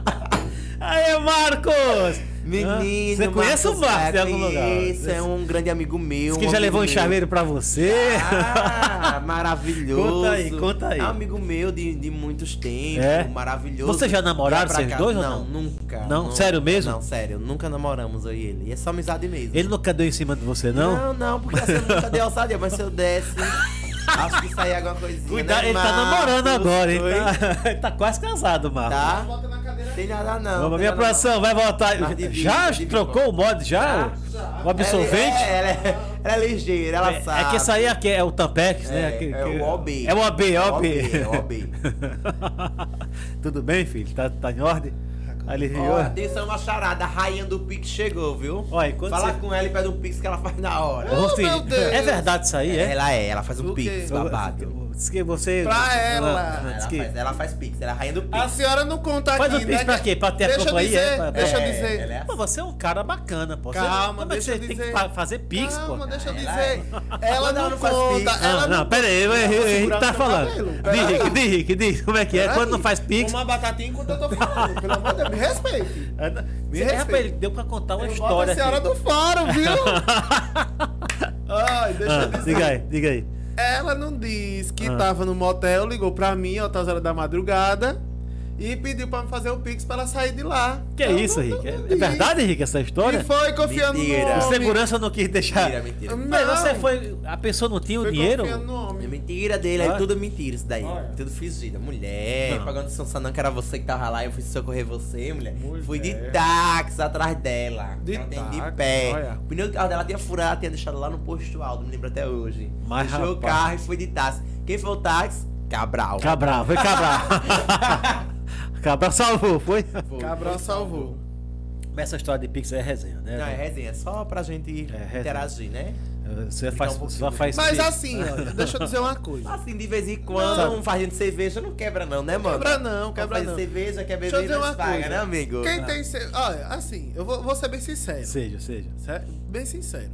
Speaker 1: Aê, Marcos!
Speaker 3: Menino,
Speaker 1: Você conhece o Marcos
Speaker 3: Marcos
Speaker 1: em algum lugar?
Speaker 3: Isso, é um grande amigo
Speaker 1: Diz
Speaker 3: meu. um
Speaker 1: que já
Speaker 3: amigo
Speaker 1: levou um
Speaker 3: meu.
Speaker 1: chaveiro pra você.
Speaker 3: Ah, maravilhoso.
Speaker 1: Conta aí, conta aí.
Speaker 3: É um Amigo meu de, de muitos tempos,
Speaker 1: É?
Speaker 3: maravilhoso.
Speaker 1: Vocês já namoraram,
Speaker 3: Ia pra
Speaker 1: vocês
Speaker 3: cá-
Speaker 1: dois ou
Speaker 3: Não,
Speaker 1: não?
Speaker 3: nunca.
Speaker 1: Não?
Speaker 3: nunca.
Speaker 1: Sério mesmo?
Speaker 3: Não, sério, nunca namoramos eu e ele. E É só amizade mesmo.
Speaker 1: Ele nunca deu em cima de você, não?
Speaker 3: Não, não, porque você nunca deu ousadia, mas se eu desse, acho que saía alguma coisinha.
Speaker 1: Cuidado,
Speaker 3: né,
Speaker 1: ele tá
Speaker 3: Marcos?
Speaker 1: namorando agora, ele
Speaker 3: Oi?
Speaker 1: tá, ele tá quase casado, Marcos.
Speaker 3: Tá?
Speaker 2: Bota na cadeira
Speaker 3: Tem nada
Speaker 1: Vamos,
Speaker 3: não. tem
Speaker 1: minha
Speaker 3: nada
Speaker 1: produção, vai voltar.
Speaker 3: Mas divide,
Speaker 1: já
Speaker 3: divide,
Speaker 1: trocou o mod, já? O
Speaker 3: não.
Speaker 1: absorvente?
Speaker 3: Ela, é- ela é, ela é ligeira, ela
Speaker 1: É- é
Speaker 3: sabe.
Speaker 1: que esse aí é, que é o Tampex,
Speaker 3: É,
Speaker 1: né? Que-
Speaker 3: é
Speaker 1: que-
Speaker 3: o OB.
Speaker 1: É o OB, é o OB.
Speaker 3: É o OB.
Speaker 1: Tudo bem, filho? Tá, tá em ordem? Ali
Speaker 3: Ó, atenção, uma charada. A rainha do Pix chegou, viu?
Speaker 1: Ó, e quando
Speaker 3: Fala
Speaker 1: você-
Speaker 3: com ela e pede um Pix que ela faz na hora.
Speaker 1: Ô,
Speaker 2: meu
Speaker 1: filho,
Speaker 2: Deus.
Speaker 1: é verdade isso aí, é?
Speaker 3: Oh, Ela é, ela faz um
Speaker 2: O quê?
Speaker 3: Pix babado.
Speaker 1: Diz que você.
Speaker 2: Pra ela.
Speaker 1: Ah,
Speaker 3: Ela
Speaker 1: diz que-
Speaker 3: faz, ela faz Pix, ela é a rainha do Pix.
Speaker 2: A senhora não conta
Speaker 1: Faz
Speaker 2: aqui,
Speaker 1: o pix
Speaker 2: né?
Speaker 1: pra quê? Pra ter a
Speaker 2: deixa eu
Speaker 1: companhia?
Speaker 2: dizer,
Speaker 1: Pra- pra-
Speaker 2: Deixa eu
Speaker 3: É,
Speaker 2: dizer.
Speaker 3: ela é
Speaker 1: Pô, você é um cara bacana, pô. Você-
Speaker 2: Calma,
Speaker 1: como é que
Speaker 2: deixa
Speaker 1: você
Speaker 2: eu
Speaker 1: tem que
Speaker 2: dizer.
Speaker 1: fa- fazer pix,
Speaker 2: Calma,
Speaker 1: pô?
Speaker 2: deixa tá eu
Speaker 3: Ela
Speaker 2: dizer.
Speaker 3: é-
Speaker 2: Ela
Speaker 3: Ela
Speaker 2: não
Speaker 3: não faz
Speaker 2: conta.
Speaker 3: pix.
Speaker 2: Ela
Speaker 1: Não, não, pera aí, o Henrique tá falando. Diz, Henrique, diz, Henrique, diz, como é que é? Quando não faz pix.
Speaker 2: Uma batatinha enquanto eu tô falando. Pelo amor de Deus, me respeite.
Speaker 1: Me
Speaker 2: respeita.
Speaker 1: Rapaz, ele deu pra contar É uma
Speaker 2: Eu boto
Speaker 1: história assim,
Speaker 2: a senhora
Speaker 1: aqui.
Speaker 2: do faro, viu? Ai, deixa
Speaker 1: Ah,
Speaker 2: eu dizer.
Speaker 1: diga aí, diga aí.
Speaker 2: Ela não diz que
Speaker 1: Ah.
Speaker 2: tava no motel, ligou pra mim, altas horas da madrugada, e pediu pra me fazer o pix pra ela sair de lá.
Speaker 1: Que
Speaker 2: Eu
Speaker 1: isso,
Speaker 2: não-
Speaker 1: Henrique? É
Speaker 2: não
Speaker 1: é
Speaker 2: disse.
Speaker 1: verdade, Henrique, essa
Speaker 2: E
Speaker 1: história?
Speaker 2: foi confiando
Speaker 3: Mentira.
Speaker 2: no
Speaker 1: O
Speaker 2: homem.
Speaker 1: segurança não quis deixar.
Speaker 3: Mentira, mentira.
Speaker 1: Mas você
Speaker 2: Não.
Speaker 1: foi. A pessoa não tinha o
Speaker 2: Foi
Speaker 1: dinheiro?
Speaker 2: confiando no
Speaker 3: É
Speaker 2: homem.
Speaker 3: mentira dele,
Speaker 1: Ah.
Speaker 3: é tudo mentira isso daí.
Speaker 1: Olha.
Speaker 3: Tudo fingido. Mulher,
Speaker 1: Não.
Speaker 3: pagando São Sanão, que era você que tava lá, eu fui socorrer você, mulher. Fui de táxi atrás dela.
Speaker 2: De
Speaker 3: ela tem de
Speaker 2: táxi,
Speaker 3: pé.
Speaker 2: olha.
Speaker 3: O pneu do carro dela tinha furado, tinha deixado lá no posto alto, me lembro até hoje.
Speaker 1: Mas,
Speaker 3: Deixou o
Speaker 1: rapaz.
Speaker 3: carro e fui de táxi. Quem foi o táxi? Cabral.
Speaker 1: Cabral, foi Cabral. Cabral salvou, foi?
Speaker 3: Foi.
Speaker 2: Cabral salvou.
Speaker 1: Mas essa história de Pix é resenha, né?
Speaker 3: Não, é resenha, só pra gente
Speaker 1: É, resenha.
Speaker 3: interagir, né?
Speaker 1: Você faz,
Speaker 3: um pouquinho.
Speaker 1: só faz
Speaker 2: Mas
Speaker 1: pix.
Speaker 2: assim, olha, deixa eu dizer uma coisa.
Speaker 3: Assim, de vez em quando,
Speaker 1: Não.
Speaker 3: um fazendo cerveja não quebra não, né, mano?
Speaker 2: Quebra não,
Speaker 3: Quer
Speaker 2: quebra
Speaker 3: fazer
Speaker 2: não.
Speaker 3: cerveja, quer
Speaker 2: Deixa eu
Speaker 3: beber,
Speaker 2: dizer
Speaker 3: não
Speaker 2: uma
Speaker 3: paga,
Speaker 2: coisa.
Speaker 3: né, amigo?
Speaker 2: Quem tem. Seu... Olha, assim, eu vou, vou ser bem sincero.
Speaker 1: Seja, seja.
Speaker 2: certo? Bem sincero.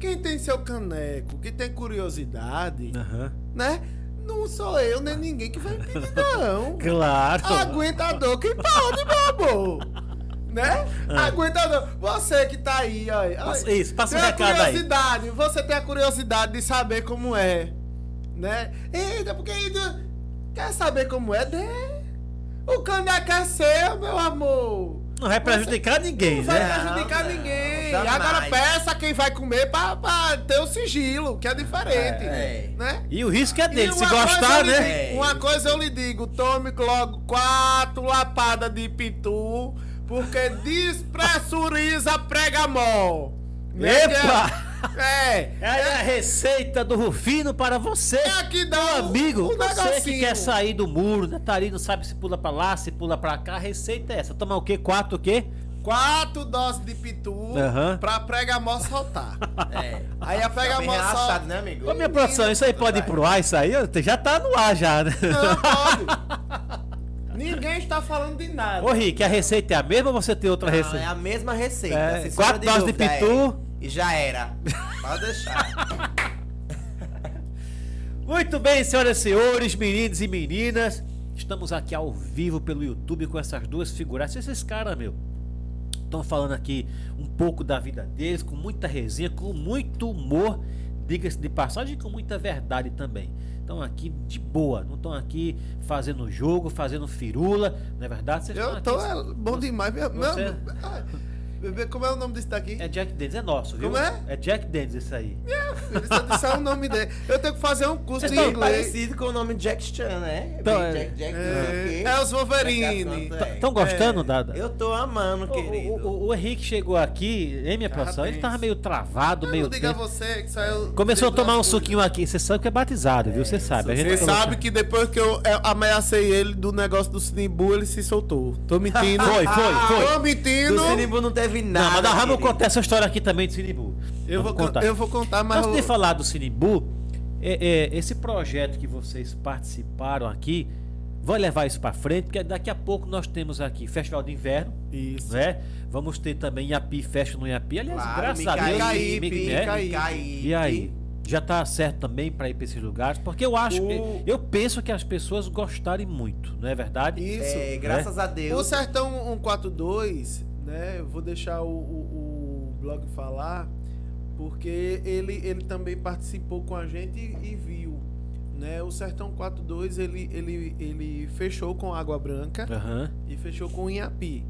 Speaker 2: Quem tem seu caneco, que tem curiosidade,
Speaker 1: Aham.
Speaker 2: né? Não sou eu nem ninguém que vai impedir, não.
Speaker 1: Claro.
Speaker 2: Aguenta a dor que pode, meu amor. Né? Aguenta não. Você que tá aí, ó.
Speaker 1: É. Passa- isso, passa
Speaker 2: tem
Speaker 1: o
Speaker 2: a
Speaker 1: recado aí.
Speaker 2: curiosidade. Você tem a curiosidade de saber como é. Né? Eita, porque ainda quer saber como é, né? O caneco é seu, meu amor.
Speaker 1: Não vai prejudicar ninguém,
Speaker 2: Não vai
Speaker 1: né?
Speaker 2: prejudicar ninguém.
Speaker 3: jamais.
Speaker 2: Agora peça quem vai comer pra, pra ter o sigilo, que é diferente.
Speaker 3: É, é.
Speaker 2: Né?
Speaker 1: E o risco é
Speaker 2: E
Speaker 1: dele. Se
Speaker 2: uma coisa
Speaker 1: gostar,
Speaker 2: eu lhe
Speaker 1: né?
Speaker 2: digo- uma coisa eu lhe digo, tome logo quatro lapadas de pitu, porque despressuriza prega mol.
Speaker 1: Epa!
Speaker 2: É,
Speaker 1: É a receita do Rufino para você.
Speaker 2: é aqui dá
Speaker 1: Meu
Speaker 2: um-
Speaker 1: amigo,
Speaker 2: um
Speaker 1: você que
Speaker 2: negocinho.
Speaker 1: quer sair do muro, né? tá ali, não sabe se pula pra lá, se pula pra cá, a receita é essa. Tomar o quê? Quatro o quê?
Speaker 2: Quatro doses de pitu
Speaker 1: Aham.
Speaker 2: pra prega mol soltar.
Speaker 3: É.
Speaker 2: Aí a prega
Speaker 3: Fica bem
Speaker 2: mol solta.
Speaker 3: relaxado, né, amigo?
Speaker 1: Ô, minha produção, isso aí pode ir pro ar, isso aí ó, já tá no ar já, né?
Speaker 2: Não pode. Ninguém está falando de nada.
Speaker 1: Ô, Rick, a receita é a mesma ou você tem outra
Speaker 3: Não, é
Speaker 1: receita?
Speaker 3: a mesma receita. assim,
Speaker 1: É,
Speaker 3: sem
Speaker 1: quatro
Speaker 3: sombra
Speaker 1: doses de
Speaker 3: dúvida,
Speaker 1: pitu.
Speaker 3: é. E já era. Pode deixar.
Speaker 1: Muito bem, senhoras e senhores, meninos e meninas. Estamos aqui ao vivo pelo YouTube com essas duas figuras. Esses caras, meu, estão falando aqui um pouco da vida deles, com muita resenha, com muito humor, diga-se de passagem, com muita verdade também. Estão aqui de boa, não estão aqui fazendo jogo, fazendo firula, não é verdade? Vocês
Speaker 2: Eu
Speaker 1: tão
Speaker 2: tô
Speaker 1: aqui-
Speaker 2: é, bom demais, minha
Speaker 1: você-
Speaker 2: mano. Ai, Bebê, como é o nome desse daqui?
Speaker 1: É Jack Dennis, é nosso, viu?
Speaker 2: Como é?
Speaker 1: É Jack Dennis esse aí.
Speaker 2: Filho, Se eu disser o um nome dele, eu tenho que fazer um curso
Speaker 1: Vocês
Speaker 2: de
Speaker 1: tão
Speaker 3: Bem
Speaker 2: inglês.
Speaker 3: é parecido com o nome Jack Chan, né?
Speaker 1: Então,
Speaker 3: Bem
Speaker 1: é.
Speaker 3: Jack, Jack, não sei o quê.
Speaker 2: É,
Speaker 1: né?
Speaker 2: é os Wolverine.
Speaker 3: Jack Chan,
Speaker 1: Estão
Speaker 2: é.
Speaker 1: gostando, Dada?
Speaker 3: Eu tô amando,
Speaker 1: O-
Speaker 3: querido.
Speaker 1: O, o- o Henrique chegou aqui, hein, minha
Speaker 2: Tava
Speaker 1: produção? Ele
Speaker 2: tenso.
Speaker 1: tava meio travado,
Speaker 2: Eu
Speaker 1: meio.
Speaker 2: não digo a
Speaker 1: tenso.
Speaker 2: você que saiu.
Speaker 1: Começou a
Speaker 2: dentro
Speaker 1: tomar um
Speaker 2: das coisas.
Speaker 1: suquinho aqui. Você sabe que é batizado, viu? Você sabe. A gente
Speaker 2: Você
Speaker 1: colocou-
Speaker 2: sabe que depois que eu é, ameacei ele do negócio do Sinimbu, ele se soltou. Tô mentindo.
Speaker 1: Foi, foi, foi.
Speaker 2: Tô
Speaker 3: Do
Speaker 2: mentindo.
Speaker 3: Sinimbu não teve nada.
Speaker 1: Não, mas nós vamos
Speaker 3: querido.
Speaker 1: contar essa história aqui também do Sinibu.
Speaker 2: Eu vou,
Speaker 1: Vamos
Speaker 2: contar. eu vou contar, mas.
Speaker 1: Antes de
Speaker 2: eu-
Speaker 1: falar do Sinibu, é- é, esse projeto que vocês participaram aqui, vai levar isso pra frente, porque daqui a pouco nós temos aqui Festival de Inverno,
Speaker 2: Isso.
Speaker 1: né? Vamos ter também Iapi, Festa no Iapi. Aliás,
Speaker 3: Claro,
Speaker 1: graças a
Speaker 3: Micaípe,
Speaker 1: Deus.
Speaker 2: Micaípe,
Speaker 1: mi- mi-
Speaker 2: Micaípe.
Speaker 1: né?
Speaker 3: Micaípe.
Speaker 1: E aí? Já tá certo também pra ir pra esses lugares? Porque eu acho,
Speaker 2: O-
Speaker 1: eu penso que as pessoas gostarem muito, não é verdade?
Speaker 2: Isso.
Speaker 3: É, graças a
Speaker 2: O
Speaker 3: Deus.
Speaker 2: Sertão 142, né? Eu vou deixar o, o- o blog falar, porque ele, ele também participou com a gente e, e viu. Né? O Sertão 42, ele, ele, ele fechou com Água Branca
Speaker 1: Aham.
Speaker 2: e fechou com Inhapi.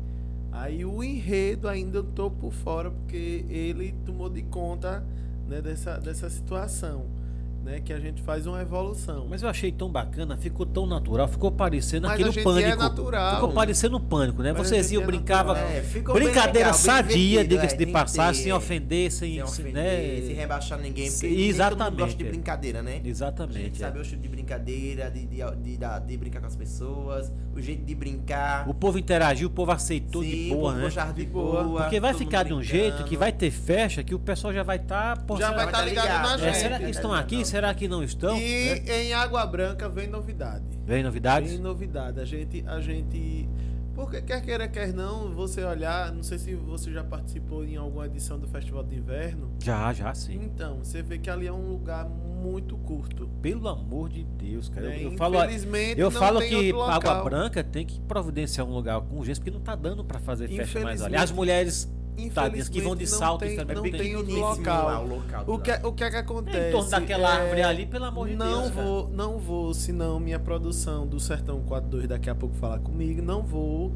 Speaker 2: Aí o enredo ainda eu tô por fora, porque ele tomou de conta né, dessa, dessa situação. Né, que a gente faz uma evolução.
Speaker 1: Mas eu achei tão bacana, ficou tão natural, ficou parecendo
Speaker 2: Mas
Speaker 1: aquele
Speaker 2: a gente
Speaker 1: pânico.
Speaker 2: é natural.
Speaker 1: Ficou parecendo um pânico, né?
Speaker 2: Mas a
Speaker 1: Vocês
Speaker 2: gente
Speaker 1: iam,
Speaker 2: é
Speaker 1: brincava.
Speaker 2: natural.
Speaker 3: É, ficou bem
Speaker 1: brincadeira
Speaker 3: legal, bem
Speaker 1: sadia,
Speaker 3: divertido,
Speaker 1: diga-se
Speaker 3: é,
Speaker 1: de
Speaker 3: tem
Speaker 1: passar,
Speaker 3: que ter-
Speaker 1: sem ofender, sem.
Speaker 3: Sem
Speaker 1: sem,
Speaker 3: ofender,
Speaker 1: né?
Speaker 3: sem rebaixar ninguém, porque
Speaker 1: Sim,
Speaker 3: nem todo mundo
Speaker 1: exatamente,
Speaker 3: gosta de
Speaker 1: é.
Speaker 3: brincadeira, né? A gente
Speaker 1: Exatamente. é.
Speaker 3: sabe o estilo de brincadeira, de, de, de, da- de brincar com as pessoas, o jeito de brincar.
Speaker 1: O povo interagiu, o povo aceitou de
Speaker 3: Sim,
Speaker 1: boa,
Speaker 3: vou
Speaker 1: né?
Speaker 3: gostar de
Speaker 2: De
Speaker 3: boa.
Speaker 2: boa.
Speaker 1: Porque vai
Speaker 3: todo
Speaker 1: ficar
Speaker 3: mundo
Speaker 1: de um
Speaker 3: brincando.
Speaker 1: jeito que vai ter festa que o pessoal já vai estar. Tá, pô,
Speaker 2: Já
Speaker 1: será-
Speaker 2: vai estar ligado,
Speaker 3: né?
Speaker 2: na
Speaker 1: é,
Speaker 2: gente.
Speaker 1: será
Speaker 3: tá
Speaker 1: que estão aqui?
Speaker 3: Não.
Speaker 1: Será que não estão?
Speaker 2: e
Speaker 1: Né?
Speaker 2: em Água Branca vem novidade.
Speaker 1: Vem novidades?
Speaker 2: Tem novidade. A gente, a gente. Porque quer queira, quer não, você olhar. Não sei se você já participou em alguma edição do Festival de Inverno.
Speaker 1: Já, já, sim.
Speaker 2: Então, você vê que ali é um lugar muito curto.
Speaker 1: Pelo amor de Deus, cara.
Speaker 2: né?
Speaker 1: Eu, eu falo,
Speaker 2: Infelizmente,
Speaker 1: eu
Speaker 2: não
Speaker 1: falo
Speaker 2: tem
Speaker 1: que
Speaker 2: outro
Speaker 1: Água
Speaker 2: local.
Speaker 1: Branca tem que providenciar um lugar com urgência, porque não tá dando pra fazer festa mais ali.
Speaker 2: Infelizmente.
Speaker 1: As mulheres tadinhas tá, que vão de
Speaker 2: Infelizmente,
Speaker 1: salto É
Speaker 2: não
Speaker 1: e também
Speaker 2: tem, não
Speaker 1: tem.
Speaker 2: tem outro
Speaker 3: Pequeniníssimo lá,
Speaker 2: local.
Speaker 3: é o local
Speaker 2: O
Speaker 3: do
Speaker 2: que,
Speaker 3: lado.
Speaker 2: o que é que acontece?
Speaker 1: em torno daquela
Speaker 2: É,
Speaker 1: árvore ali, pelo amor de
Speaker 2: não
Speaker 1: Deus. cara.
Speaker 2: vou, não vou, senão minha produção do Sertão 42 daqui a pouco falar comigo, não vou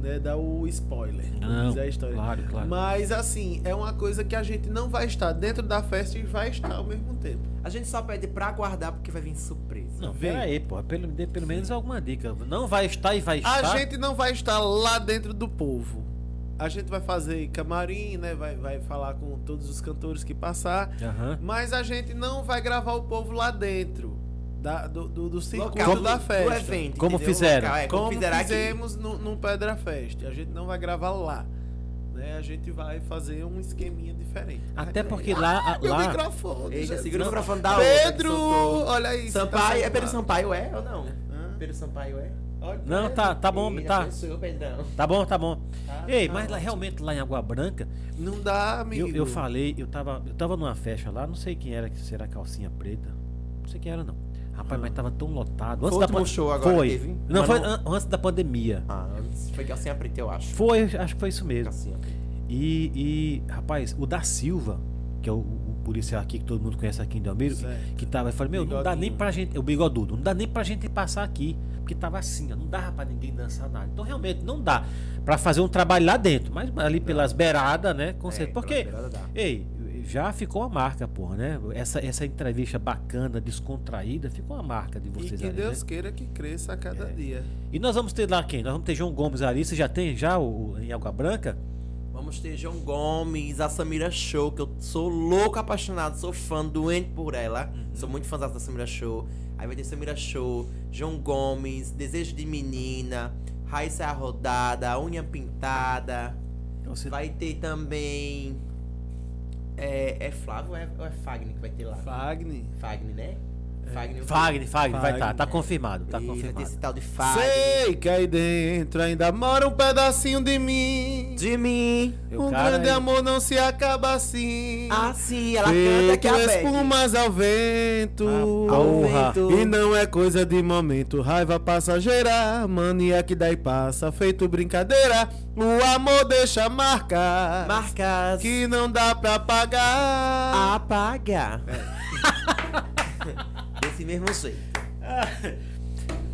Speaker 2: né, dar o spoiler. como
Speaker 1: Não,
Speaker 2: diz a história.
Speaker 1: claro, claro.
Speaker 2: Mas assim, é uma coisa que a gente não vai estar dentro da festa e vai estar ao mesmo tempo.
Speaker 3: A gente só pede pra aguardar porque vai vir surpresa.
Speaker 1: Não,
Speaker 2: Vem.
Speaker 1: pera aí, pô. Pelo, dê pelo menos alguma dica. Não vai estar e vai estar.
Speaker 2: A gente não vai estar lá dentro do povo. A gente vai fazer camarim, né? Vai, vai falar com todos os cantores que passar.
Speaker 1: Aham.
Speaker 2: Mas a gente não vai gravar o povo lá dentro da- do, do, do circuito
Speaker 3: Local
Speaker 2: da festa.
Speaker 3: Do evento,
Speaker 1: Como
Speaker 3: entendeu?
Speaker 1: fizeram.
Speaker 3: Local, é, como,
Speaker 2: Como
Speaker 3: fizeram aqui.
Speaker 2: fizemos no, no Pedra Fest. A gente não vai gravar lá. Né? A gente vai fazer um esqueminha diferente.
Speaker 1: Até porque lá. a-
Speaker 2: Meu
Speaker 1: lá
Speaker 2: microfone.
Speaker 3: Eita,
Speaker 2: gente.
Speaker 3: segura o
Speaker 1: Não.
Speaker 3: microfone da outra que
Speaker 2: Pedro!
Speaker 3: soltou.
Speaker 2: Olha aí.
Speaker 3: Sampaio, é Pedro
Speaker 2: Pedro
Speaker 3: Sampaio, é ou não?
Speaker 2: Hã?
Speaker 3: Pedro Sampaio, é?
Speaker 1: não, tá, tá bom,
Speaker 3: Ih, já
Speaker 1: tá.
Speaker 3: pensou, Pedrão.
Speaker 1: Tá bom, tá bom.
Speaker 2: Ah,
Speaker 3: Tá,
Speaker 1: Ei,
Speaker 3: tá
Speaker 1: mas lá,
Speaker 3: ótimo.
Speaker 1: realmente lá em Água Branca,
Speaker 2: Não dá,
Speaker 1: eu,
Speaker 2: amigo.
Speaker 1: eu falei, eu tava, eu tava numa festa lá, não sei quem era, que será calcinha preta. Não sei quem era, não. Rapaz, mas tava tão lotado.
Speaker 3: Ah. Foi o último
Speaker 1: pan-
Speaker 3: show agora que
Speaker 1: Foi.
Speaker 3: teve?
Speaker 1: Não,
Speaker 3: Mas
Speaker 1: foi
Speaker 3: não-
Speaker 1: an- antes da pandemia.
Speaker 3: Ah, foi Calcinha Preta, eu acho.
Speaker 1: Foi, acho que foi isso mesmo.
Speaker 3: Calcinha Preta.
Speaker 1: E, e, rapaz, o da Silva, que é o, o policial aqui que todo mundo conhece aqui em Delmiro,
Speaker 2: Certo.
Speaker 1: que tava, eu falei, meu, não dá
Speaker 2: Bigodinho.
Speaker 1: nem pra gente, o bigodudo, não dá nem pra gente passar aqui, porque tava assim, ó, não dava pra ninguém dançar nada. Então realmente não dá pra fazer um trabalho lá dentro, mas ali pelas beiradas, né, com
Speaker 3: É,
Speaker 1: certeza.
Speaker 3: pela
Speaker 1: Porque,
Speaker 3: beirada dá.
Speaker 1: ei, já ficou a marca, porra, né? Essa, essa entrevista bacana, descontraída, ficou a marca de
Speaker 2: E
Speaker 1: vocês
Speaker 2: que
Speaker 1: ali,
Speaker 2: Deus
Speaker 1: né?
Speaker 2: queira que cresça a
Speaker 3: É.
Speaker 2: cada dia.
Speaker 1: E nós vamos ter lá quem? Nós vamos ter João Gomes ali, você já tem já o, o- em Água Branca?
Speaker 3: Vamos ter João Gomes, a Samira Show, que eu sou louco, apaixonado, sou fã, doente por ela.
Speaker 1: Uhum.
Speaker 3: Sou muito fã da Samira Show. Aí vai ter Samira Show, João Gomes, Desejo de Menina, Raíssa Arrodada, Unha Pintada.
Speaker 2: Então
Speaker 1: Você
Speaker 3: Vai ter também. É, é Flávio ou é, ou é Fagner que vai ter lá?
Speaker 2: Fagni.
Speaker 3: Fagner, né? Fagner.
Speaker 1: É. Fagner, Fagner, vai estar, tá,
Speaker 2: Fagner.
Speaker 1: tá confirmado, tá
Speaker 3: Isso, Vai ter
Speaker 1: confirmado.
Speaker 3: esse tal de Fagner.
Speaker 2: Sei que aí dentro ainda mora um pedacinho de mim.
Speaker 3: De mim.
Speaker 1: E o
Speaker 2: um
Speaker 1: cara
Speaker 2: grande
Speaker 1: aí-
Speaker 2: amor não se acaba assim.
Speaker 3: Ah, sim, ela canta que é a
Speaker 2: Feito
Speaker 3: Beth.
Speaker 2: espumas ao vento.
Speaker 1: Ah, porra.
Speaker 2: E não é coisa de momento, raiva passageira, mania que daí passa, feito brincadeira. O amor deixa marca
Speaker 3: Marcas.
Speaker 2: que não dá pra pagar.
Speaker 3: Apaga. Desse mesmo jeito.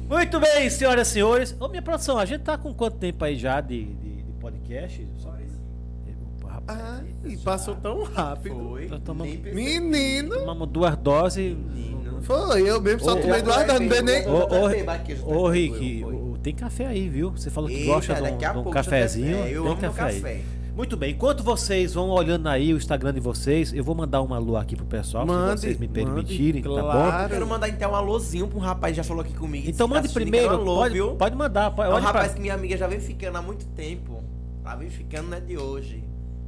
Speaker 1: Muito bem, senhoras e senhores. Ô, minha produção, a gente tá com quanto tempo aí já de, de, de podcast? Só... É, Opa, rapaz,
Speaker 2: Ah, e passou tão rápido.
Speaker 3: Foi.
Speaker 1: Tô tomando-
Speaker 3: Nem percebi.
Speaker 2: Menino,
Speaker 1: Tomamos duas doses.
Speaker 3: Menino.
Speaker 2: foi eu mesmo, só
Speaker 1: Ô,
Speaker 2: tomei
Speaker 1: ô,
Speaker 2: duas, não dei nem.
Speaker 1: Ô,
Speaker 3: Eu tô
Speaker 1: ô,
Speaker 3: até bêbado aqui, eu já tô
Speaker 1: ô,
Speaker 3: até
Speaker 1: Rick,
Speaker 3: doido,
Speaker 1: ô, tem café aí, viu? Você falou que
Speaker 3: Eita,
Speaker 1: gosta de um,
Speaker 3: daqui a
Speaker 1: de um
Speaker 3: pouco tem
Speaker 1: cafezinho.
Speaker 3: café. Eu
Speaker 1: tem
Speaker 3: amo meu café.
Speaker 1: Muito bem, enquanto vocês vão olhando aí o Instagram de vocês, eu vou mandar um alô aqui pro pessoal,
Speaker 2: Mande,
Speaker 1: se vocês me
Speaker 2: mande,
Speaker 1: permitirem, tá bom?
Speaker 2: claro.
Speaker 3: Eu quero mandar então um alôzinho pra um rapaz que já falou aqui comigo.
Speaker 1: Então
Speaker 3: Tá
Speaker 1: mande
Speaker 3: assistindo,
Speaker 1: primeiro,
Speaker 3: quero um alô,
Speaker 1: pode,
Speaker 3: viu?
Speaker 1: pode mandar.
Speaker 3: É
Speaker 1: Pode,
Speaker 3: um
Speaker 1: olha pra-
Speaker 3: rapaz que minha amiga já vem ficando há muito tempo. Ela vem ficando, não é de hoje.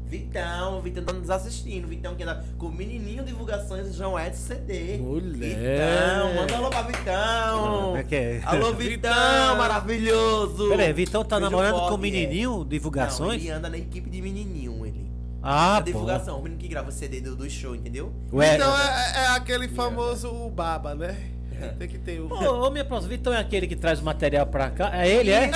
Speaker 3: Vitão, Vitão tá nos assistindo. Vitão que anda com o menininho divulgações do João Edson CD.
Speaker 2: Mulher.
Speaker 3: Vitão, manda um alô pra
Speaker 1: Como
Speaker 3: Vitão.
Speaker 1: é que é?
Speaker 3: Alô, Vitão, maravilhoso.
Speaker 1: Peraí, Vitão tá
Speaker 3: Beijo
Speaker 1: namorando
Speaker 3: forte,
Speaker 1: com o
Speaker 3: é.
Speaker 1: menininho? Divulgações?
Speaker 3: Não, ele anda na equipe de menininho, ele.
Speaker 1: Ah,
Speaker 3: a
Speaker 1: divulgação.
Speaker 3: divulgação, o menino que grava o CD do, do show, entendeu?
Speaker 1: Ué,
Speaker 2: Então é, é aquele famoso o baba, né?
Speaker 3: É.
Speaker 2: Tem que ter o.
Speaker 1: Ô, ô, minha próxima, Vitão é aquele que traz o material pra cá? É ele, é?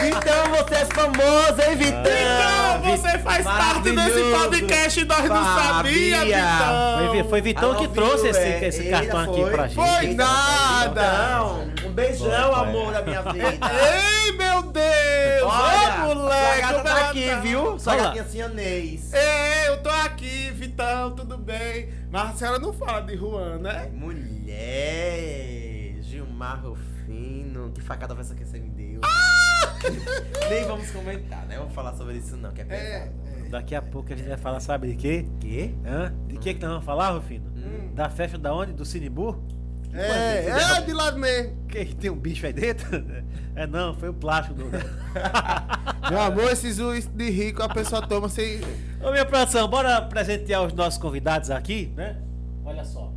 Speaker 3: Vitão, você é famoso, hein, Vitão?
Speaker 1: Ah,
Speaker 2: Então, você faz parte desse
Speaker 3: Maravilhoso.
Speaker 2: podcast e nós não
Speaker 3: Sabia.
Speaker 2: sabia, Vitão.
Speaker 1: Foi, Vi- foi Vitão
Speaker 3: I
Speaker 1: que
Speaker 3: love
Speaker 1: trouxe
Speaker 3: you,
Speaker 1: esse,
Speaker 3: é.
Speaker 1: esse
Speaker 3: Ele
Speaker 1: cartão aqui
Speaker 3: foi.
Speaker 1: pra gente.
Speaker 2: Foi
Speaker 1: Então,
Speaker 2: nada.
Speaker 3: Vitão, um beijão,
Speaker 1: Foi,
Speaker 3: amor da minha vida.
Speaker 2: então. Ei, meu Deus! Ô, moleque!
Speaker 3: sua gata
Speaker 2: como
Speaker 3: tá
Speaker 2: ela
Speaker 3: aqui,
Speaker 2: tá?
Speaker 3: viu? assim, Sua
Speaker 1: Olha lá.
Speaker 3: gatinha cianês.
Speaker 2: Ei, É, eu tô aqui, Vitão, tudo bem? Mas a senhora não fala de Juan, né?
Speaker 3: Mulher, Gilmar Rufino, que facada foi essa que você me deu? Nem vamos comentar, né? Vamos falar sobre isso não, que é pesado.
Speaker 1: Daqui a pouco a gente vai falar, sabe de quê?
Speaker 3: Quê?
Speaker 1: Hã? De que que nós vamos falar, Rufino?
Speaker 3: Hum.
Speaker 1: Da festa da onde? Do Cinebu?
Speaker 2: É, é, de lado mesmo.
Speaker 1: Que tem um bicho aí dentro? É não, foi o plástico do...
Speaker 2: Meu amor, esses juiz de rico a pessoa toma sem.
Speaker 1: Ô, minha produção, bora presentear os nossos convidados aqui, né? Olha só.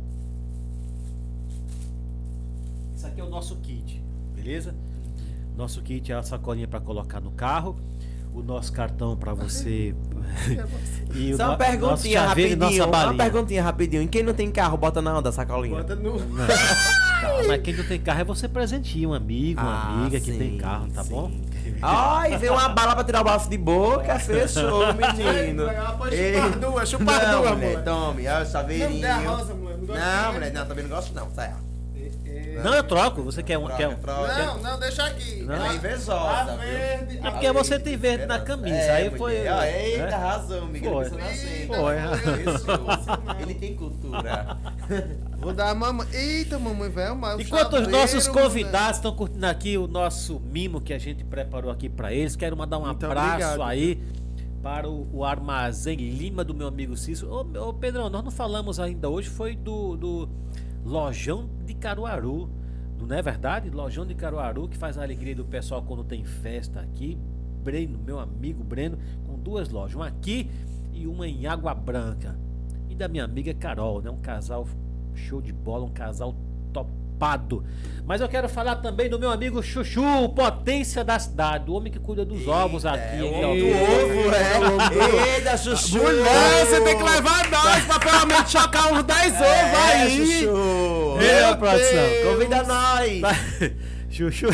Speaker 1: Isso aqui é o nosso kit, beleza?
Speaker 3: Uhum.
Speaker 1: Nosso kit é a sacolinha para colocar no carro, o nosso cartão para você. e
Speaker 3: É Só uma
Speaker 1: no- nosso
Speaker 3: perguntinha
Speaker 1: chaveiro e
Speaker 3: rapidinho,
Speaker 1: nossa
Speaker 3: uma
Speaker 1: balinha.
Speaker 3: perguntinha rapidinho. E Quem não tem carro, bota na onda a sacolinha.
Speaker 2: Bota no.
Speaker 1: Tá, mas quem não tem carro é você presentear um amigo, uma
Speaker 3: Ah,
Speaker 1: amiga que
Speaker 3: sim,
Speaker 1: tem carro, tá
Speaker 3: sim.
Speaker 1: bom?
Speaker 3: Ai, veio uma bala pra tirar o bafo de boca, fechou, menino.
Speaker 2: Ei, chupar duas, chupar
Speaker 3: não,
Speaker 2: duas,
Speaker 3: mulher,
Speaker 2: mulher.
Speaker 3: tome, ó, o
Speaker 2: Não,
Speaker 3: chaveirinho.
Speaker 2: dê a rosa, mulher, não gosto
Speaker 3: Não,
Speaker 2: de-
Speaker 3: mulher, não, também não gosto não, sai. ó.
Speaker 1: Não, eu troco. Você quer um.
Speaker 3: Troca,
Speaker 1: Quer um
Speaker 3: troca.
Speaker 2: Não, não, deixa aqui. Tá
Speaker 1: Não.
Speaker 3: Ela é invejosa,
Speaker 2: A
Speaker 3: viu?
Speaker 2: verde,
Speaker 1: É
Speaker 2: a
Speaker 1: porque você tem verde na camisa.
Speaker 3: É,
Speaker 1: aí foi.
Speaker 3: mulher, ó, eita,
Speaker 1: né?
Speaker 3: arrasou, Miguel.
Speaker 1: Foi.
Speaker 2: Tá
Speaker 3: pensou na gente.
Speaker 1: Foi.
Speaker 3: Fechou. Ele tem cultura.
Speaker 2: Vou dar a mamãe. Eita, mamãe, velho, mas.
Speaker 1: Enquanto os nossos convidados estão curtindo aqui o nosso mimo que a gente preparou aqui pra eles, quero mandar um
Speaker 2: Muito
Speaker 1: abraço
Speaker 2: obrigado,
Speaker 1: aí para o, o armazém Lima do meu amigo Cício. Ô, meu- ô Pedrão, nós não falamos ainda hoje, foi do, do Lojão de Caruaru. Não é verdade? Lojão de Caruaru, que faz a alegria do pessoal quando tem festa aqui. Breno, meu amigo Breno, com duas lojas, uma aqui e uma em Água Branca. E da minha amiga Carol, né? Um casal show de bola, um casal top chapado. Mas eu quero falar também do meu amigo Chuchu, o potência da cidade, o homem que cuida dos ovos aqui. aqui,
Speaker 3: É, o
Speaker 1: ó.
Speaker 3: do ovo, é. Eita, chuchu.
Speaker 2: Mulher, você tem que levar nós pra pelo menos chocar uns 10 ovos aí.
Speaker 3: É, chuchu.
Speaker 1: Ei, ó, produção.
Speaker 3: Convida nós.
Speaker 1: Tá- Chuchu,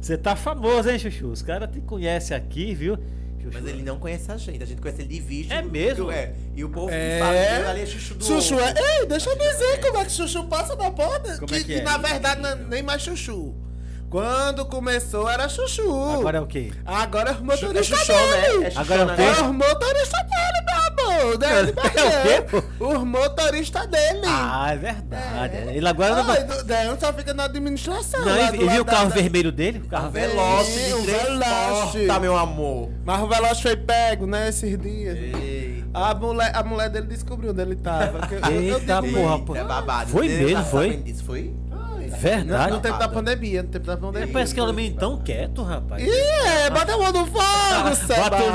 Speaker 1: você tá famoso, hein, Chuchu? Os caras te conhecem aqui, viu? Chuchu,
Speaker 3: Mas ele não conhece a gente, a gente conhece ele de vídeo.
Speaker 1: É mesmo?
Speaker 3: É. E o povo
Speaker 2: É.
Speaker 3: que fala dele ali é chuchu do
Speaker 2: Chuchu
Speaker 3: ovo.
Speaker 2: é. Ei, deixa eu dizer como é que Chuchu passa da porta.
Speaker 1: Como
Speaker 2: que,
Speaker 1: é que é?
Speaker 2: na verdade não é nem mais Chuchu. Quando começou era Chuchu.
Speaker 1: Agora é o quê?
Speaker 2: Agora é os
Speaker 3: Chu- É
Speaker 2: motoristas
Speaker 3: chuchu,
Speaker 2: dele.
Speaker 3: né? É chuchu,
Speaker 1: Agora eu
Speaker 3: né?
Speaker 2: É
Speaker 1: tenho-
Speaker 2: os motoristas dele, meu amor. Dele,
Speaker 1: É o quê,
Speaker 2: Os motoristas dele.
Speaker 1: Ah, é verdade. Ele agora não.
Speaker 2: Ai, do- Daí só fica na administração.
Speaker 1: Não,
Speaker 2: lá
Speaker 1: e,
Speaker 2: do
Speaker 1: e viu o
Speaker 2: lado
Speaker 1: carro
Speaker 2: da-
Speaker 1: vermelho dele? O
Speaker 3: Tá
Speaker 1: carro vermelho.
Speaker 3: Veloz,
Speaker 2: Sim,
Speaker 3: de
Speaker 2: o
Speaker 3: três
Speaker 2: Veloce.
Speaker 3: portas, meu amor.
Speaker 2: Mas o Veloz foi pego, né, esses dias.
Speaker 3: Ei.
Speaker 2: A mulher, a mulher dele descobriu onde ele tava. que eu- eu- eu
Speaker 1: Eita,
Speaker 2: digo-
Speaker 1: porra,
Speaker 3: Eita,
Speaker 1: porra.
Speaker 3: é babado.
Speaker 1: Foi
Speaker 3: Deus
Speaker 1: mesmo,
Speaker 3: tá
Speaker 1: foi?
Speaker 3: sabendo disso, foi?
Speaker 2: Ai,
Speaker 1: Verdade.
Speaker 2: No tempo da pandemia, no tempo da pandemia.
Speaker 1: Parece que é um homem tão quieto, rapaz.
Speaker 2: Ih, é, bota a mão no fogo, Seba.
Speaker 1: Bota o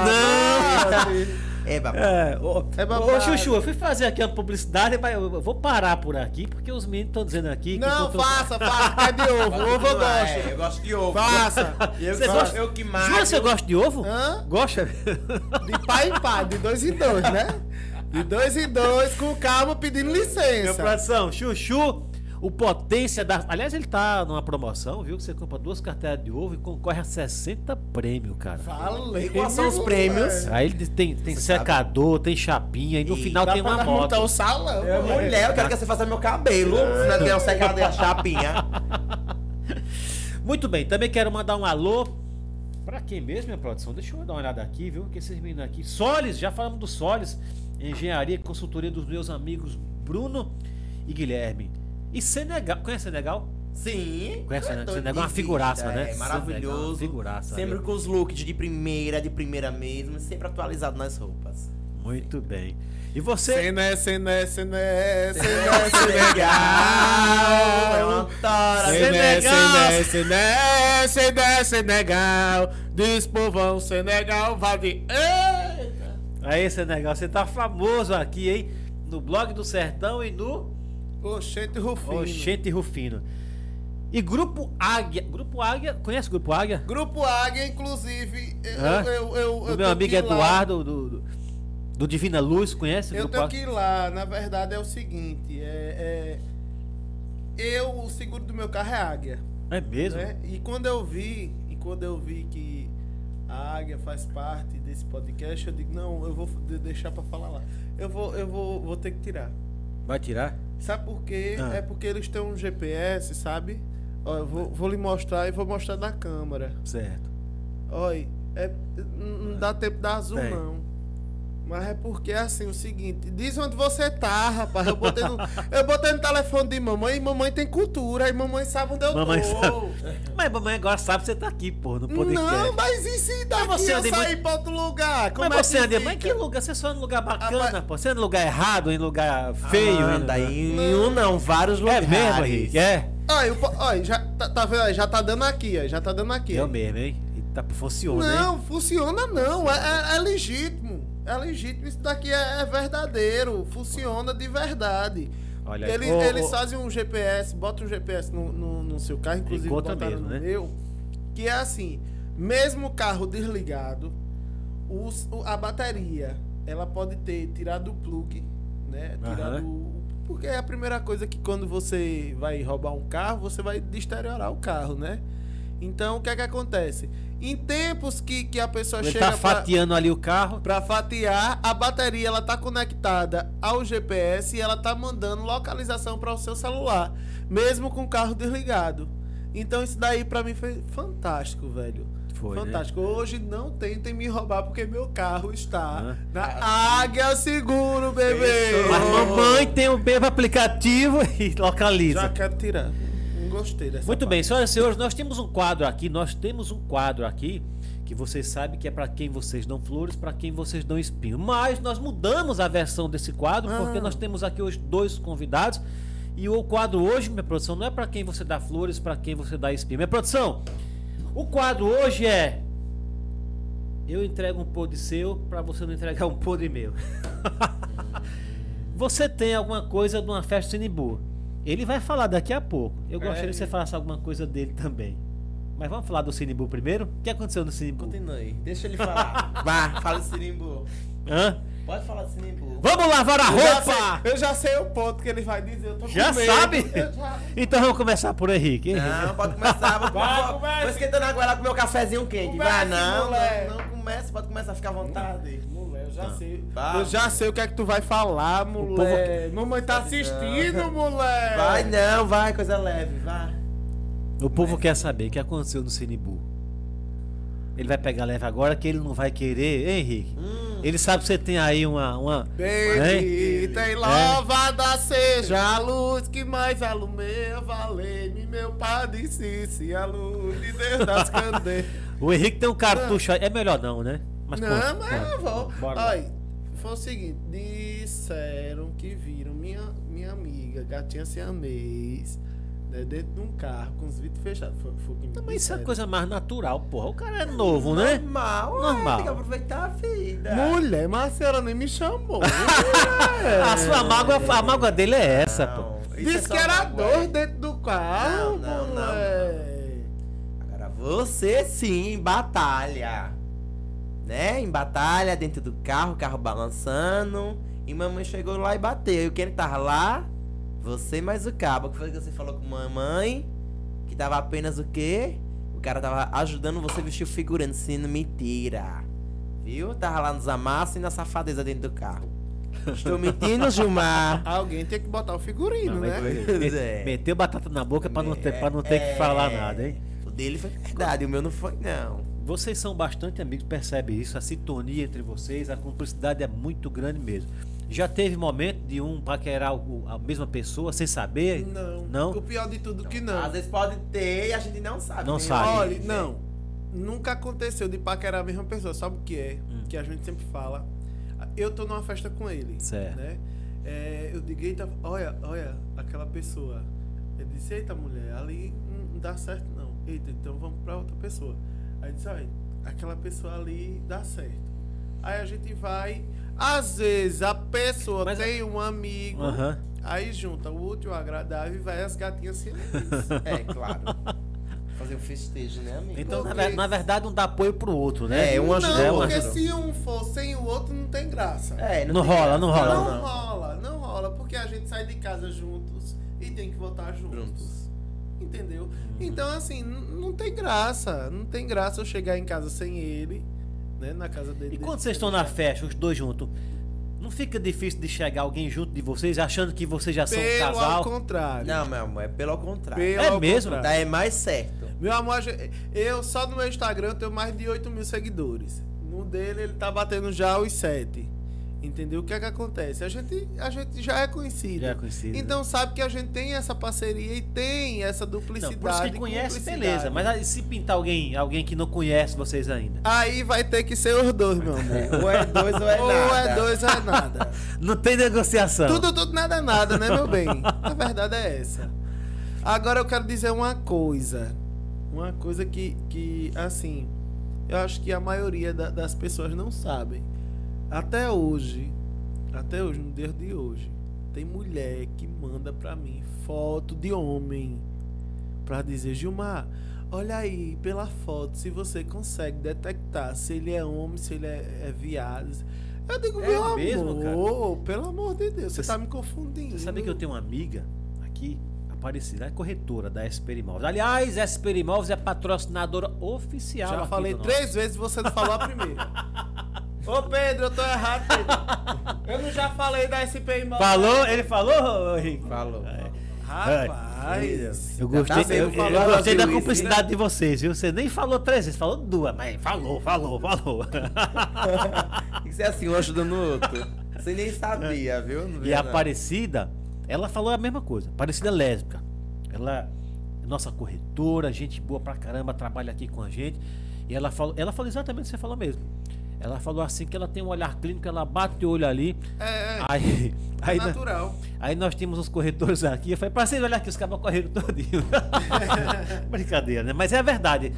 Speaker 2: não.
Speaker 3: É, babado.
Speaker 1: É, ô,
Speaker 2: É babado.
Speaker 1: ô, Chuchu, eu fui fazer aqui uma publicidade, mas eu eu vou parar por aqui, porque os meninos estão dizendo aqui que
Speaker 2: Não,
Speaker 1: eu tô-
Speaker 2: faça, faça. Quer de ovo? Ovo eu
Speaker 3: É,
Speaker 2: gosto.
Speaker 3: eu gosto de ovo.
Speaker 2: Faça.
Speaker 3: Eu,
Speaker 1: Você
Speaker 3: que-
Speaker 1: gosta-
Speaker 3: eu que
Speaker 1: Jura
Speaker 3: mato.
Speaker 1: que você gosta de ovo?
Speaker 2: Hã?
Speaker 1: Gosta?
Speaker 2: De pai em pai, de dois em dois, né? De dois em dois, com calma, pedindo
Speaker 1: Meu
Speaker 2: licença.
Speaker 1: produção, Chuchu, o potência da. Aliás, ele tá numa promoção, viu? Que você compra duas carteiras de ovo e concorre a 60 prêmios, cara.
Speaker 2: Falei.
Speaker 3: E quais são os
Speaker 2: meu
Speaker 3: prêmios?
Speaker 2: velho.
Speaker 1: Aí ele tem, tem secador, tem chapinha, e no
Speaker 3: Ih,
Speaker 1: final
Speaker 2: Dá
Speaker 1: tem
Speaker 2: pra
Speaker 1: uma
Speaker 2: nós montar
Speaker 1: moto.
Speaker 2: o
Speaker 1: É,
Speaker 2: salão.
Speaker 3: Eu,
Speaker 2: mano.
Speaker 3: mulher, eu quero que você faça meu cabelo. Se não tiver um secador e a chapinha.
Speaker 1: Muito bem, também quero mandar um alô. Pra quem mesmo, minha produção? Deixa eu dar uma olhada aqui, viu? Que esses meninos aqui. Soles, já falamos do Soles. Engenharia e consultoria dos meus amigos Bruno e Guilherme. E Senegal. Conhece Senegal?
Speaker 3: Sim.
Speaker 1: Conhece
Speaker 3: eu
Speaker 1: né?
Speaker 3: tô
Speaker 1: Você negócio é uma
Speaker 3: de
Speaker 1: figuraça,
Speaker 3: vida,
Speaker 1: né?
Speaker 3: É
Speaker 1: Você negócio é uma
Speaker 3: maravilhoso.
Speaker 1: figuraça,
Speaker 3: Sempre
Speaker 1: viu?
Speaker 3: com os looks de primeira, de primeira mesmo. Sempre atualizado nas roupas.
Speaker 1: Muito bem. E você?
Speaker 2: Sené, sené, sené, sené,
Speaker 3: Legal! É uma
Speaker 2: Senegal.
Speaker 3: tora.
Speaker 2: Sené,
Speaker 1: Senegal.
Speaker 2: sené, sené, sené, Senegal. Diz povão, Senegal, vai de... Eita.
Speaker 1: Aí, Senegal, você tá famoso aqui, hein? No blog do Sertão e no
Speaker 2: Oxente Rufino.
Speaker 1: Oxente Rufino. E Grupo Águia. Grupo Águia, conhece o Grupo Águia?
Speaker 2: Grupo Águia, inclusive, eu,
Speaker 1: Hã?
Speaker 2: eu, eu, eu,
Speaker 1: Do
Speaker 2: eu
Speaker 1: meu
Speaker 2: tenho
Speaker 1: amigo
Speaker 2: que ir lá.
Speaker 1: Eduardo, do, do- do Divina Luz, conhece o
Speaker 2: Eu
Speaker 1: Grupo
Speaker 2: tenho que
Speaker 1: Águia?
Speaker 2: ir lá. Na verdade, é o seguinte, é... é eu, o seguro do meu carro é Águia.
Speaker 1: É mesmo?
Speaker 2: né? E quando eu vi, e quando eu vi que a Águia faz parte desse podcast, eu digo, não, eu vou de- deixar pra falar lá. Eu vou, eu vou, vou ter que tirar.
Speaker 1: Vai tirar?
Speaker 2: Sabe por quê?
Speaker 1: Ah.
Speaker 2: É porque eles têm um GPS, sabe? Ó, eu vou, vou lhe mostrar e vou mostrar na câmera.
Speaker 1: Certo.
Speaker 2: Olha, é, não dá tempo da azul,
Speaker 1: Tem.
Speaker 2: não. Mas é porque é assim, o seguinte, diz onde você tá, rapaz. Eu botei no, eu botei no telefone de mamãe e mamãe tem cultura, e mamãe sabe onde eu
Speaker 1: Mamãe
Speaker 2: tô.
Speaker 1: sabe. Mas mamãe agora sabe que você tá aqui, pô, no podcast.
Speaker 2: Não, mas e se daqui
Speaker 1: você
Speaker 2: eu
Speaker 1: anda em
Speaker 2: sair
Speaker 1: muito-
Speaker 2: pra outro lugar? Como
Speaker 1: mas você
Speaker 2: é que
Speaker 1: anda,
Speaker 2: fica?
Speaker 1: mas em que lugar? Você só é num lugar
Speaker 2: Ah,
Speaker 1: bacana,
Speaker 2: mas-
Speaker 1: pô. Você é num lugar errado, em lugar
Speaker 2: Ah,
Speaker 1: feio, hein?
Speaker 2: né?
Speaker 3: Anda em um, não, vários
Speaker 1: É
Speaker 3: lugares.
Speaker 1: mesmo, Henrique? É.
Speaker 2: Ó, eu po- ó, já, tá, tá vendo? aí? Já tá dando aqui, ó, já tá dando aqui.
Speaker 1: Eu mesmo, hein? Eita, funciona, hein?
Speaker 2: Não, funciona não, é, é- é legítimo. É legítimo, isso daqui é, é verdadeiro, funciona de verdade.
Speaker 1: Olha aí.
Speaker 2: Ele,
Speaker 1: Ô,
Speaker 2: eles
Speaker 1: ô.
Speaker 2: fazem um GPS, bota um GPS no, no, no seu carro, inclusive
Speaker 1: conta
Speaker 2: botaram
Speaker 1: mesmo,
Speaker 2: no
Speaker 1: né?
Speaker 2: meu, que é assim, mesmo o carro desligado, os- o- a bateria, ela pode ter tirado o plug, né? Tirado o- porque é a primeira coisa que quando você vai roubar um carro, você vai deteriorar o carro, né? Então, o que é que acontece? Em tempos que, que a pessoa
Speaker 1: Ele
Speaker 2: chega
Speaker 1: tá
Speaker 2: pra-
Speaker 1: fatiando ali o carro.
Speaker 2: Pra fatiar, a bateria ela tá conectada ao GPS e ela tá mandando localização para o seu celular, mesmo com o carro desligado. Então isso daí pra mim foi fantástico, velho.
Speaker 1: Foi, né?
Speaker 2: fantástico. Hoje não tentem me roubar porque meu carro está
Speaker 1: Hã?
Speaker 2: na Águia Seguro, bebê.
Speaker 1: Mas mamãe tem o mesmo aplicativo e localiza.
Speaker 2: já quero tirar. Não gostei dessa.
Speaker 1: Muito
Speaker 2: parte.
Speaker 1: bem, senhoras e senhores, nós temos um quadro aqui, nós temos um quadro aqui que vocês sabem que é para quem vocês dão flores, para quem vocês dão espinho. Mas nós mudamos a versão desse quadro porque
Speaker 2: Ah.
Speaker 1: nós temos aqui hoje dois convidados e o quadro hoje, minha produção, não é para quem você dá flores, para quem você dá espinho. Minha produção, o quadro hoje é eu entrego um podre seu para você não entregar um podre meu. Você tem alguma coisa de uma festa Sinimbu. Ele vai falar daqui a pouco. Eu
Speaker 2: É,
Speaker 1: gostaria que você
Speaker 2: ele-
Speaker 1: falasse alguma coisa dele também. Mas vamos falar do Sinibu primeiro? O que aconteceu no Sinibu?
Speaker 3: Continua aí. Deixa ele falar. Vá, fala de Sinimbu.
Speaker 1: Hã?
Speaker 3: Pode falar de Sinimbu.
Speaker 1: Vamos lavar a
Speaker 2: Eu já sei-
Speaker 1: roupa!
Speaker 2: Eu já sei o ponto que ele vai dizer. Eu tô
Speaker 1: Já
Speaker 2: com medo.
Speaker 1: sabe?
Speaker 2: Eu já- Ah,
Speaker 1: Então vamos começar por Henrique. Henrique.
Speaker 3: Não, pode começar. Vou,
Speaker 2: Vai,
Speaker 3: vou,
Speaker 2: comece.
Speaker 3: vou esquentando a goela com meu cafezinho quente.
Speaker 2: Comece,
Speaker 3: Vai, não,
Speaker 2: moleque. Hum.
Speaker 3: não, não começa. Pode começar, fica à vontade.
Speaker 2: Mulher, eu já sei.
Speaker 3: Vai.
Speaker 2: Eu já sei o que é que tu vai falar, mulher. Mamãe tá assistindo, mulher.
Speaker 3: Vai, não, vai, coisa leve, vai.
Speaker 1: O povo quer saber o que aconteceu no Sinibu. Ele vai pegar leve agora que ele não vai querer, hein, Henrique?
Speaker 2: Hum.
Speaker 1: Ele sabe que você tem aí uma. uma né? É. hein?
Speaker 2: Bendita e louvada seja a luz que mais alumeia, valei-me meu padre, se, se a luz de Deus das candeias.
Speaker 1: O Henrique tem um cartucho aí. É melhor não, né? pô,
Speaker 2: não, mas
Speaker 1: pô,
Speaker 2: eu vou.
Speaker 1: Bora. lá.
Speaker 2: Olha, foi o seguinte: disseram que viram minha, minha amiga, gatinha siamês, né, dentro de um carro com os vidros fechados. Foi, foi o que me
Speaker 1: Mas isso é
Speaker 2: disseram.
Speaker 1: coisa mais natural, porra. O cara é novo, né?
Speaker 3: Normal, é,
Speaker 1: Normal.
Speaker 3: tem que aproveitar a vida.
Speaker 2: Mulher, mas a senhora nem me chamou.
Speaker 3: é
Speaker 1: A sua mágoa, a mágoa dele é essa, pô.
Speaker 3: Não, isso é
Speaker 2: Diz
Speaker 3: só
Speaker 2: que era
Speaker 3: uma
Speaker 2: dor
Speaker 3: coisa.
Speaker 2: dentro do carro,
Speaker 3: Não, não, não,
Speaker 2: mulher.
Speaker 3: Agora você sim, em batalha. Né? Em batalha, dentro do carro, o carro balançando. E mamãe chegou lá e bateu. E quem tava lá? Você mais o cabo. O que foi que você falou com mamãe? Que tava apenas o quê? O cara tava ajudando você a vestir o figurante, sendo mentira. Viu? Tava lá nos amassos e na safadeza dentro do carro. Estou mentindo, Gilmar.
Speaker 2: Alguém tem que botar o figurino,
Speaker 1: Não,
Speaker 2: né?
Speaker 1: mas-
Speaker 3: Pois é.
Speaker 1: Meteu batata na boca pra não ter, pra não ter
Speaker 3: É.
Speaker 1: que falar nada, hein?
Speaker 3: O dele foi verdade, o meu não foi, não.
Speaker 1: Vocês são bastante amigos, percebe isso, a sintonia entre vocês, a cumplicidade é muito grande mesmo. Já teve momento de um paquerar o- a mesma pessoa sem saber?
Speaker 2: Não. O
Speaker 1: Não?
Speaker 2: pior de tudo que não.
Speaker 3: Às vezes pode ter e a gente não sabe.
Speaker 1: Não
Speaker 3: né?
Speaker 1: sabe.
Speaker 2: Olha, não. Nunca aconteceu de paquerar a mesma pessoa. Sabe o que é?
Speaker 1: Hum.
Speaker 2: Que a gente sempre fala. Eu tô numa festa com ele.
Speaker 1: Certo.
Speaker 2: Né? É, eu digo, eita, olha, olha, aquela pessoa. Ele disse, eita, mulher, ali não dá certo, não. Eita, então vamos pra outra pessoa. Aí disse, olha, aquela pessoa ali dá certo. Aí a gente vai. Às vezes a pessoa
Speaker 1: Mas a-
Speaker 2: tem um amigo.
Speaker 1: Aham.
Speaker 2: Aí junta o útil, o agradável e vai as gatinhas se
Speaker 3: É, claro. Fazer o festejo, né, amigo?
Speaker 1: Então, na,
Speaker 2: Porque-
Speaker 1: ver- na verdade, um dá apoio pro outro, né?
Speaker 3: É, um ajuda,
Speaker 2: Não,
Speaker 1: um
Speaker 2: porque
Speaker 1: ajuda.
Speaker 2: se um for sem o outro, não tem graça.
Speaker 3: É,
Speaker 1: Não
Speaker 3: tem
Speaker 1: rola,
Speaker 3: graça.
Speaker 1: não
Speaker 2: não,
Speaker 1: rola,
Speaker 3: não.
Speaker 2: rola, não rola, porque a gente sai de casa juntos e tem que voltar juntos.
Speaker 3: Juntos.
Speaker 2: Entendeu?
Speaker 1: Uhum.
Speaker 2: Então, assim, n- não tem graça. Não tem graça eu chegar em casa sem ele, né? Na casa dele.
Speaker 1: E quando vocês estão na festa, os dois juntos, não fica difícil de chegar alguém junto de vocês achando que vocês já são um
Speaker 2: Pelo ao
Speaker 1: casal?
Speaker 2: contrário.
Speaker 3: Não, meu amor, é pelo contrário.
Speaker 2: Pelo
Speaker 1: É
Speaker 2: ao
Speaker 1: mesmo? Tá.
Speaker 2: contrário.
Speaker 3: Daí é mais certo.
Speaker 2: Meu amor, a gen- eu só no meu Instagram eu tenho mais de 8 mil seguidores. No dele ele tá batendo já os 7. Entendeu? O que é que acontece? A gente, a gente já é conhecido.
Speaker 1: Já é conhecido,
Speaker 2: Então sabe que a gente tem essa parceria e tem essa
Speaker 1: Não,
Speaker 2: duplicidade.
Speaker 1: por isso que
Speaker 2: e
Speaker 1: conhece,
Speaker 2: cumplicidade.
Speaker 1: beleza. Mas aí, se pintar alguém, alguém que não conhece vocês ainda,
Speaker 2: Aí vai ter que ser os dois, meu amor.
Speaker 3: Ou é dois ou é nada.
Speaker 2: Ou é dois ou é nada.
Speaker 1: não tem negociação.
Speaker 2: tudo, tudo, nada, é nada, né, meu bem? A verdade é essa. Agora eu quero dizer uma coisa. Uma coisa que, que assim, eu acho que a maioria da- das pessoas não sabem. Até hoje, até hoje, no dia de hoje, tem mulher que manda pra mim foto de homem pra dizer, Gilmar, olha aí pela foto se você consegue detectar se ele é homem, se ele é, é viado. Eu digo,
Speaker 1: É
Speaker 2: meu
Speaker 1: mesmo, cara?
Speaker 2: amor, pelo amor de Deus, você
Speaker 1: Você
Speaker 2: tá me confundindo.
Speaker 1: Você sabia que eu tenho uma amiga aqui, Aparecida, é corretora da SP Imóveis. Aliás, a SP Imóveis é patrocinadora oficial.
Speaker 2: Já
Speaker 1: aqui
Speaker 2: falei
Speaker 1: do nosso-
Speaker 2: três vezes você não falou a primeira. Ô Pedro, eu tô errado, Pedro. Eu não já falei da SP Imóvel.
Speaker 1: Falou? Ele falou, Henrique?
Speaker 3: Falou.
Speaker 2: Rapaz.
Speaker 1: Eu
Speaker 3: Já tá
Speaker 1: gostei,
Speaker 3: sendo
Speaker 1: eu- eu
Speaker 3: falado,
Speaker 1: gostei da
Speaker 2: né?
Speaker 3: viu isso,
Speaker 1: cumplicidade de vocês, viu? Você nem falou três vezes, falou duas, mas falou, falou, falou.
Speaker 3: Tem que ser assim, um ajudando o outro. Você nem sabia, viu? Não
Speaker 1: E
Speaker 3: viu,
Speaker 1: a
Speaker 3: não.
Speaker 1: Aparecida, ela falou a mesma coisa. Aparecida é lésbica. Ela é nossa corretora, gente boa pra caramba, trabalha aqui com a gente. E ela falou, ela falou exatamente o que você falou mesmo. Ela falou assim que ela tem um olhar clínico, ela bate o olho ali.
Speaker 2: É, é.
Speaker 1: Aí,
Speaker 2: É
Speaker 1: aí, nós-
Speaker 2: natural.
Speaker 1: aí nós tínhamos uns corretores aqui. Eu falei, pra vocês olhar aqui, os cabos correram todinho. Brincadeira, né? Mas é verdade.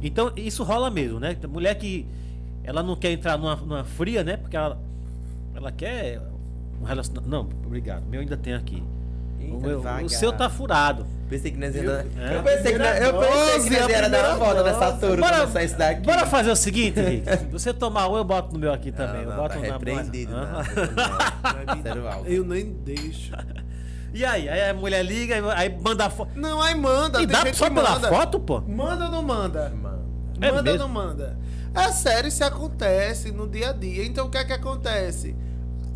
Speaker 1: Então, isso rola mesmo, né? Mulher que ela não quer entrar numa, numa fria, né? Porque ela, ela quer um relacionamento. Não, obrigado. Meu ainda tem aqui.
Speaker 3: Eita,
Speaker 1: O, meu-
Speaker 3: devagar.
Speaker 1: o seu tá furado.
Speaker 3: Pensei que nós ia dar.
Speaker 1: É.
Speaker 3: Eu pensei que nós, eu pensei que
Speaker 2: Doze, a
Speaker 3: nós ia dar
Speaker 2: primeira
Speaker 3: uma volta
Speaker 2: dose.
Speaker 3: nessa turma
Speaker 1: Bora-
Speaker 3: quando eu saísse daqui.
Speaker 1: Bora fazer o seguinte, Rick. Você tomar um, eu boto no meu aqui também. eu
Speaker 3: Não, não,
Speaker 1: boto
Speaker 3: tá
Speaker 1: um na
Speaker 3: repreendido. né?
Speaker 1: Hã?
Speaker 3: Não, não, não. Sério, Alves.
Speaker 2: Eu nem deixo.
Speaker 1: E aí? Aí a mulher liga, aí- aí manda a foto.
Speaker 2: Não, aí manda.
Speaker 1: E
Speaker 2: tem
Speaker 1: dá
Speaker 2: gente
Speaker 1: só
Speaker 2: que
Speaker 1: pela
Speaker 2: manda.
Speaker 1: foto, pô?
Speaker 2: Manda ou não manda?
Speaker 3: Mano.
Speaker 1: É
Speaker 2: manda ou
Speaker 1: mesmo?
Speaker 2: não manda? É sério, isso acontece no dia a dia. Então o que é que acontece?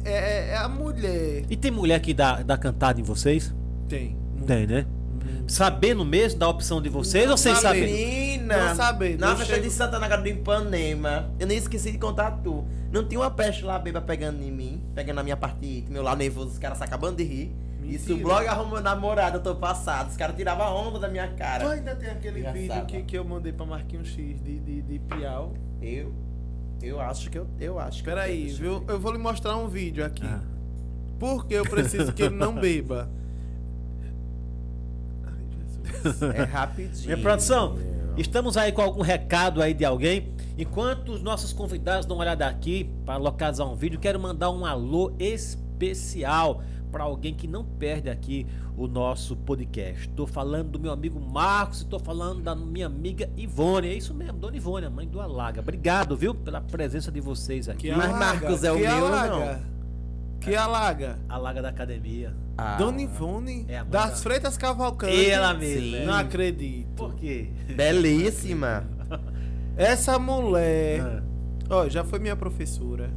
Speaker 2: É, é- é a mulher.
Speaker 1: E tem mulher que dá, dá cantada em vocês?
Speaker 2: Tem.
Speaker 1: Tem, né? Sabendo mesmo da opção de vocês ou sem
Speaker 2: sabendo.
Speaker 1: saber?
Speaker 3: Menina,
Speaker 2: Não sabendo,
Speaker 3: na
Speaker 2: eu
Speaker 3: festa
Speaker 2: chego-
Speaker 3: de Santa na casa do Ipanema, eu nem esqueci de contar tu. Não tinha uma peste lá, beba, pegando em mim, pegando na minha parte íntima, meu lado nervoso, os caras se acabando de rir. Isso o
Speaker 2: Mentira.
Speaker 3: blog arrumou namorada, eu tô passado. Os caras tiravam a onda da minha
Speaker 2: Tu
Speaker 3: cara.
Speaker 2: ainda tem aquele
Speaker 3: Engraçado.
Speaker 2: vídeo que, que eu mandei pra Marquinhos X de, de, de Piau.
Speaker 3: Eu, eu acho que eu, eu acho que eu
Speaker 2: Peraí,
Speaker 3: tenho, deixa eu
Speaker 2: viu? Eu vou lhe mostrar um vídeo aqui.
Speaker 1: Ah.
Speaker 2: Porque eu preciso que ele não beba. Ai, Jesus.
Speaker 3: ver. É rapidinho.
Speaker 1: Minha produção, estamos aí com algum recado aí de alguém. Enquanto os nossos convidados dão uma olhada aqui para localizar um vídeo, quero mandar um alô especial para alguém que não perde aqui o nosso podcast. Estou falando do meu amigo Marcos, estou falando da minha amiga Ivone. É isso mesmo, dona Ivone, a mãe do Alaga. Obrigado, viu, pela presença de vocês aqui.
Speaker 2: Que
Speaker 3: Mas
Speaker 2: alaga,
Speaker 3: Marcos é o
Speaker 2: que
Speaker 3: meu ou
Speaker 2: alaga. Que alaga.
Speaker 1: Alaga da academia.
Speaker 3: Ah,
Speaker 2: Dona Ivone
Speaker 1: É a mãe da-
Speaker 2: das Freitas Cavalcante.
Speaker 1: Ela mesma,
Speaker 2: Não
Speaker 1: é.
Speaker 2: acredito.
Speaker 1: Por quê?
Speaker 3: Belíssima.
Speaker 2: Essa mulher.
Speaker 1: Ah,
Speaker 2: Ó, já foi minha professora.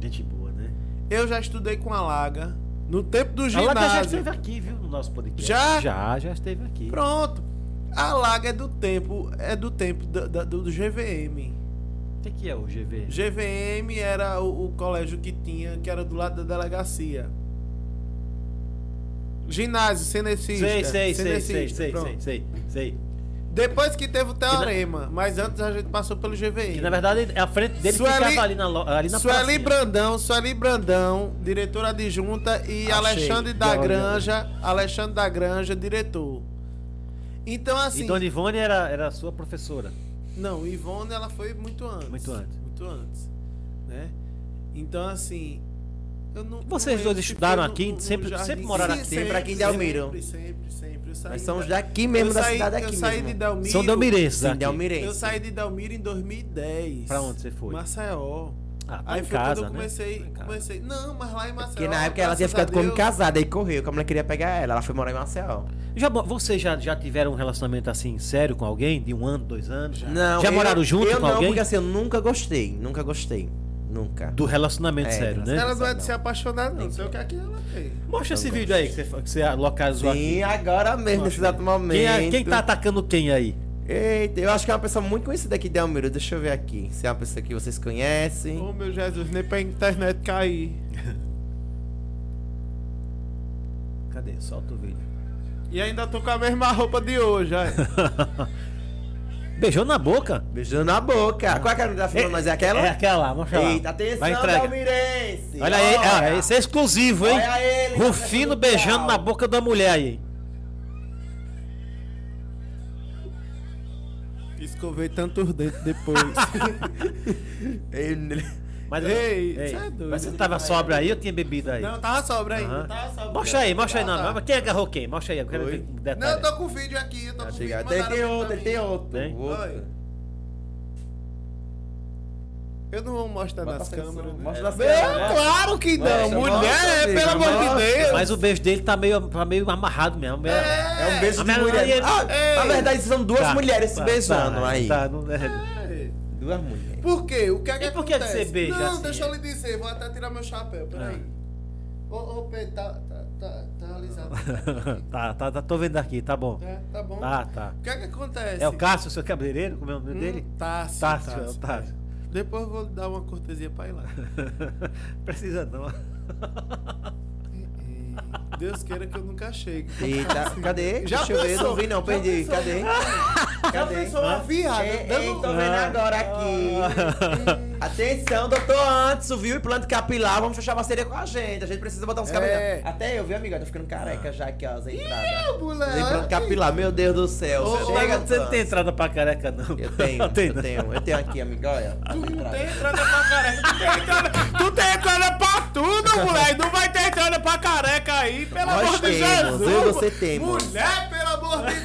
Speaker 1: gente boa, né?
Speaker 2: Eu já estudei com a Laga. No tempo do
Speaker 1: A Alaga já
Speaker 2: ginásio.
Speaker 1: esteve aqui, viu, no nosso podcast.
Speaker 2: Já?
Speaker 1: Já, já esteve aqui.
Speaker 2: Pronto. A Laga é do tempo. É do tempo da- da- do, do GVM.
Speaker 1: O que, que é o GV?
Speaker 2: GVM era o, o colégio que tinha, que era do lado da delegacia. Ginásio, cenecista.
Speaker 1: Sei, sei, sei,
Speaker 2: cenecista,
Speaker 1: sei, sei,
Speaker 2: pronto.
Speaker 1: sei, sei, sei.
Speaker 2: Depois que teve o Teorema, mas antes a gente passou pelo GVM.
Speaker 1: Que na verdade a frente dele
Speaker 2: Sueli-
Speaker 1: ficava ali na, lo- ali na
Speaker 2: Sueli
Speaker 1: pracinha.
Speaker 2: Brandão, Sueli Brandão, diretora adjunta, e
Speaker 1: Achei.
Speaker 2: Alexandre da
Speaker 1: Já olhei.
Speaker 2: Granja, Alexandre da Granja, diretor. Então, assim.
Speaker 1: E Dona Ivone era, era a sua professora.
Speaker 2: Não, Ivone ela foi muito antes.
Speaker 1: Muito antes.
Speaker 2: Muito antes. Né? Então, assim. Eu não,
Speaker 1: Vocês dois
Speaker 2: não lembro se
Speaker 1: estudaram
Speaker 2: foi no-
Speaker 1: aqui?
Speaker 2: no
Speaker 1: Sempre-
Speaker 2: Jardim.
Speaker 1: sempre moraram
Speaker 2: Sim,
Speaker 1: aqui?
Speaker 3: Sempre aqui em Delmiro.
Speaker 2: Sempre, sempre, sempre. Eu saí
Speaker 3: Nós somos
Speaker 2: da-
Speaker 3: daqui mesmo,
Speaker 2: eu
Speaker 3: da
Speaker 2: saí-
Speaker 3: cidade
Speaker 2: Eu
Speaker 3: aqui
Speaker 2: saí
Speaker 3: mesmo.
Speaker 2: de Delmiro.
Speaker 1: né? São Delmirenses
Speaker 3: Sim,
Speaker 1: aqui.
Speaker 3: de Almirense.
Speaker 2: Eu saí de Delmiro em 2010.
Speaker 1: Pra onde você foi?
Speaker 2: Maceió.
Speaker 1: Ah, tá
Speaker 2: Aí
Speaker 1: em
Speaker 2: foi
Speaker 1: casa,
Speaker 2: quando eu
Speaker 1: né?
Speaker 2: comecei,
Speaker 1: Tá em casa.
Speaker 2: comecei. Não, mas lá em Maceió.
Speaker 3: Porque na época ela tinha
Speaker 2: graças
Speaker 3: ficado
Speaker 2: a
Speaker 3: com homem
Speaker 2: Deus,
Speaker 3: casado, aí correu, que a mulher queria pegar ela, ela foi morar em Marcel.
Speaker 1: Já, bo- vocês já, já tiveram um relacionamento assim sério com alguém? De um ano, dois anos?
Speaker 3: Não,
Speaker 1: Já
Speaker 3: eu-
Speaker 1: moraram junto
Speaker 3: eu
Speaker 1: com
Speaker 3: não,
Speaker 1: alguém?
Speaker 3: Porque assim, eu nunca gostei, nunca gostei. Nunca.
Speaker 1: Do relacionamento
Speaker 3: É,
Speaker 1: sério, né?
Speaker 2: Ela não é
Speaker 3: Não.
Speaker 2: de se apaixonar, não.
Speaker 3: Nem
Speaker 2: Não sei o que é que ela tem.
Speaker 1: Mostra esse
Speaker 3: Não
Speaker 1: vídeo aí que você, fa- que você localizou
Speaker 3: Sim,
Speaker 1: aqui.
Speaker 3: agora mesmo, nesse exato momento.
Speaker 1: Quem, é- quem tá atacando quem aí?
Speaker 3: Eita, eu acho que é uma pessoa muito conhecida aqui de Almiro. Deixa eu ver aqui. Se é uma pessoa que vocês conhecem.
Speaker 1: Oh.
Speaker 2: Ô meu Jesus, nem pra internet cair.
Speaker 1: Cadê? Solta o vídeo.
Speaker 2: E ainda tô com a mesma roupa de hoje, é. olha.
Speaker 1: Beijou na boca?
Speaker 3: Beijando na boca. Qual é a cara da filha? Nós é aquela?
Speaker 1: É aquela lá, mostra lá.
Speaker 3: Eita, atenção,
Speaker 1: Vai entrega.
Speaker 3: Almirense.
Speaker 1: Olha aí, ah, esse é exclusivo, hein?
Speaker 3: Olha ele,
Speaker 1: Rufino
Speaker 3: tá
Speaker 1: beijando
Speaker 3: legal.
Speaker 1: na boca da mulher aí.
Speaker 2: Escovei tantos dentes depois.
Speaker 3: Ele-
Speaker 1: Mas,
Speaker 2: Ei,
Speaker 1: ei,
Speaker 2: você é doido.
Speaker 1: mas você tava sobra aí ou tinha bebido aí?
Speaker 2: não, tava sobra ainda.
Speaker 1: Aham.
Speaker 2: Tava sobra.
Speaker 1: Mostra aí, mostra aí.
Speaker 2: Tá,
Speaker 1: Não,
Speaker 2: tá.
Speaker 1: mas quem agarrou quem? Mostra aí, eu quero
Speaker 3: Oi?
Speaker 1: ver com detalhe.
Speaker 2: Não, eu tô com o vídeo aqui, eu tô com
Speaker 3: Tá
Speaker 2: o vídeo.
Speaker 3: chegando. Tem, tem
Speaker 2: mandaram pra
Speaker 3: outro,
Speaker 2: mim.
Speaker 3: tem outro.
Speaker 1: Tem?
Speaker 3: outro.
Speaker 2: Oi. Eu não vou mostrar
Speaker 3: Bota
Speaker 2: nas
Speaker 3: a atenção,
Speaker 2: câmeras. né?
Speaker 3: mostra nas
Speaker 2: É,
Speaker 3: câmeras.
Speaker 2: Claro que não.
Speaker 3: Mostra, mostra,
Speaker 2: Mulher, é,
Speaker 3: amiga,
Speaker 2: pelo amor
Speaker 3: mostra.
Speaker 2: de Deus.
Speaker 1: Mas o beijo dele tá meio, tá meio amarrado mesmo. meio-
Speaker 3: É um beijo
Speaker 1: A
Speaker 3: de
Speaker 1: minha-
Speaker 3: mulher.
Speaker 1: ele-
Speaker 3: Ah, na
Speaker 2: Ei.
Speaker 3: verdade, são duas
Speaker 1: Tá,
Speaker 3: mulheres se
Speaker 1: tá,
Speaker 3: beijando
Speaker 1: tá,
Speaker 3: aí.
Speaker 1: Tá, não é.
Speaker 3: Duas mulheres.
Speaker 2: Por quê? O que é que
Speaker 1: E por que
Speaker 2: acontece?
Speaker 1: você beija
Speaker 2: Não,
Speaker 1: assim?
Speaker 2: deixa eu lhe dizer, vou até tirar meu chapéu, peraí. Ô, ô, Pedro, tá, tá, tá, tá alisado.
Speaker 1: tá, tá, tá, tô vendo aqui, tá bom.
Speaker 2: Tá, tá bom?
Speaker 1: Tá, tá.
Speaker 2: O que é que acontece?
Speaker 1: É o Cássio, seu cabeleireiro, como é o nome
Speaker 2: Hum,
Speaker 1: dele?
Speaker 2: Tássio.
Speaker 1: Tássio, é o
Speaker 2: Tássio.
Speaker 1: Tássio.
Speaker 2: Depois eu vou lhe dar uma cortesia pra ir lá.
Speaker 1: Precisa não.
Speaker 2: E- e Deus queira que eu nunca chegue.
Speaker 3: Eita, cadê?
Speaker 2: Já
Speaker 3: Deixa eu ver,
Speaker 2: pensou?
Speaker 3: não vi não,
Speaker 2: Já
Speaker 3: perdi.
Speaker 2: pensou?
Speaker 3: Cadê? Cadê?
Speaker 2: pensou uma
Speaker 3: Hã?
Speaker 2: viada
Speaker 3: Ei,
Speaker 2: dando- Ah.
Speaker 3: ei, tô vendo agora aqui. Atenção, doutor Antes, viu? Implante capilar, vamos fechar parceria com a gente. A gente precisa botar uns cabelos.
Speaker 2: É.
Speaker 3: Até eu, viu, amiga? Tô ficando careca já aqui, ó, as entradas.
Speaker 2: moleque!
Speaker 3: Implante capilar, meu Deus do céu.
Speaker 2: Ô, ô,
Speaker 3: Chega,
Speaker 1: Você não tem
Speaker 3: doutor.
Speaker 1: entrada pra careca, não.
Speaker 3: Eu tenho,
Speaker 1: Tem,
Speaker 3: eu
Speaker 1: não.
Speaker 3: tenho, eu tenho aqui, amiga, olha. as
Speaker 2: Tu não
Speaker 3: entradas.
Speaker 2: tem entrada pra careca, tu tem entrada, tu tem entrada pra tudo,
Speaker 5: não, mulher, não vai ter entrada pra careca aí, pelo
Speaker 3: Nós
Speaker 5: amor de
Speaker 3: temos, eu e
Speaker 5: Jesus.
Speaker 3: você temos.
Speaker 2: Mulher, pelo amor de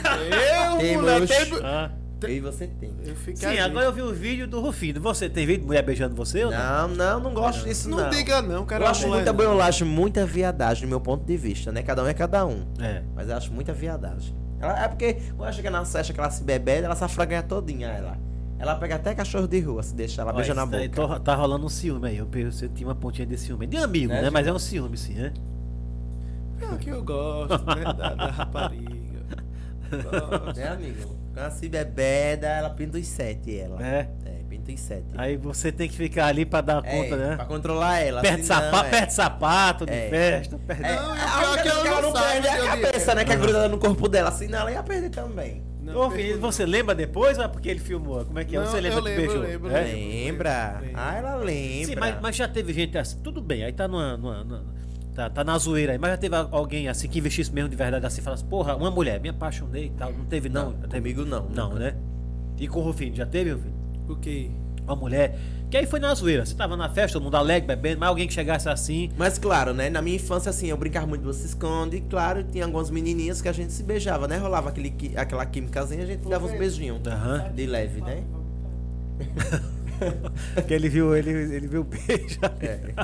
Speaker 3: Temos.
Speaker 2: Deus, mulher. Tem...
Speaker 1: Ah.
Speaker 3: Eu e você temos.
Speaker 2: Eu fico
Speaker 1: Sim,
Speaker 2: ali.
Speaker 1: agora eu vi o vídeo do Rufino. Você tem vídeo de mulher beijando você ou não?
Speaker 3: Não, não, não gosto disso não.
Speaker 2: Não diga não, cara.
Speaker 3: Eu acho muita banholagem, muita viadagem do meu ponto de vista, né? Cada um é cada um.
Speaker 1: É.
Speaker 3: Mas eu acho muita viadagem. Ela, é porque quando ela chega na festa que ela se bebede, ela safraganha todinha ela. Ela pega até cachorro de rua, se deixar, ela
Speaker 1: Ó,
Speaker 3: beija na
Speaker 1: isso daí
Speaker 3: boca.
Speaker 1: Tá, tá rolando um ciúme aí. Eu pe- Você tinha uma pontinha de ciúme. De amigo,
Speaker 3: Né,
Speaker 1: né? Mas é um ciúme, sim, né?
Speaker 2: É que eu gosto, né? Da, da rapariga. Gosto.
Speaker 3: Né, amigo? Quando ela se bebeda, ela pinta os sete, ela.
Speaker 1: É.
Speaker 3: É, pinta os sete.
Speaker 1: Aí você tem que ficar ali pra dar
Speaker 3: É,
Speaker 1: conta, né?
Speaker 3: Pra controlar ela.
Speaker 1: Perde,
Speaker 3: assim,
Speaker 1: sapa
Speaker 3: não, é.
Speaker 1: perde sapato de
Speaker 3: É.
Speaker 1: festa. Perde...
Speaker 3: É,
Speaker 2: Não, e o
Speaker 3: a
Speaker 2: pior
Speaker 3: única
Speaker 2: é que ela
Speaker 3: coisa que
Speaker 2: não
Speaker 3: ela não
Speaker 2: sabe
Speaker 3: perde é a
Speaker 2: onde eu ia.
Speaker 3: cabeça, né? Que é grudada no corpo dela. Senão ela ia perder também.
Speaker 2: Não,
Speaker 1: Ô,
Speaker 2: perco
Speaker 1: filho, você lembra depois ou é porque ele filmou? Como é que é?
Speaker 2: Não,
Speaker 1: você lembra
Speaker 2: eu
Speaker 1: que
Speaker 2: lembro,
Speaker 1: beijou?
Speaker 2: eu lembro,
Speaker 1: É?
Speaker 2: eu lembro.
Speaker 3: Lembra?
Speaker 2: lembro.
Speaker 3: Ah, ela lembra.
Speaker 1: Sim, mas, mas já teve gente assim. Tudo bem, aí tá numa. numa- numa- tá, tá na zoeira aí, mas já teve a- alguém assim que investisse mesmo de verdade assim e falasse, porra, uma mulher, me apaixonei e tal. Não teve, não.
Speaker 3: Não,
Speaker 1: Já teve?
Speaker 3: comigo não.
Speaker 1: Não,
Speaker 3: nunca.
Speaker 1: né? E com o Rufino, já teve, Rufino?
Speaker 2: O quê?
Speaker 1: Uma mulher. Que aí foi na zoeira. Você tava na festa, todo mundo alegre, bebendo, mas alguém que chegasse assim.
Speaker 3: Mas claro, né? Na minha infância, assim, eu brincava muito do se esconde. E claro, tinha algumas menininhas que a gente se beijava, né? Rolava aquele, qui- aquela químicazinha e a gente dava uns beijinhos.
Speaker 1: Aham.
Speaker 3: De leve, né?
Speaker 1: que ele viu, ele, ele viu o beijo.
Speaker 3: É.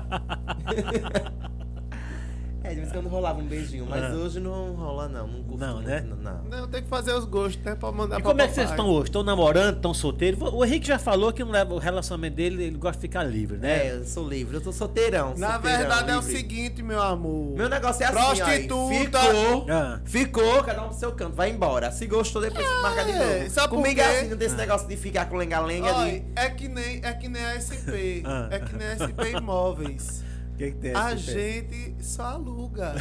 Speaker 3: É, de vez em quando rolava um beijinho, mas
Speaker 1: Ah.
Speaker 3: hoje não rola, não. Não curto
Speaker 1: Não,
Speaker 3: muito,
Speaker 1: né?
Speaker 3: Não, não.
Speaker 2: Não, tem que fazer os gostos, né? Pra mandar
Speaker 1: E
Speaker 2: pra
Speaker 1: como é que vocês
Speaker 2: papai.
Speaker 1: estão hoje? Estão namorando? Estão solteiros? O Henrique já falou que não leva o relacionamento dele, ele gosta de ficar livre, né?
Speaker 3: É, eu sou livre, eu sou solteirão.
Speaker 2: Na
Speaker 3: solteirão,
Speaker 2: verdade é o
Speaker 3: livre.
Speaker 2: seguinte, meu amor.
Speaker 3: Meu negócio é assim, ó,
Speaker 2: Prostituta.
Speaker 3: ficou,
Speaker 1: Ah.
Speaker 3: ficou, cada um pro seu canto, vai embora. Se gostou, depois marca de
Speaker 2: é,
Speaker 3: novo.
Speaker 2: sabe por
Speaker 3: Comigo
Speaker 2: quê?
Speaker 3: é assim, não tem
Speaker 1: Ah.
Speaker 3: esse negócio de ficar com lenga-lenga.
Speaker 2: Olha,
Speaker 3: de...
Speaker 2: é que nem é que nem a SP,
Speaker 1: Ah.
Speaker 2: é que nem a SP Imóveis.
Speaker 1: O que, que tem
Speaker 2: A
Speaker 1: esse
Speaker 2: gente só aluga.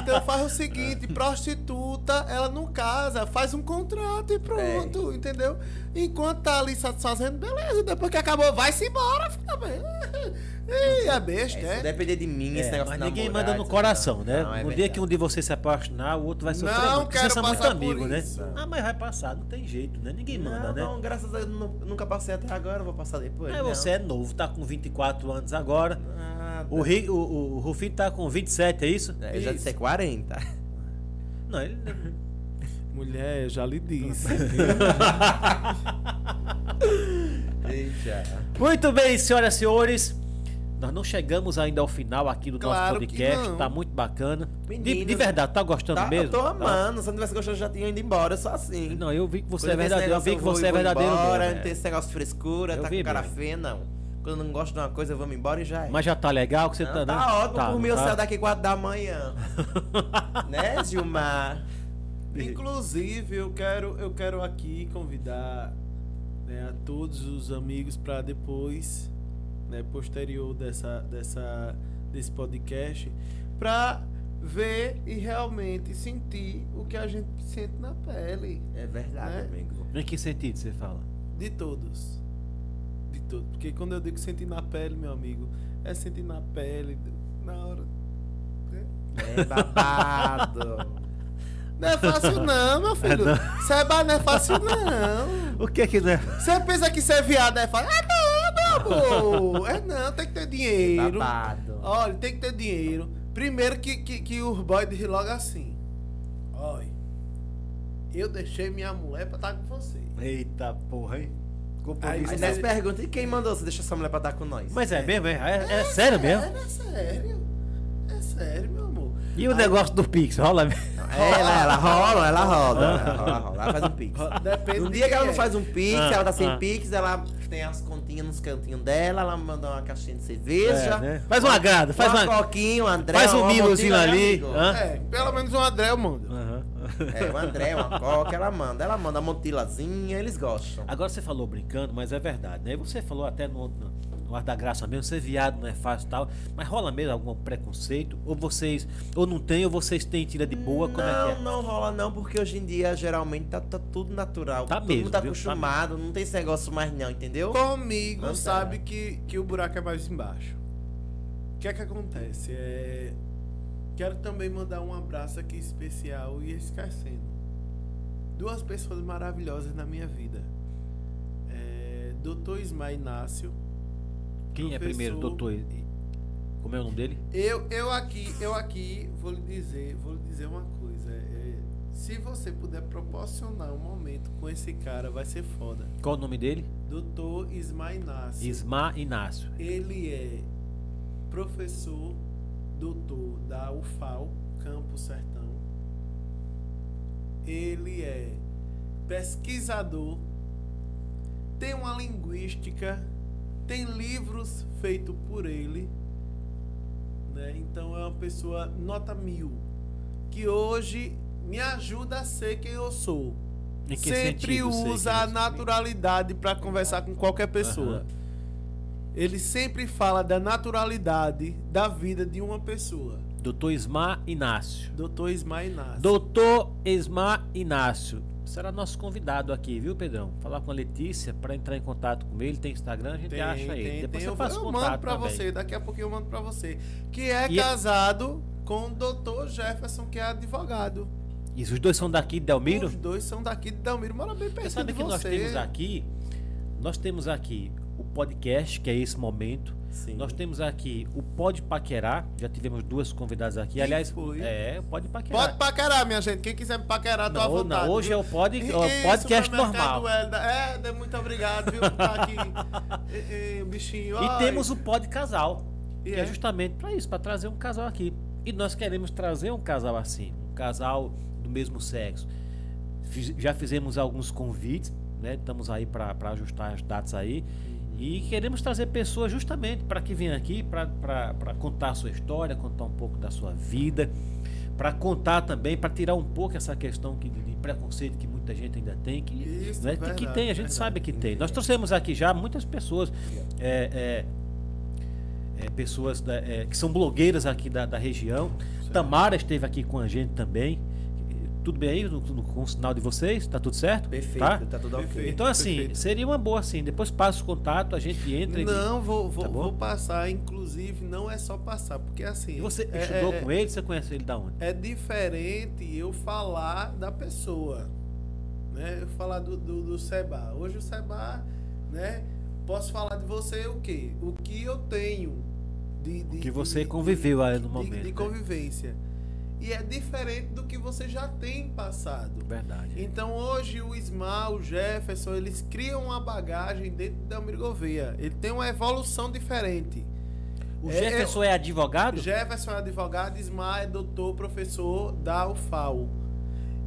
Speaker 2: Então faz o seguinte, prostituta, ela não casa, faz um contrato e pronto, entendeu? Enquanto tá ali satisfazendo, beleza, depois que acabou, vai-se embora, fica bem. Ih, é besta,
Speaker 3: É, se
Speaker 2: é?
Speaker 3: depender de mim,
Speaker 1: Né?
Speaker 3: esse
Speaker 1: É,
Speaker 3: negócio
Speaker 1: mas
Speaker 3: de
Speaker 1: ninguém
Speaker 3: namorar,
Speaker 1: manda no
Speaker 3: isso
Speaker 1: coração,
Speaker 3: não.
Speaker 1: né?
Speaker 3: Não, é
Speaker 1: no dia
Speaker 3: verdade.
Speaker 1: que um de vocês se apaixonar, o outro vai sofrer.
Speaker 2: Não
Speaker 1: muito. Vocês
Speaker 2: quero
Speaker 1: são
Speaker 2: passar
Speaker 1: muito amigo,
Speaker 2: por
Speaker 1: né?
Speaker 2: isso.
Speaker 1: Ah, mas vai passar, não tem jeito, né? Ninguém manda,
Speaker 3: não,
Speaker 1: né?
Speaker 3: não, graças a Deus, nu- nunca passei até agora, vou passar depois.
Speaker 1: Mas
Speaker 3: não.
Speaker 1: você é novo, tá com 24 anos agora.
Speaker 3: Nada.
Speaker 1: O, Ri- o, o, o Rufino tá com 27, é isso?
Speaker 3: É, Eu já disse é 40.
Speaker 1: Não, ele.
Speaker 2: Mulher, já lhe disse.
Speaker 3: Eita.
Speaker 1: Muito bem, senhoras e senhores. Nós não chegamos ainda ao final aqui do
Speaker 2: Claro
Speaker 1: nosso
Speaker 2: que
Speaker 1: podcast.
Speaker 2: não.
Speaker 1: Tá muito bacana. De- de,
Speaker 3: Meninas-
Speaker 1: verdade, tá gostando
Speaker 3: Tá,
Speaker 1: mesmo?
Speaker 3: eu tô
Speaker 1: Tá.
Speaker 3: amando, se eu não tivesse gostado, eu já tinha ido embora, eu sou assim.
Speaker 1: Não, eu vi que você
Speaker 3: Quando
Speaker 1: é
Speaker 3: tem esse
Speaker 1: verdadeiro. Eu
Speaker 3: negócio,
Speaker 1: vi que
Speaker 3: vou
Speaker 1: você
Speaker 3: e
Speaker 1: é
Speaker 3: vou
Speaker 1: verdadeiro.
Speaker 3: Embora, né?
Speaker 1: mesmo,
Speaker 3: Não
Speaker 1: é.
Speaker 3: tem esse negócio de frescura,
Speaker 1: Eu
Speaker 3: tá
Speaker 1: vi
Speaker 3: com cara
Speaker 1: mesmo.
Speaker 3: feia, não. Quando eu não gosto de uma coisa, eu vou me embora e já é.
Speaker 1: Mas já tá legal que você
Speaker 3: Não,
Speaker 1: tá. né?
Speaker 3: tá ótimo por mim, eu
Speaker 1: não
Speaker 3: saio daqui 4 da manhã. né, Gilmar?
Speaker 2: Inclusive, eu quero, eu quero aqui convidar né, a todos os amigos para depois, né, posterior dessa, dessa, desse podcast, para ver e realmente sentir o que a gente sente na pele
Speaker 3: É verdade,
Speaker 2: Né?
Speaker 3: amigo.
Speaker 1: Em que sentido você fala?
Speaker 2: de todos. De todos. Porque quando eu digo sentir na pele, meu amigo, é sentir na pele na hora. né?
Speaker 3: É babado.
Speaker 2: Não é fácil não, meu filho. Seba não é fácil não.
Speaker 1: O que que não
Speaker 3: né?
Speaker 1: é?
Speaker 2: Você pensa que ser viado é fácil? É não, meu amor. É não, tem que ter dinheiro.
Speaker 1: Tá,
Speaker 3: Babado.
Speaker 2: Olha, tem que ter dinheiro. Primeiro que, que, que os boys dizem logo assim. Olha, eu deixei minha mulher pra estar com você.
Speaker 1: Eita porra, hein?
Speaker 2: Aí
Speaker 3: Aí
Speaker 2: você-
Speaker 3: nós pergunta, e quem mandou você deixar sua mulher pra estar com nós?
Speaker 1: Mas é mesmo, é, é, é sério mesmo.
Speaker 2: É, é sério. É sério, meu amor.
Speaker 1: E o negócio do Pix, rola mesmo.
Speaker 3: É, ela, ela rola, ela rola, ela rola, rola, ela faz um pix.
Speaker 2: Depende
Speaker 3: Um
Speaker 2: de
Speaker 3: dia que
Speaker 2: quem
Speaker 3: ela não
Speaker 2: é.
Speaker 3: faz um pix,
Speaker 1: Ah,
Speaker 3: ela tá sem
Speaker 1: ah.
Speaker 3: pix, ela tem as continhas nos cantinhos dela, ela manda uma caixinha de cerveja.
Speaker 1: É, né? Faz um agrado, faz
Speaker 3: uma,
Speaker 1: uma-
Speaker 3: coquinha, um André,
Speaker 1: Faz um
Speaker 3: uma
Speaker 1: mimozinho
Speaker 3: botina,
Speaker 1: ali,
Speaker 3: amigo.
Speaker 1: hã?
Speaker 2: É, pelo menos o André eu mando.
Speaker 3: É, um André, uma coca, ela manda. Ela manda uma motilazinha, eles gostam.
Speaker 1: Agora você falou brincando, mas é verdade, né? E Você falou até no, no, no Ar da Graça mesmo, ser viado não é fácil e tal. Mas rola mesmo algum preconceito? Ou vocês, ou não tem, ou vocês têm tira de boa? Como
Speaker 3: não,
Speaker 1: é que é?
Speaker 3: não rola não, porque hoje em dia geralmente tá, tá tudo natural.
Speaker 1: Tá
Speaker 3: Todo
Speaker 1: mesmo,
Speaker 3: mundo tá
Speaker 1: viu? Tá
Speaker 3: acostumado, não tem esse negócio mais não, entendeu?
Speaker 2: Comigo
Speaker 3: Não sei.
Speaker 2: sabe que, que o buraco é mais embaixo. O que é que acontece? É, Quero também mandar um abraço aqui especial e esquecendo. Duas pessoas maravilhosas na minha vida. É... Doutor Ismael Inácio.
Speaker 1: Quem é
Speaker 2: Professor-
Speaker 1: primeiro, é doutor? Como é o nome dele?
Speaker 2: Eu, eu aqui, eu aqui vou lhe dizer, vou lhe dizer uma coisa. é, se você puder proporcionar um momento com esse cara, vai ser foda.
Speaker 1: Qual o nome dele?
Speaker 2: Doutor Ismail Nassi.
Speaker 1: Isma Inácio.
Speaker 2: Ele é professor, doutor da UFAL, Campo Sertão. Ele é pesquisador, tem uma linguística, tem livros feitos por ele. Né? Então é uma pessoa nota mil, que hoje me ajuda a ser quem eu sou.
Speaker 1: Em que
Speaker 2: Sempre
Speaker 1: sentido, sei
Speaker 2: usa
Speaker 1: que-
Speaker 2: a naturalidade para conversar com qualquer pessoa.
Speaker 1: Aham.
Speaker 2: Ele sempre fala da naturalidade da vida de uma pessoa.
Speaker 1: Doutor Isma Inácio.
Speaker 2: Doutor Ismael Nassi.
Speaker 1: Doutor Esmar Inácio será nosso convidado aqui, viu, Pedrão? Falar com a Letícia para entrar em contato com ele. Tem Instagram, a gente acha ele. Depois
Speaker 2: eu,
Speaker 1: você faz
Speaker 2: eu
Speaker 1: contato
Speaker 2: mando pra
Speaker 1: também.
Speaker 2: você, daqui a pouquinho eu mando pra você. Que é
Speaker 1: E-
Speaker 2: casado com o doutor Jefferson, que é advogado.
Speaker 1: Isso, os dois são daqui de Delmiro?
Speaker 2: Os dois são daqui de Dalmiro, mora bem
Speaker 1: Você
Speaker 2: perto
Speaker 1: sabe
Speaker 2: de
Speaker 1: que nós
Speaker 2: você.
Speaker 1: temos aqui, nós temos aqui o podcast, que é esse momento.
Speaker 2: Sim.
Speaker 1: Nós temos aqui o Pode Paquerar, já tivemos duas convidadas aqui. Aliás,
Speaker 2: foi?
Speaker 1: é, Pode Paquerar.
Speaker 2: Pode paquerar, minha gente. Quem quiser me paquerar, tô à
Speaker 1: não,
Speaker 2: vontade.
Speaker 1: não, hoje é o, pod,
Speaker 2: E-
Speaker 1: é o
Speaker 2: e
Speaker 1: podcast
Speaker 2: supermercado
Speaker 1: normal.
Speaker 2: Helder. É, de- muito obrigado, viu, por estar aqui. e, e, o bichinho.
Speaker 1: E
Speaker 2: ai.
Speaker 1: temos o Pod Casal,
Speaker 2: E
Speaker 1: que é
Speaker 2: é?
Speaker 1: justamente para isso, para trazer um casal aqui. E nós queremos trazer um casal assim, um casal do mesmo sexo. Fiz- já fizemos alguns convites, né? Estamos aí para ajustar as datas aí. E queremos trazer pessoas justamente para que venham aqui, para contar a sua história, contar um pouco da sua vida, para contar também, para tirar um pouco essa questão que, de preconceito que muita gente ainda tem, que,
Speaker 2: Isso,
Speaker 1: né, que- que
Speaker 2: verdade,
Speaker 1: tem, a gente
Speaker 2: verdade.
Speaker 1: sabe que tem. Nós trouxemos aqui já muitas pessoas, é, é, é, pessoas da- é, que são blogueiras aqui da, da região. Tamara esteve aqui com a gente também. Tudo bem aí no- no- com o sinal de vocês? Tá tudo certo?
Speaker 3: Perfeito,
Speaker 1: Tá?
Speaker 3: tá, tudo
Speaker 2: Perfeito.
Speaker 3: ok.
Speaker 1: Então, assim,
Speaker 2: perfeito.
Speaker 1: seria uma boa, assim. Depois passa o contato, a gente entra e-
Speaker 2: Não, vou, vou,
Speaker 1: Tá bom?
Speaker 2: vou passar. Inclusive, não é só passar, porque assim.
Speaker 1: E você
Speaker 2: é,
Speaker 1: estudou
Speaker 2: é,
Speaker 1: com ele? Você conhece ele da onde?
Speaker 2: é diferente eu falar da pessoa. Né? Eu falar do, do, do Seba. Hoje o Seba, né? Posso falar de você o quê? O que eu tenho de. de-
Speaker 1: que você
Speaker 2: de-
Speaker 1: conviveu aí no
Speaker 2: de-
Speaker 1: momento.
Speaker 2: De
Speaker 1: né?
Speaker 2: convivência. E é diferente do que você já tem passado.
Speaker 1: Verdade.
Speaker 2: Então hoje o Ismael, o Jefferson, eles criam uma bagagem dentro da Almir Gouveia. Ele tem uma evolução diferente.
Speaker 1: O
Speaker 2: é-
Speaker 1: Jefferson é, advogado?
Speaker 2: Jefferson é advogado, Ismael é doutor, professor da UFAO.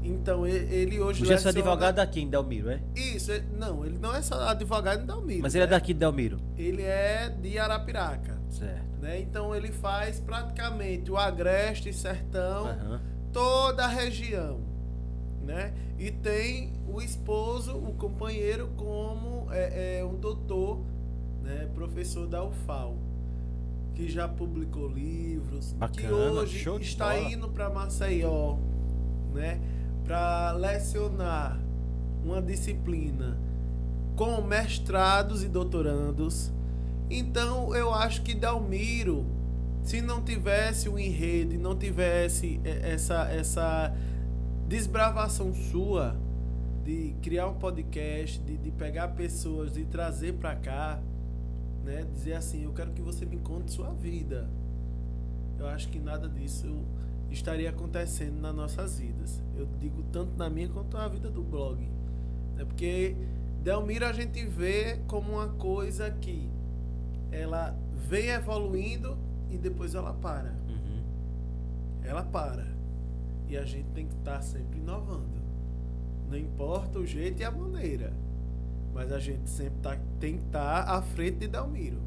Speaker 2: Então e- ele hoje
Speaker 1: o Jefferson é
Speaker 2: leciona-
Speaker 1: advogado daqui em Delmiro, é?
Speaker 2: Isso, ele- não, ele não é só advogado da Almir. né?
Speaker 1: Mas ele é daqui de Delmiro.
Speaker 2: Ele é de Arapiraca.
Speaker 1: Certo.
Speaker 2: Né? Então ele faz praticamente o Agreste, Sertão,
Speaker 1: Aham.
Speaker 2: toda a região, né? E tem o esposo, o companheiro como é, é, um doutor, né? Professor da UFAL, que já publicou livros, que
Speaker 1: Bacana,
Speaker 2: hoje
Speaker 1: show de
Speaker 2: está
Speaker 1: bola.
Speaker 2: indo para Maceió, né? Para lecionar uma disciplina com mestrados e doutorandos. Então eu acho que Dalmiro, se não tivesse o enredo e não tivesse e- essa, essa desbravação sua de criar um podcast, de, de pegar pessoas e trazer pra cá, né? Dizer assim, eu quero que você me conte sua vida. Eu acho que nada disso estaria acontecendo nas nossas vidas. Eu digo tanto na minha quanto na vida do blog. Né? Porque Delmiro a gente vê como uma coisa que ela vem evoluindo e depois ela para.
Speaker 1: Uhum.
Speaker 2: Ela para. E a gente tem que estar sempre inovando. Não importa o jeito e a maneira. Mas a gente sempre tá, tem que estar à frente de Delmiro.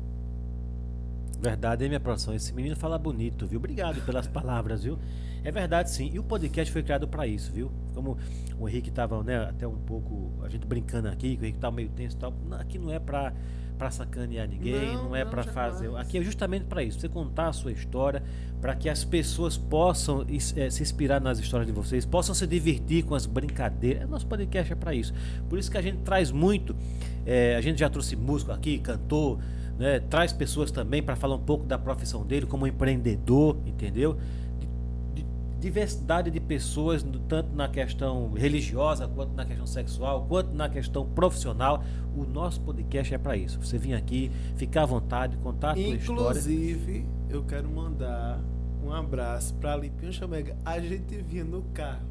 Speaker 1: Verdade, hein, minha produção? Esse menino fala bonito, viu? Obrigado pelas palavras, viu? É verdade, sim. E o podcast foi criado para isso, viu? Como o Henrique tava, né, até um pouco, a gente brincando aqui, que o Henrique tava meio tenso e tal. Não, Aqui não é pra para sacanear ninguém, não,
Speaker 2: Não,
Speaker 1: é
Speaker 2: não,
Speaker 1: para
Speaker 2: jamais.
Speaker 1: fazer. Aqui é justamente para isso, pra você contar a sua história, para que as pessoas possam is- eh, se inspirar nas histórias de vocês, possam se divertir com as brincadeiras. Nosso podcast é para isso. Por isso que a gente traz muito. eh, a gente já trouxe músico aqui, cantor, né? traz pessoas também para falar um pouco da profissão dele como empreendedor, entendeu? De, de- diversidade de pessoas, no- tanto na questão religiosa, quanto na questão sexual, quanto na questão profissional. O nosso podcast é para isso. Você vir aqui, ficar à vontade, contar Tá a sua história.
Speaker 2: Inclusive, eu quero mandar um abraço pra Lipinho Chamega. A gente vinha no carro.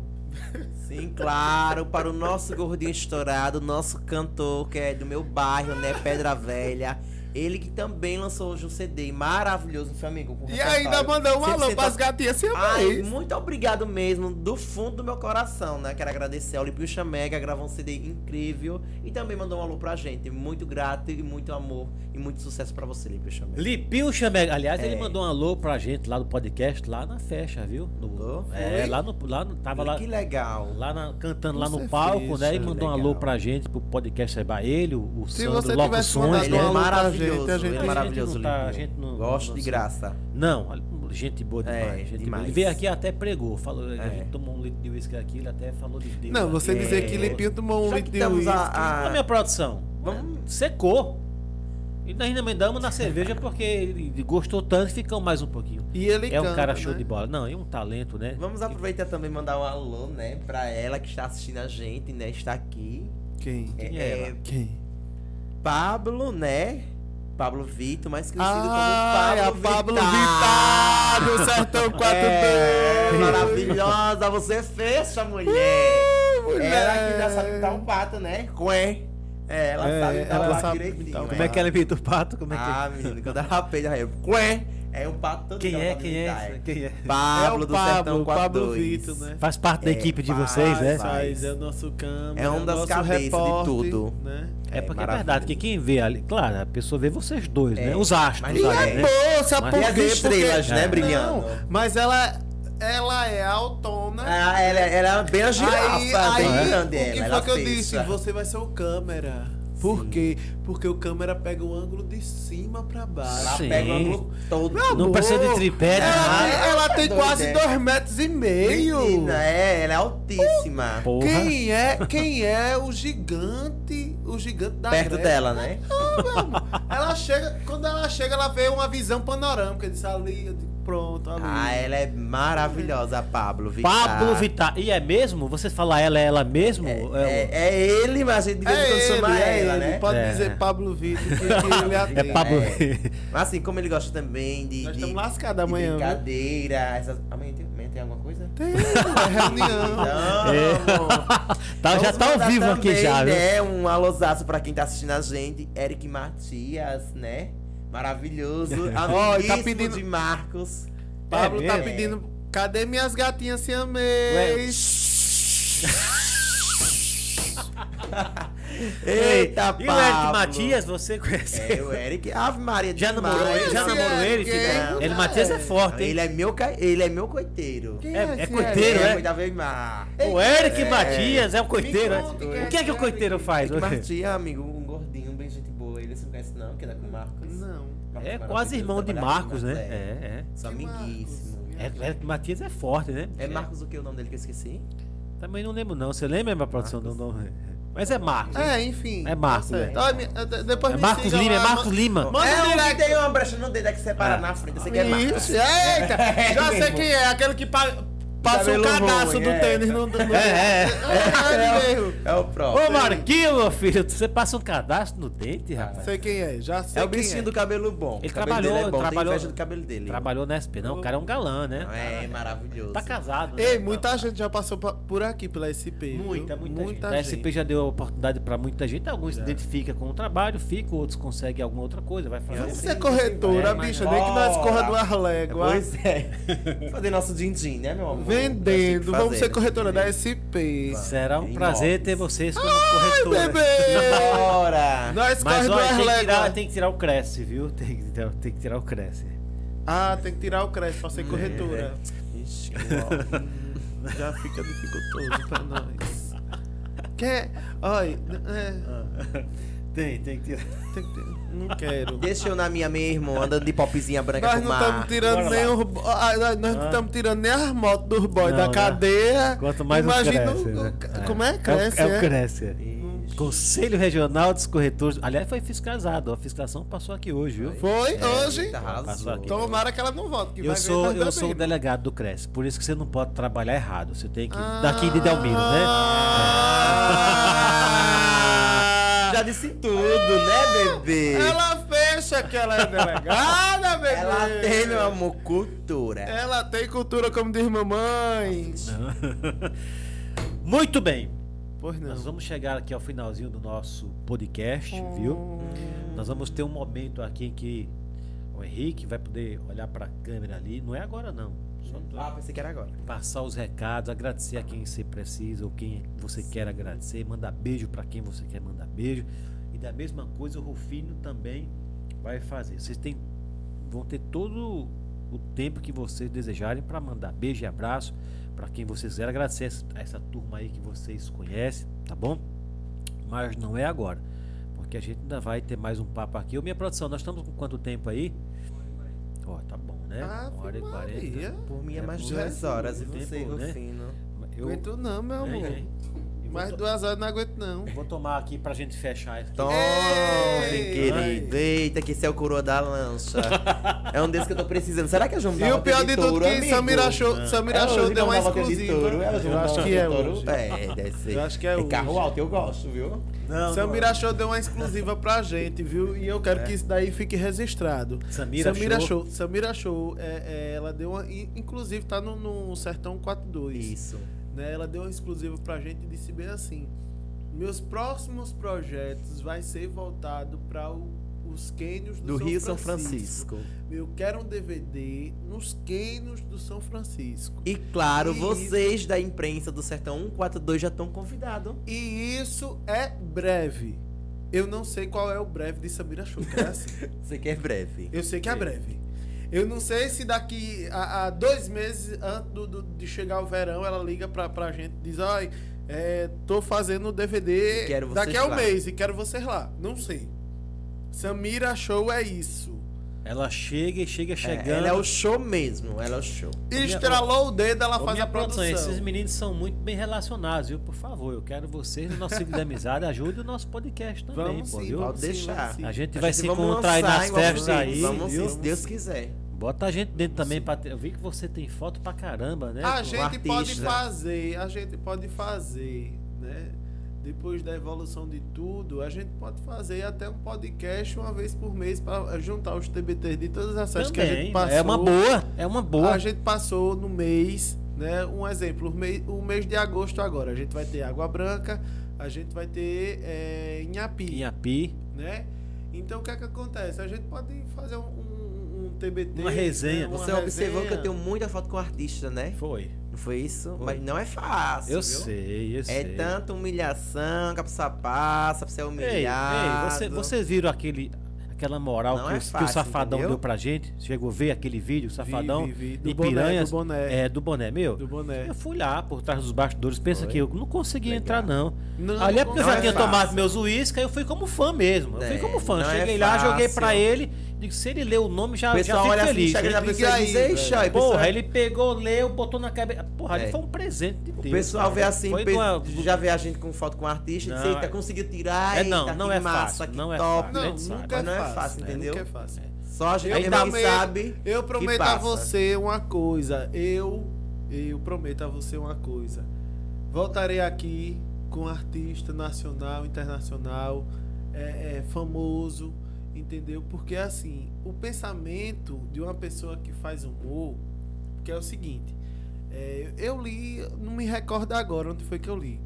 Speaker 3: Sim, claro, para o nosso gordinho estourado, nosso cantor, que é do meu bairro, né? Pedra Velha. Ele que também lançou hoje um CD maravilhoso, meu amigo. com
Speaker 2: E
Speaker 3: repertório.
Speaker 2: ainda mandou um alô
Speaker 3: 160
Speaker 2: pras gatinhas sem
Speaker 3: Ai,
Speaker 2: mais.
Speaker 3: muito obrigado mesmo, do fundo do meu coração, né? Quero agradecer ao Lipio Chamega, gravou um CD incrível e também mandou um alô pra gente. Muito grato e muito amor e muito sucesso pra você, Lipio Chamega.
Speaker 1: Lipio Xamega. Aliás, ele
Speaker 3: É.
Speaker 1: mandou um alô pra gente lá no podcast, lá na festa, viu? No,
Speaker 3: Alô?
Speaker 1: é,
Speaker 3: Foi?
Speaker 1: lá no. Lá no tava lá,
Speaker 3: Que legal.
Speaker 1: lá na- cantando lá
Speaker 2: Você
Speaker 1: no palco, né? E
Speaker 2: fecha,
Speaker 1: mandou um
Speaker 3: legal.
Speaker 1: alô pra gente, pro podcast Seba ele, o, o
Speaker 2: Se
Speaker 1: Sandro
Speaker 2: você tivesse
Speaker 1: Locuções,
Speaker 2: mandado
Speaker 3: Ele
Speaker 1: né?
Speaker 2: um
Speaker 3: é
Speaker 2: alô pra
Speaker 3: maravilhoso,
Speaker 2: gente, a gente-
Speaker 3: ele
Speaker 1: a
Speaker 3: é
Speaker 1: gente
Speaker 3: maravilhoso,
Speaker 1: não tá- a
Speaker 3: Lipio.
Speaker 1: gente não-
Speaker 3: Gosto
Speaker 1: não
Speaker 3: de
Speaker 1: se-
Speaker 3: graça.
Speaker 1: Não, olha, gente boa demais.
Speaker 3: É,
Speaker 1: gente boa.
Speaker 3: demais.
Speaker 1: Ele veio aqui e até pregou. Falou, a
Speaker 3: É.
Speaker 1: gente tomou um litro de uísque aqui, ele até falou de Deus.
Speaker 2: Não, você
Speaker 1: aqui,
Speaker 2: dizer
Speaker 1: é.
Speaker 2: que Lipinho tomou um
Speaker 3: Já
Speaker 2: litro
Speaker 3: que
Speaker 2: de
Speaker 3: estamos
Speaker 2: uísque.
Speaker 3: a,
Speaker 1: Olha
Speaker 3: a-
Speaker 1: minha produção.
Speaker 3: Vamos-
Speaker 1: Secou. E nós ainda mandamos na cerveja porque ele gostou tanto, ficamos mais um pouquinho.
Speaker 2: E ele
Speaker 1: É um
Speaker 2: canta,
Speaker 1: cara show
Speaker 2: né?
Speaker 1: de bola. Não, é um talento, né?
Speaker 3: Vamos aproveitar também e mandar um alô, né, pra ela que está assistindo a gente, né, está aqui.
Speaker 2: Quem?
Speaker 1: Quem
Speaker 3: É,
Speaker 1: é
Speaker 3: é,
Speaker 1: ela?
Speaker 2: Quem?
Speaker 3: Pablo, né? Pablo Vitor, mais conhecido
Speaker 2: Ai, a
Speaker 3: como
Speaker 2: Pablo
Speaker 3: Pablo
Speaker 2: Vittar do Sertão 4
Speaker 3: É,
Speaker 2: d
Speaker 3: maravilhosa, você fecha, mulher. Ela que já sabe pintar um pato, né? Coé. É, ela
Speaker 2: É,
Speaker 3: sabe pintar
Speaker 2: ela
Speaker 3: um pato
Speaker 2: sabe
Speaker 3: direitinho.
Speaker 2: pintar um
Speaker 1: Como é que ela imita o pato? Como é que
Speaker 3: Ah, menino, quando ela fez, ela é coé. É um pato todo
Speaker 1: Quem
Speaker 3: que ela
Speaker 1: é?
Speaker 3: sabe
Speaker 1: Quem
Speaker 3: pintar,
Speaker 1: é? Quem é?
Speaker 3: Pablo
Speaker 2: É o
Speaker 3: do
Speaker 2: Pablo,
Speaker 3: Sertão 4
Speaker 2: Pablo Vitor, né?
Speaker 1: Faz parte da
Speaker 3: É,
Speaker 1: equipe de
Speaker 3: faz,
Speaker 1: vocês, né?
Speaker 3: faz.
Speaker 2: Faz, é o nosso câmera.
Speaker 3: É um das
Speaker 2: nosso
Speaker 3: cabeças de
Speaker 2: repórter,
Speaker 3: tudo.
Speaker 2: Né?
Speaker 1: É porque é
Speaker 3: maravilhoso.
Speaker 1: verdade que quem vê ali, claro, a pessoa vê vocês dois,
Speaker 3: É,
Speaker 1: né? Os astros
Speaker 3: mas-
Speaker 2: E
Speaker 1: ali,
Speaker 2: é
Speaker 1: né?
Speaker 2: boa, sabe
Speaker 1: Mas-
Speaker 2: por
Speaker 3: E
Speaker 2: quê?
Speaker 3: as estrelas,
Speaker 2: Porque-
Speaker 3: né, brilhando.
Speaker 2: Não, mas ela, ela é autona.
Speaker 3: Ah, ela, ela é bem a girafa, bem grande
Speaker 2: o que
Speaker 3: ela.
Speaker 2: foi
Speaker 3: ela
Speaker 2: que eu
Speaker 3: fecha.
Speaker 2: disse? Você vai ser o câmera. Por quê? Porque o câmera pega o ângulo de cima pra baixo.
Speaker 3: Ela
Speaker 1: Sim.
Speaker 3: pega o ângulo todo.
Speaker 1: Não precisa de tripé, de
Speaker 2: Ela,
Speaker 1: nada.
Speaker 2: ela tem
Speaker 3: Doida.
Speaker 2: quase dois metros e meio.
Speaker 3: é. Menina, é, ela é altíssima.
Speaker 1: Porra.
Speaker 2: Quem é, quem é o gigante, o gigante da
Speaker 3: perto
Speaker 2: Grécia?
Speaker 3: dela, né?
Speaker 2: Não, meu amor. Ela chega, quando ela chega, ela vê uma visão panorâmica, diz ali, eu digo, pronto, ali.
Speaker 3: Ah, ela é maravilhosa, a Pablo Vittar.
Speaker 1: Pablo Vittar. E é mesmo? Você fala ela, é ela mesmo? É, o-
Speaker 3: É, é ele, mas a gente devia
Speaker 2: É ele,
Speaker 3: chamar
Speaker 2: é
Speaker 3: ela,
Speaker 2: ele,
Speaker 3: né?
Speaker 2: Pode
Speaker 1: É.
Speaker 2: dizer Pablo Vitor que, que ele atende.
Speaker 1: É Pablo
Speaker 3: É.
Speaker 1: Vittar.
Speaker 3: Mas assim, como ele gosta também de,
Speaker 2: Nós
Speaker 3: de,
Speaker 2: estamos
Speaker 3: de
Speaker 2: lascados amanhã. viu?
Speaker 3: brincadeira, essas... Amanhã tem, amanhã tem alguma coisa?
Speaker 2: Tem, é reunião.
Speaker 3: Não,
Speaker 1: É.
Speaker 3: amor.
Speaker 1: Tá, já
Speaker 3: Vamos
Speaker 1: tá ao
Speaker 3: mandar
Speaker 1: vivo
Speaker 3: também,
Speaker 1: aqui já, viu?
Speaker 3: né? Um alôzaço pra quem tá assistindo a gente, Eric Matias, né? Maravilhoso.
Speaker 2: Ó,
Speaker 3: Amiguíssimo
Speaker 2: e tá pedindo-
Speaker 3: de Marcos.
Speaker 2: Pablo tá
Speaker 1: É mesmo?
Speaker 2: pedindo. Cadê minhas gatinhas siamês?
Speaker 3: Eita,
Speaker 1: E
Speaker 3: Pablo.
Speaker 1: o Eric Matias, você conhece?
Speaker 3: É, o Eric. Ave Maria.
Speaker 1: Já
Speaker 3: demais.
Speaker 1: namorou ele? Já
Speaker 2: Esse
Speaker 1: namorou
Speaker 2: é
Speaker 1: ele?
Speaker 2: gay,
Speaker 1: Fica-
Speaker 2: não
Speaker 1: Ele
Speaker 2: é?
Speaker 1: Matias é forte, hein?
Speaker 3: Ele é meu, ca- ele é meu coiteiro.
Speaker 2: Quem
Speaker 1: É- é
Speaker 2: esse
Speaker 1: coiteiro,
Speaker 2: Eric?
Speaker 1: é?
Speaker 3: Muito bem, Mar.
Speaker 1: O Eric
Speaker 3: É.
Speaker 1: Matias é um coiteiro. né?
Speaker 2: conta,
Speaker 1: O que é que o coiteiro faz?
Speaker 3: Eric Matias, amigo, um gordinho, bem gente boa. Ele você não conhece não, que é com o Marcos.
Speaker 2: Não.
Speaker 3: Marcos
Speaker 1: É
Speaker 3: maravilhoso,
Speaker 1: quase irmão de
Speaker 3: trabalha com
Speaker 1: Marcos, né?
Speaker 3: É.
Speaker 1: É,
Speaker 3: Sou
Speaker 2: Que
Speaker 3: amiguíssimo.
Speaker 1: é. É, o Eric Matias é forte, né?
Speaker 3: É Marcos o que? O nome dele que eu esqueci?
Speaker 1: Também não lembro, não. Você lembra a produção do nome? Mas é Marcos. né?
Speaker 2: É, enfim.
Speaker 1: É Marcos,
Speaker 2: Tá certo.
Speaker 1: é.
Speaker 2: Olha, me- de- depois
Speaker 1: É
Speaker 2: me
Speaker 1: Marcos
Speaker 2: sigam
Speaker 1: Lima, é
Speaker 2: lá,
Speaker 1: Marcos
Speaker 2: ma-
Speaker 1: Lima.
Speaker 2: Manda um
Speaker 3: é, o que
Speaker 2: direct.
Speaker 3: tem uma brecha no dedo é que separa
Speaker 1: Ah.
Speaker 3: na frente. Esse aqui é Marcos.
Speaker 2: Isso, eita! Já sei quem é, aquele que pa- passa o
Speaker 3: Cabelo
Speaker 2: cadastro
Speaker 3: ruim,
Speaker 2: do
Speaker 3: é.
Speaker 2: tênis no. no-
Speaker 1: É, é.
Speaker 2: É, ele mesmo.
Speaker 3: É o próprio.
Speaker 1: Ô, Marquinhos, meu filho, você passa um cadastro no dente, rapaz?
Speaker 2: Sei quem é, já sei.
Speaker 3: É o
Speaker 2: quem
Speaker 3: bichinho do cabelo bom.
Speaker 1: Ele
Speaker 3: O cabelo
Speaker 1: trabalhou,
Speaker 3: dele é bom,
Speaker 1: trabalhou-
Speaker 3: tem inveja do cabelo dele.
Speaker 1: Trabalhou na SP, não? O cara é um galã, né?
Speaker 3: Não, É maravilhoso.
Speaker 1: Tá casado. né?
Speaker 2: Ei, muita gente já passou pa- por aqui pela SP. viu?
Speaker 1: Muita, muita, gente. A SP já deu oportunidade pra muita gente. Alguns se identificam com o trabalho, ficam, outros conseguem alguma outra coisa, vai fazer.
Speaker 2: Você é corretora,
Speaker 1: É, mas
Speaker 2: bicha,
Speaker 1: não.
Speaker 2: nem que nós corra do Arlégua.
Speaker 3: Pois é. Fazer nosso din-din, né, meu amor?
Speaker 2: Vendendo, vamos
Speaker 1: né?
Speaker 2: ser corretora da
Speaker 3: S.
Speaker 2: SP.
Speaker 1: Será um
Speaker 3: Em
Speaker 1: prazer
Speaker 3: Óbidos.
Speaker 1: ter vocês como
Speaker 2: Ai,
Speaker 1: corretora.
Speaker 2: bebê!
Speaker 3: Bora!
Speaker 2: é Nós corre
Speaker 1: Mas
Speaker 2: do
Speaker 1: olha, tem que,
Speaker 2: Arlégua.
Speaker 1: tirar, tem que tirar o Cresce, viu? Tem que tirar, tem que tirar o Cresce.
Speaker 2: Ah, tem que tirar o crédito
Speaker 1: É.
Speaker 2: pra ser corretora.
Speaker 3: Ixi, uau.
Speaker 2: Já fica dificultoso pra nós. Quer? Olha, é,
Speaker 1: Tem, tem que tirar.
Speaker 2: tem que ter- não quero.
Speaker 3: Deixa eu na minha mesmo, andando de popzinha branca
Speaker 2: Nós
Speaker 3: pro
Speaker 2: não
Speaker 3: mar.
Speaker 2: estamos tirando
Speaker 1: Bora
Speaker 2: nem
Speaker 1: lá.
Speaker 2: os bo- ah, ah, Nós não
Speaker 1: Ah.
Speaker 2: estamos tirando nem as motos dos boys
Speaker 1: Não,
Speaker 2: da
Speaker 1: né?
Speaker 2: cadeia.
Speaker 1: Quanto mais o
Speaker 2: Imagina
Speaker 1: Cresce.
Speaker 2: o-
Speaker 1: né?
Speaker 2: como é?
Speaker 1: o-
Speaker 2: Cresce,
Speaker 1: É
Speaker 2: é?
Speaker 1: o Cresce.
Speaker 3: Ixi,
Speaker 1: Conselho Regional dos Corretores. Aliás, foi fiscalizado. ó, A fiscalização passou aqui hoje, viu?
Speaker 2: Foi hoje. Então,
Speaker 3: Eita,
Speaker 1: Passou
Speaker 3: arrasou.
Speaker 1: aqui.
Speaker 2: Tomara que ela não volte. Que
Speaker 1: É, tá Eu
Speaker 2: vai
Speaker 1: sou,
Speaker 2: ver, tá
Speaker 1: eu sou o
Speaker 2: bebendo.
Speaker 1: delegado do Cresce, por isso que você não pode trabalhar errado. Você tem que.
Speaker 2: Ah.
Speaker 1: Daqui de Delmiro, né?
Speaker 2: Ah.
Speaker 3: Já disse tudo, né, bebê?
Speaker 2: Ela fecha que ela é delegada, bebê.
Speaker 3: Ela tem, meu amor, cultura.
Speaker 2: Ela tem cultura, como diz mamãe.
Speaker 1: né? Muito bem.
Speaker 2: Pois
Speaker 1: Nós vamos chegar aqui ao finalzinho do nosso podcast,
Speaker 2: Hum.
Speaker 1: viu? Nós vamos ter um momento aqui em que o Henrique vai poder olhar para a câmera ali. Não é agora, não. Só pra
Speaker 3: Ah, pensei que era agora.
Speaker 1: passar os recados, agradecer a quem você precisa ou quem você quer agradecer, mandar beijo para quem você quer mandar beijo. E da mesma coisa o Rufino também vai fazer. Vocês têm, vão ter todo o tempo que vocês desejarem para mandar beijo e abraço para quem vocês quiserem. Agradecer essa- a essa turma aí que vocês conhecem, tá bom? Mas não é agora, porque a gente ainda vai ter mais um papo aqui. Ô, minha produção, nós estamos com quanto tempo aí? Ó, tá bom, né?
Speaker 2: Ave
Speaker 1: Uma hora e quarenta.
Speaker 2: Maria.
Speaker 3: Por mim é
Speaker 1: É
Speaker 3: mais
Speaker 1: por
Speaker 3: duas
Speaker 1: essa
Speaker 3: horas. E
Speaker 1: altura do
Speaker 3: você,
Speaker 1: tempo, né?
Speaker 3: Rufino?
Speaker 1: Eu,
Speaker 2: Aguento não, meu amor.
Speaker 1: Hein, hein? Eu
Speaker 2: Mais
Speaker 1: vou, to-
Speaker 2: duas horas não aguento, não.
Speaker 1: vou tomar aqui pra gente fechar isso.
Speaker 3: Tome,
Speaker 2: Ei!
Speaker 3: querido. Eita, que esse é o coroa da lancha. é um desses que eu tô precisando. Será que a João
Speaker 2: E o pior de tudo que Samira
Speaker 3: Show.
Speaker 2: Show, Samira Show deu uma exclusiva.
Speaker 3: Eu acho que é hoje. É, deve ser.
Speaker 2: Eu acho que é hoje.
Speaker 3: carro alto, eu gosto, viu?
Speaker 1: Não,
Speaker 2: Samira Show deu uma exclusiva pra gente, viu? E eu
Speaker 3: É.
Speaker 2: quero que isso daí fique registrado.
Speaker 1: Samira Show.
Speaker 2: Samira Show, é, é, ela deu uma. i- Inclusive, tá no, no Sertão 42.
Speaker 3: Isso.
Speaker 2: né, ela deu uma exclusiva pra gente e disse bem assim: meus próximos projetos vai ser voltado para os cânions
Speaker 3: Do
Speaker 2: do,
Speaker 3: Rio São Francisco.
Speaker 2: Eu quero um DVD nos cânions do São Francisco.
Speaker 3: E claro,
Speaker 2: Isso.
Speaker 3: vocês da imprensa do Sertão 142 já estão convidados.
Speaker 2: E isso é breve. Eu não sei qual é o breve de Samira Chuca, é assim.
Speaker 3: Você quer breve.
Speaker 2: Eu sei que é breve. Eu não sei se daqui a, a dois meses antes do- do- de chegar o verão ela liga pra, pra gente e diz: Ai, é, tô fazendo o DVD
Speaker 3: E quero vocês
Speaker 2: daqui a um
Speaker 3: lá."
Speaker 2: mês e quero vocês lá. Não sei. Samira Show é isso.
Speaker 1: Ela chega e chega
Speaker 3: É,
Speaker 1: chegando.
Speaker 3: ela é o show mesmo, ela é o show.
Speaker 2: Estralou o dedo, ela
Speaker 1: Ô,
Speaker 2: faz
Speaker 1: minha
Speaker 2: a produção.
Speaker 1: produção, esses meninos são muito bem relacionados, viu? Por favor, eu quero vocês no nosso ciclo de amizade, ajude o nosso podcast também,
Speaker 2: Vamos
Speaker 1: pô,
Speaker 2: sim,
Speaker 1: viu?
Speaker 3: Pode
Speaker 2: Vamos sim,
Speaker 3: deixar.
Speaker 2: vamos sim.
Speaker 1: A gente
Speaker 3: A
Speaker 1: vai
Speaker 3: gente
Speaker 1: se
Speaker 3: vamos
Speaker 1: encontrar aí
Speaker 3: lançar,
Speaker 1: nas
Speaker 3: hein,
Speaker 1: festas
Speaker 3: vamos
Speaker 1: aí,
Speaker 3: sim, Vamos sim,
Speaker 1: viu?
Speaker 3: se Deus quiser.
Speaker 1: Bota a gente dentro também pra ter... Eu vi que você tem foto pra caramba, né?
Speaker 2: A
Speaker 3: Ah,
Speaker 1: Com
Speaker 2: gente
Speaker 3: artista.
Speaker 2: pode fazer, a gente pode fazer, né? Depois da evolução de tudo, a gente pode fazer até um podcast uma vez por mês para juntar os TBTs de todas as séries que a gente
Speaker 1: Também,
Speaker 2: passou.
Speaker 1: é uma boa, é uma boa.
Speaker 3: Ah,
Speaker 2: A gente passou no mês, né? Um exemplo, o mês, o mês de agosto agora, a gente vai ter Água Branca, a gente vai ter é, Inhapi,
Speaker 1: Inhapi,
Speaker 2: né? Então o que é que acontece? A gente pode fazer um, um- um TBT.
Speaker 1: Uma resenha.
Speaker 2: né? Uma
Speaker 3: Você observou que eu
Speaker 2: resenha.
Speaker 3: tenho um muita foto com artista, né?
Speaker 1: foi.
Speaker 3: Não foi isso?
Speaker 1: Foi.
Speaker 3: Mas não é fácil.
Speaker 1: Eu
Speaker 3: viu?
Speaker 1: sei, eu
Speaker 3: É
Speaker 1: sei.
Speaker 3: tanta humilhação, que a pessoa passa, a pessoa é
Speaker 1: Ei, ei,
Speaker 3: humilhada.
Speaker 1: você- vocês viram aquele, aquela moral
Speaker 3: Não
Speaker 1: que,
Speaker 3: é
Speaker 1: o- que
Speaker 3: fácil,
Speaker 1: o Safadão
Speaker 3: entendeu?
Speaker 1: deu pra gente? Chegou a ver aquele vídeo, Safadão
Speaker 2: Vi, vi, vi. Do
Speaker 1: e
Speaker 2: boné,
Speaker 1: Piranhas.
Speaker 2: do boné.
Speaker 1: É, do boné, meu.
Speaker 2: Do boné.
Speaker 1: Eu fui lá por trás dos bastidores, pensa
Speaker 3: Foi?
Speaker 1: que eu não consegui
Speaker 3: Legal.
Speaker 1: entrar, não.
Speaker 2: Não,
Speaker 1: Ali é porque eu
Speaker 3: não
Speaker 1: já
Speaker 3: é
Speaker 1: tinha
Speaker 3: fácil.
Speaker 1: tomado meus uísques, aí eu fui como fã mesmo. Eu
Speaker 3: É,
Speaker 1: fui como fã.
Speaker 3: não é
Speaker 1: Cheguei lá, joguei pra
Speaker 3: fácil.
Speaker 1: ele. Digo, se ele leu o nome, já,
Speaker 3: O
Speaker 1: já
Speaker 3: pessoal olha
Speaker 1: fico
Speaker 3: assim,
Speaker 1: feliz.
Speaker 3: chega na
Speaker 1: Ele-
Speaker 3: pessoa e diz,
Speaker 2: aí,
Speaker 3: "Eixa, aí, pessoal,
Speaker 1: Porra, ele pegou, leu, botou na cabeça. Porra,
Speaker 3: É.
Speaker 1: ali foi um presente de
Speaker 3: O
Speaker 1: Deus,
Speaker 3: pessoal
Speaker 1: cara.
Speaker 3: vê assim,
Speaker 1: Foi
Speaker 3: pe-
Speaker 1: de uma-
Speaker 3: já vê a gente com foto com artista, e diz,
Speaker 1: Não,
Speaker 3: eita,
Speaker 1: é-
Speaker 3: conseguiu tirar,
Speaker 1: É,
Speaker 3: eita,
Speaker 1: não, não
Speaker 3: que
Speaker 1: é
Speaker 3: massa,
Speaker 1: fácil,
Speaker 3: que
Speaker 1: não é
Speaker 3: top.
Speaker 1: fácil.
Speaker 2: Não,
Speaker 1: gente sabe,
Speaker 2: nunca é,
Speaker 3: mas não é
Speaker 2: fácil,
Speaker 3: fácil,
Speaker 2: né?
Speaker 3: entendeu?
Speaker 2: Nunca é fácil.
Speaker 3: Só a gente
Speaker 2: Eu
Speaker 3: mesmo que
Speaker 2: prometo-
Speaker 3: sabe.
Speaker 2: Eu
Speaker 3: que
Speaker 2: prometo a
Speaker 3: passa.
Speaker 2: você uma coisa. Eu, eu prometo a você uma coisa. Voltarei aqui com um artista nacional, internacional, é, é, famoso, entendeu? Porque assim, o pensamento de uma pessoa que faz humor, que é o seguinte. é, eu li, não me recordo agora onde foi que eu li.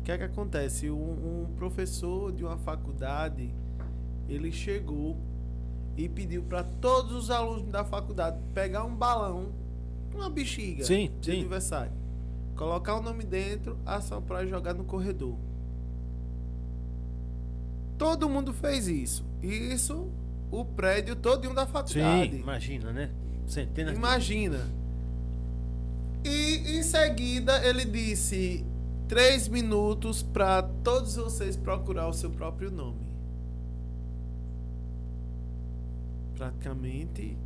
Speaker 2: O que é que acontece? Um- um professor de uma faculdade, ele chegou e pediu para todos os alunos da faculdade pegar um balão, uma bexiga
Speaker 1: Sim,
Speaker 2: de
Speaker 1: sim.
Speaker 2: aniversário, colocar o nome dentro, assoprar e jogar no corredor. Todo mundo fez isso. E isso o prédio todinho da
Speaker 1: Sim,
Speaker 2: faculdade.
Speaker 1: imagina, né? Centenas de
Speaker 2: Imagina. E em seguida ele disse três minutos para todos vocês procurar o seu próprio nome. Praticamente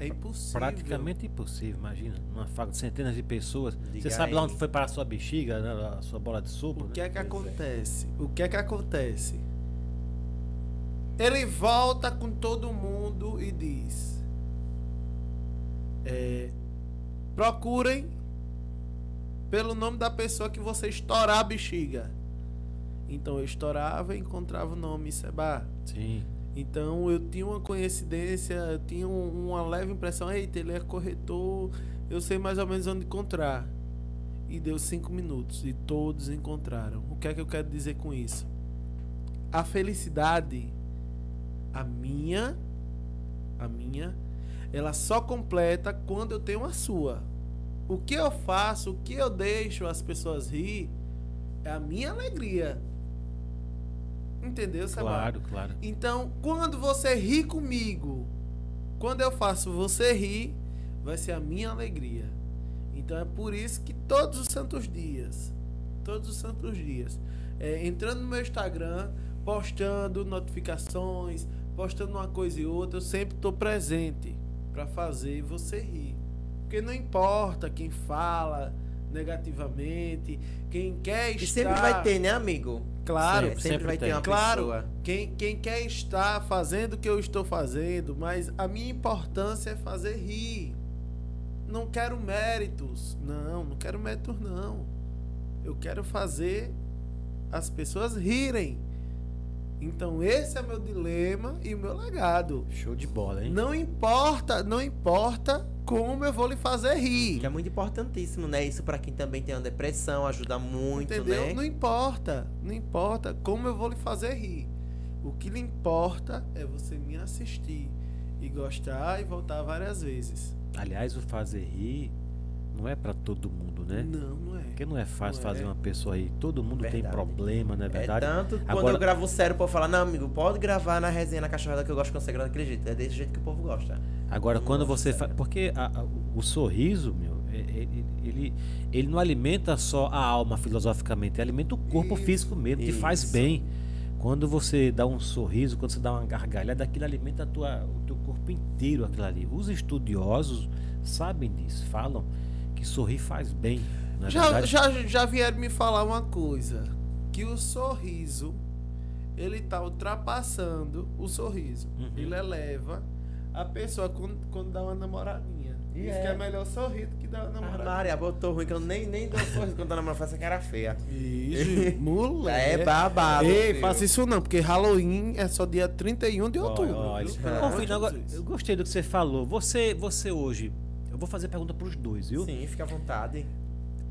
Speaker 2: É impossível.
Speaker 1: Praticamente impossível, imagina. Uma faca de centenas de pessoas.
Speaker 3: Diga
Speaker 1: Você sabe lá
Speaker 3: aí.
Speaker 1: onde foi parar a sua bexiga, né, a sua bola de sopro?
Speaker 2: O
Speaker 1: né?
Speaker 2: que é que acontece? O que é que acontece? Ele volta com todo mundo e diz: é, procurem pelo nome da pessoa que você estourar a bexiga. Então eu estourava e encontrava o nome Seba.
Speaker 1: Sim.
Speaker 2: Então eu tinha uma coincidência, eu tinha um- uma leve impressão, eita, ele é corretor, eu sei mais ou menos onde encontrar. E deu cinco minutos e todos encontraram. O que é que eu quero dizer com isso? A felicidade, a minha, a minha, ela só completa quando eu tenho a sua. O que eu faço, o que eu deixo as pessoas rir, é a minha alegria. Entendeu, Sabá?
Speaker 1: Claro, claro.
Speaker 2: Então, quando você ri comigo, quando eu faço você rir, vai ser a minha alegria. Então é por isso que todos os santos dias, todos os santos dias, é, entrando no meu Instagram, postando notificações, postando uma coisa e outra, eu sempre estou presente para fazer você rir. Porque não importa quem fala negativamente, quem quer estar.
Speaker 3: E sempre vai ter, né, amigo?
Speaker 2: Claro,
Speaker 3: sempre,
Speaker 1: sempre
Speaker 3: vai
Speaker 1: tem.
Speaker 3: ter uma
Speaker 2: Claro.
Speaker 3: pessoa.
Speaker 2: Quem, quem quer estar fazendo o que eu estou fazendo, mas a minha importância é fazer rir. Não quero méritos. Não, não quero méritos, não. Eu quero fazer as pessoas rirem. Então esse é meu dilema e o meu legado.
Speaker 1: Show de bola, hein?
Speaker 2: Não importa, não importa como eu vou lhe fazer rir.
Speaker 3: Que é muito importantíssimo, né? Isso pra quem também tem uma depressão, ajuda muito,
Speaker 2: Entendeu?
Speaker 3: né?
Speaker 2: Não importa. Não importa como eu vou lhe fazer rir. O que lhe importa é você me assistir e gostar e voltar várias vezes.
Speaker 1: Aliás, o fazer rir não é pra todo mundo, né?
Speaker 2: Não, não é.
Speaker 1: Porque não é fácil
Speaker 2: Não é.
Speaker 1: fazer uma pessoa rir. Todo mundo tem
Speaker 3: Verdade.
Speaker 1: problema, não é verdade?
Speaker 3: É tanto que quando
Speaker 1: Agora-
Speaker 3: eu gravo sério, o povo fala, não, amigo, pode gravar na resenha na cachorrada que eu gosto com segredo daquele jeito. É desse jeito que o povo gosta.
Speaker 1: Agora,
Speaker 3: Não
Speaker 1: quando
Speaker 3: gosto,
Speaker 1: você
Speaker 3: cara.
Speaker 1: faz. Porque a- a- o sorriso, meu, é- é- ele, ele, ele não alimenta só a alma filosoficamente, ele alimenta o corpo físico mesmo, te faz
Speaker 3: Isso.
Speaker 1: bem. Quando você dá um sorriso, quando você dá uma gargalhada, aquilo alimenta a tua, o teu corpo inteiro, aquilo ali. Os estudiosos sabem disso, falam que sorrir faz bem. Não é
Speaker 2: Já,
Speaker 1: verdade?
Speaker 2: já, já vieram me falar uma coisa. Que o sorriso, ele tá ultrapassando o sorriso.
Speaker 1: Uhum.
Speaker 2: Ele eleva a pessoa quando, quando dá uma namoradinha.
Speaker 3: E
Speaker 2: Diz
Speaker 3: é.
Speaker 2: que é melhor sorrir do que dar uma
Speaker 3: Ah,
Speaker 2: namoradinha.
Speaker 3: Maria, botou ruim que eu nem, nem dou força quando a namorada faz essa cara feia.
Speaker 2: Ixi, moleque.
Speaker 3: É babado.
Speaker 2: Ei,
Speaker 3: filho.
Speaker 2: faça isso não, porque Halloween é só dia 31 de outubro.
Speaker 1: Ó,
Speaker 2: viu?
Speaker 1: isso-
Speaker 2: Pelo amor de
Speaker 1: Confino, agora,
Speaker 2: Jesus.
Speaker 1: eu gostei do que você falou. Você, você hoje, eu vou fazer pergunta para os dois, viu?
Speaker 3: Sim, fica à vontade.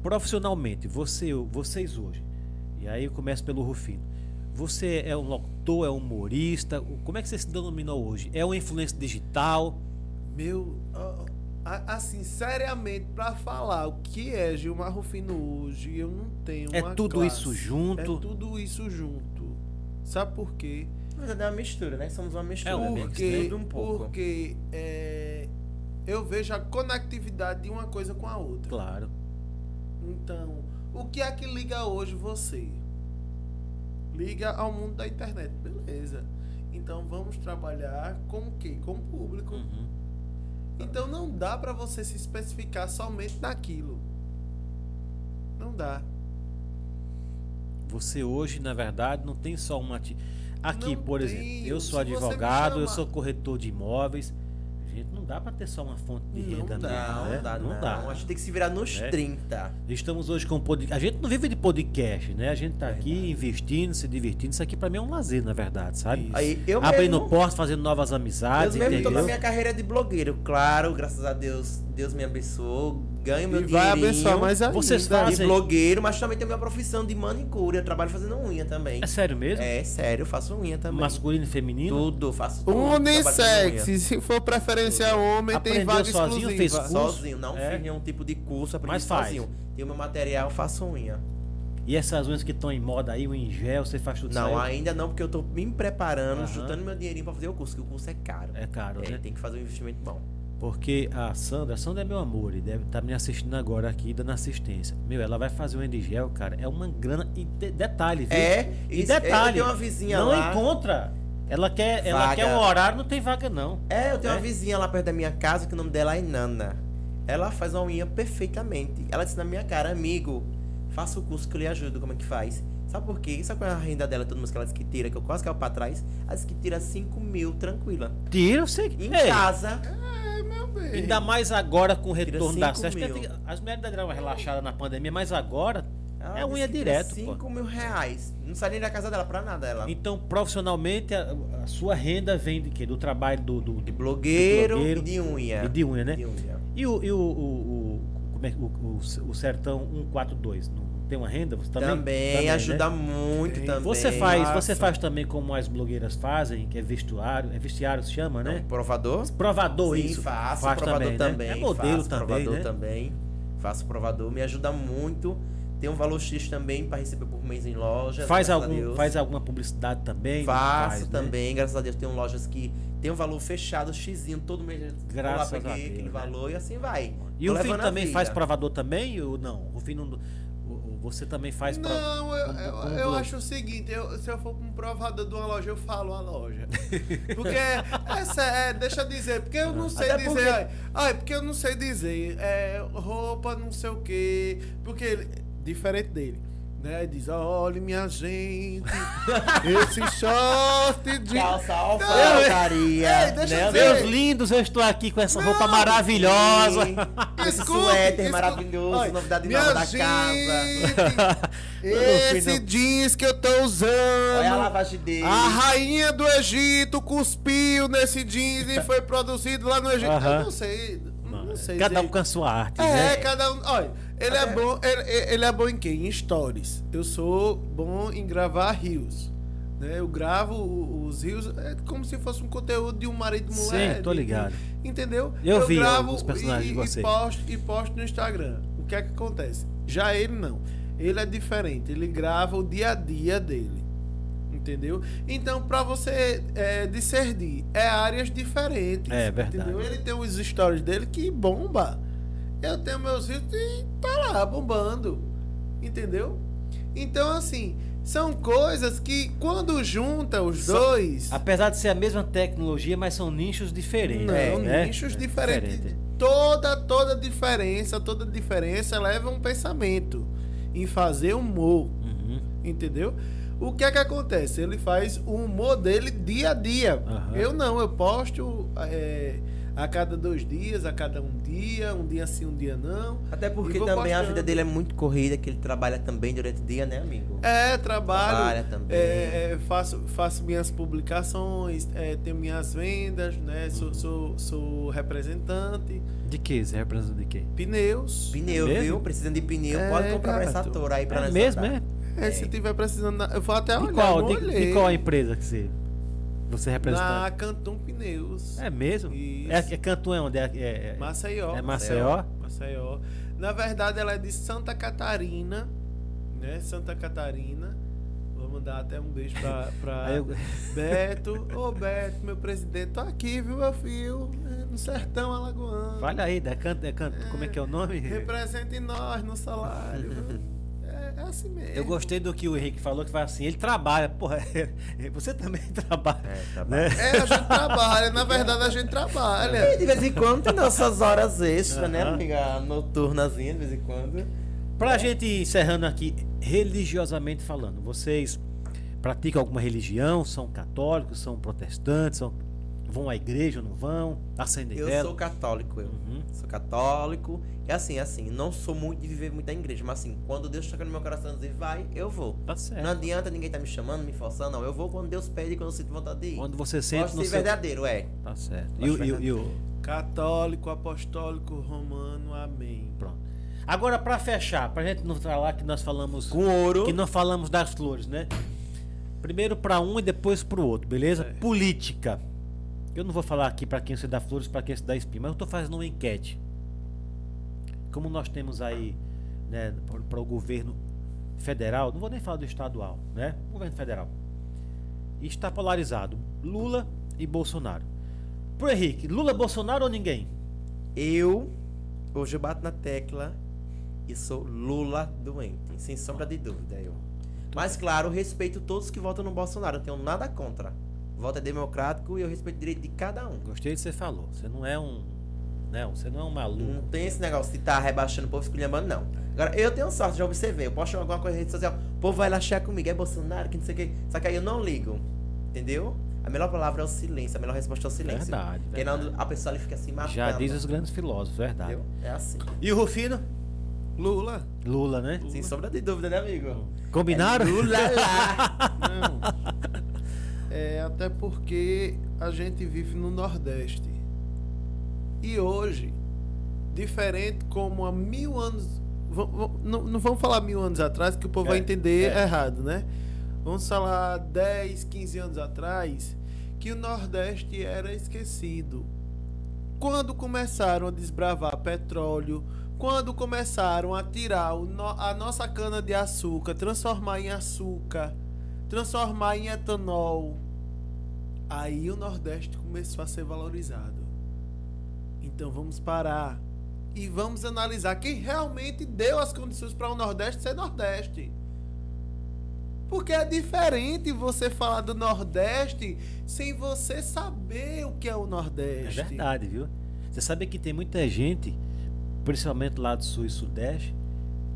Speaker 1: Profissionalmente, você, vocês hoje. E aí eu começo pelo Rufino. Você é um locutor, é um humorista? o- Como é que você se denomina hoje? É um influencer digital?
Speaker 2: Meu, ó, ó, a- assim, seriamente, pra falar o que é Gilmar Rufino hoje, eu não tenho
Speaker 1: É
Speaker 2: uma
Speaker 1: tudo
Speaker 2: classe.
Speaker 1: isso junto?
Speaker 2: É tudo isso junto. Sabe por quê?
Speaker 3: Na verdade é uma mistura, né? Somos uma mistura.
Speaker 1: É um mix,
Speaker 3: amigo.
Speaker 2: porque,
Speaker 3: Tudo um pouco.
Speaker 2: porque é, eu vejo a conectividade de uma coisa com a outra.
Speaker 1: Claro.
Speaker 2: Então, o que é que liga hoje você? Liga ao mundo da internet, beleza. Então vamos trabalhar com o quê? Com o público.
Speaker 1: Uhum.
Speaker 2: Então não dá pra você se especificar somente naquilo. Não dá.
Speaker 1: Você hoje, na verdade, não tem só uma. ati- Aqui,
Speaker 2: Não
Speaker 1: por
Speaker 2: tem.
Speaker 1: exemplo, eu
Speaker 2: Se
Speaker 1: sou
Speaker 2: você me
Speaker 1: advogado, eu
Speaker 2: chama-
Speaker 1: sou corretor de imóveis. Gente, não dá para ter só uma fonte de
Speaker 2: Não
Speaker 1: renda
Speaker 2: dá,
Speaker 1: mesmo,
Speaker 3: Não,
Speaker 1: né?
Speaker 3: não dá, não.
Speaker 1: não dá.
Speaker 3: A gente tem que se virar nos
Speaker 1: É.
Speaker 3: 30.
Speaker 1: Estamos hoje com podcast. A gente não vive de podcast, né? A gente tá aqui investindo, se divertindo. Isso aqui pra mim é um lazer, na verdade, sabe?
Speaker 2: Isso.
Speaker 3: Aí eu
Speaker 1: Abrindo
Speaker 3: mesmo,
Speaker 1: portas, fazendo novas
Speaker 3: eu
Speaker 1: amizades,
Speaker 3: mesmo tô na
Speaker 1: entendeu?
Speaker 3: minha carreira de blogueiro. Claro, graças a Deus, Deus me abençoou, ganho meu
Speaker 2: e vai
Speaker 3: dinheirinho
Speaker 2: abençoar mais ainda.
Speaker 1: Vocês
Speaker 3: de
Speaker 1: fazem.
Speaker 3: blogueiro, mas também tenho minha profissão de manicure, eu trabalho fazendo unha também.
Speaker 1: É sério mesmo?
Speaker 3: É, sério, eu faço unha também.
Speaker 1: Masculino e feminino?
Speaker 3: Tudo, faço tudo. trabalho com unha.
Speaker 2: Unissex, se for preferência homem, tem
Speaker 1: Aprendeu
Speaker 2: vaga
Speaker 1: sozinho, fez
Speaker 2: exclusiva.
Speaker 1: curso?
Speaker 3: Sozinho, não
Speaker 1: É.
Speaker 3: fiz nenhum tipo de curso, aprendi
Speaker 1: Mas faz.
Speaker 3: sozinho. Tenho meu material, faço unha.
Speaker 1: E essas unhas que estão em moda aí, o em gel, você faz tudo
Speaker 3: Não,
Speaker 1: isso aí?
Speaker 3: ainda não, porque eu tô me preparando,
Speaker 1: Aham.
Speaker 3: juntando meu dinheirinho pra fazer o curso, que o curso é caro.
Speaker 1: É caro,
Speaker 3: É,
Speaker 1: né?
Speaker 3: tem que fazer um investimento bom.
Speaker 1: Porque a Sandra, a Sandra é meu amor, e deve estar me assistindo agora aqui, dando assistência. Meu, ela vai fazer unha de gel, cara. É uma grana. E de- detalhe, viu?
Speaker 3: É,
Speaker 1: E
Speaker 3: isso-
Speaker 1: detalhe,
Speaker 3: eu tenho uma vizinha
Speaker 1: não
Speaker 3: lá.
Speaker 1: encontra. Ela quer, ela
Speaker 3: Vaga.
Speaker 1: quer um horário, não tem vaga, não.
Speaker 3: É, eu tenho uma
Speaker 1: É?
Speaker 3: vizinha lá perto da minha casa que o nome dela é Nana. Ela faz a unha perfeitamente. Ela disse na minha cara, amigo, faça o curso que eu lhe ajudo, como é que faz? Sabe por quê? Sabe qual é a renda dela, todo mundo que ela disse que tira, que eu quase caio pra trás? Ela disse que tira 5 mil, tranquila.
Speaker 1: Tira, eu sei que.
Speaker 3: Em
Speaker 1: Ei,
Speaker 3: casa,
Speaker 1: Ainda mais agora com o
Speaker 3: Tira
Speaker 1: retorno da
Speaker 3: cinco
Speaker 1: SESP.
Speaker 3: mil.
Speaker 1: porque tem- As mulheres deram uma relaxada na pandemia, mas agora
Speaker 3: Ah,
Speaker 1: é unha direto, pô.
Speaker 3: 5 mil reais. Não sai nem da casa dela pra nada, ela.
Speaker 1: Então, profissionalmente, a, a sua renda vem de quê? Do trabalho do, do,
Speaker 3: De
Speaker 1: do-
Speaker 3: blogueiro,
Speaker 1: De blogueiro
Speaker 3: e de unha.
Speaker 1: e de unha, né?
Speaker 3: De unha.
Speaker 1: E o, e o, o, o, como é que- o, o- o Sertão 142? Não tem uma renda? Você também,
Speaker 3: Também, ajuda
Speaker 1: né?
Speaker 3: muito também.
Speaker 1: Você faz,
Speaker 3: Nossa.
Speaker 1: você faz também como as blogueiras fazem, que é vestuário, é vestiário se chama,
Speaker 3: Não,
Speaker 1: né?
Speaker 3: um Provador?
Speaker 1: Provador
Speaker 3: Sim,
Speaker 1: isso.
Speaker 3: faço,
Speaker 1: faz
Speaker 3: provador também.
Speaker 1: né? É modelo
Speaker 3: faço
Speaker 1: também,
Speaker 3: provador
Speaker 1: né?
Speaker 3: também. Faço provador, me ajuda muito. Tem um valor X também para receber por mês em loja.
Speaker 1: Faz,
Speaker 3: graças a
Speaker 1: algum,
Speaker 3: Deus.
Speaker 1: faz alguma publicidade também?
Speaker 3: Faço
Speaker 1: Faz, né?
Speaker 3: também, graças a Deus. Tem lojas que tem um valor fechado, xizinho, todo mês. eu vou
Speaker 1: Graças
Speaker 3: lá,
Speaker 1: a
Speaker 3: peguei
Speaker 1: Deus,
Speaker 3: aquele
Speaker 1: né?
Speaker 3: valor e assim vai.
Speaker 1: E
Speaker 3: Tô
Speaker 1: o filho
Speaker 3: levando a
Speaker 1: também
Speaker 3: vida.
Speaker 1: faz provador também ou não? O filho não. o- o- Você também faz pro-
Speaker 2: Não, eu,
Speaker 1: como-
Speaker 2: eu-
Speaker 1: como
Speaker 2: eu
Speaker 1: blo-
Speaker 2: acho o seguinte, eu- se eu for pra um provador de uma loja, eu falo a loja. Porque, essa é, deixa eu dizer, porque eu não sei
Speaker 1: Até
Speaker 2: dizer, ai, ai, porque eu não sei dizer, é, roupa, não sei o quê, porque, ele- diferente dele, né, diz, olha minha gente, esse short de...
Speaker 3: Calça,
Speaker 2: Ei,
Speaker 3: alfaiataria.
Speaker 2: deixa
Speaker 3: né,
Speaker 2: eu dizer,
Speaker 1: Meus lindos, eu estou aqui com essa roupa maravilhosa.
Speaker 3: Esse
Speaker 2: Escute,
Speaker 3: suéter
Speaker 2: escute.
Speaker 3: maravilhoso,
Speaker 2: Ai,
Speaker 3: novidade
Speaker 2: minha
Speaker 3: nova da
Speaker 2: gente,
Speaker 3: casa.
Speaker 2: Esse jeans que eu tô usando.
Speaker 3: Olha a lavagem dele.
Speaker 1: Ah,
Speaker 2: A rainha do Egito cuspiu nesse jeans e foi produzido lá no Egito.
Speaker 1: Aham.
Speaker 2: Eu não sei. Não, sei.
Speaker 1: Cada um
Speaker 2: dizer.
Speaker 1: com a sua arte,
Speaker 2: É,
Speaker 1: né?
Speaker 2: cada um. Olha, ele é bom. Ele, ele é bom em quê? Em stories. Eu sou bom em gravar rios. Né? Eu gravo o- os rios. É como se fosse um conteúdo de um marido e mulher.
Speaker 1: Sim, tô
Speaker 2: de-
Speaker 1: ligado.
Speaker 2: Entendeu?
Speaker 1: Eu vi os personagens
Speaker 2: e,
Speaker 1: de
Speaker 2: e,
Speaker 1: vocês.
Speaker 2: posto, e posto no Instagram. O que é que acontece? Já ele não. Ele é diferente. Ele grava o dia a dia dele. Entendeu? Então, pra você é, discernir, é áreas diferentes.
Speaker 1: É verdade.
Speaker 2: Entendeu? Ele tem os stories dele que bomba. Eu tenho meus vídeos e tá lá, bombando. Entendeu? Então, assim, são coisas que quando junta os
Speaker 1: São-
Speaker 2: dois.
Speaker 1: Apesar de ser a mesma tecnologia, mas são nichos diferentes.
Speaker 2: Não,
Speaker 1: né?
Speaker 2: nichos
Speaker 1: É
Speaker 2: diferentes.
Speaker 1: diferente.
Speaker 2: Toda, toda diferença, toda diferença leva um pensamento em fazer humor,
Speaker 1: Uhum.
Speaker 2: entendeu? O que é que acontece? Ele faz o humor dele dia a dia.
Speaker 1: Aham.
Speaker 2: Eu não, eu posto é, a cada dois dias, a cada um dia, um dia sim, um dia não.
Speaker 3: Até porque
Speaker 2: E vou
Speaker 3: também a
Speaker 2: postando.
Speaker 3: vida dele é muito corrida, que ele trabalha também durante o dia, né, amigo?
Speaker 2: É, trabalho.
Speaker 3: Trabalha também.
Speaker 2: é, é, faço, faço minhas publicações, é, tenho minhas vendas, né? Sou, sou, sou representante,
Speaker 1: De que? Você representa de quê?
Speaker 2: pneus.
Speaker 3: Pneu,
Speaker 1: É mesmo?
Speaker 3: viu? Precisando de pneu,
Speaker 2: É,
Speaker 3: pode comprar pra essa
Speaker 2: garoto.
Speaker 3: toura aí pra
Speaker 1: É
Speaker 3: nós
Speaker 1: mesmo,
Speaker 3: andar.
Speaker 1: é?
Speaker 2: É, se tiver precisando. na- Eu vou até
Speaker 1: De
Speaker 2: olhar.
Speaker 1: qual,
Speaker 2: eu
Speaker 1: de, de
Speaker 2: Tá, olhei.
Speaker 1: qual a empresa que você, você é
Speaker 2: Na
Speaker 1: representante?
Speaker 2: Cantum Pneus.
Speaker 1: É mesmo? É,
Speaker 2: Isso.
Speaker 1: é Cantu é onde? É, é, é-
Speaker 2: Maceió.
Speaker 1: é Maceió?
Speaker 2: Maceió. Na verdade, ela é de Santa Catarina. Né? Santa Catarina. Vou mandar até um beijo pra, pra
Speaker 1: Aí eu-
Speaker 2: Beto. Ô, Beto, meu presidente. Tô aqui, viu, meu filho? É, No sertão alagoano.
Speaker 1: Fala aí, da Cantu, é Cantu, como é que é o nome?
Speaker 2: Represente nós no salário. viu? é, é assim mesmo.
Speaker 1: Eu gostei do que o Henrique falou, que fala assim, ele trabalha, porra, você também trabalha.
Speaker 3: É, tá bom.
Speaker 1: né?
Speaker 2: É, a gente trabalha. Na verdade, a gente trabalha.
Speaker 3: E de vez em quando tem nossas horas extras, né,
Speaker 1: Aham.
Speaker 3: amiga? Noturnazinha, de vez em quando.
Speaker 1: Pra gente ir encerrando aqui, religiosamente falando, vocês praticam alguma religião? São católicos? São protestantes? São... Vão à igreja ou não vão? Acendem
Speaker 3: Eu
Speaker 1: vela?
Speaker 3: sou católico, eu.
Speaker 1: Uhum.
Speaker 3: Sou católico. E assim, assim, não sou muito de viver muito na igreja, mas assim, quando Deus toca no meu coração e dizer vai, eu vou.
Speaker 1: Tá certo.
Speaker 3: Não adianta ninguém tá me chamando, me forçando, não. Eu vou quando Deus pede e quando eu sinto vontade de ir.
Speaker 1: Quando você sente
Speaker 3: Pode
Speaker 1: no
Speaker 3: ser
Speaker 1: seu...
Speaker 3: verdadeiro, é.
Speaker 1: Tá certo. E,
Speaker 3: Acho
Speaker 1: o- e o- e o-
Speaker 2: Católico, apostólico, romano, amém.
Speaker 1: Pronto. Agora, pra fechar, pra gente não falar que nós falamos...
Speaker 3: Com ouro.
Speaker 1: Que não falamos das flores, né? Primeiro pra um e depois pro outro, beleza?
Speaker 3: É.
Speaker 1: Política. Eu não vou falar aqui pra quem você dá flores, pra quem você dá espinho, mas eu tô fazendo uma enquete. Como nós temos aí, né, para o governo federal, não vou nem falar do estadual, né? Governo federal. Está polarizado Lula e Bolsonaro. Pro Henrique, Lula, Bolsonaro ou ninguém?
Speaker 3: Eu, hoje eu bato na tecla e sou Lula doente, sem sombra de dúvida eu. Mas claro, respeito todos que votam no Bolsonaro, eu tenho nada contra. Voto é democrático e eu respeito o direito de cada um.
Speaker 1: Gostei do que você falou. Você não é um. Não, você não é um maluco.
Speaker 3: Não tem esse negócio de tá rebaixando o povo esculhambando, não. Agora, eu tenho sorte, já observei. Eu posto alguma coisa na rede social, o povo vai lá chear comigo, é Bolsonaro, que não sei o quê. Só que aí eu não ligo. Entendeu? A melhor palavra é o silêncio, a melhor resposta é o silêncio.
Speaker 1: Verdade,
Speaker 3: Porque na- a pessoa ali fica assim matando.
Speaker 1: Já diz os grandes filósofos, verdade.
Speaker 3: Entendeu? É assim.
Speaker 1: E o Rufino?
Speaker 2: Lula?
Speaker 1: Lula, né?
Speaker 3: Sem sombra de dúvida, né, amigo?
Speaker 1: Combinaram?
Speaker 3: É Lula lá.
Speaker 2: Não. É, até porque a gente vive no Nordeste. E hoje, diferente como há mil anos. va- va- Não, não vamos falar mil anos atrás, que o povo
Speaker 1: É,
Speaker 2: vai entender
Speaker 1: é.
Speaker 2: errado, né? Vamos falar 10, 15 anos atrás, que o Nordeste era esquecido. Quando começaram a desbravar petróleo, quando começaram a tirar o no- a nossa cana de açúcar, transformar em açúcar, transformar em etanol, aí o Nordeste começou a ser valorizado. Então vamos parar e vamos analisar quem realmente deu as condições para o Nordeste ser Nordeste. Porque é diferente você falar do Nordeste sem você saber o que é o
Speaker 1: É
Speaker 2: Nordeste.
Speaker 1: verdade, viu? Você sabe que tem muita gente, principalmente lá do Sul e Sudeste.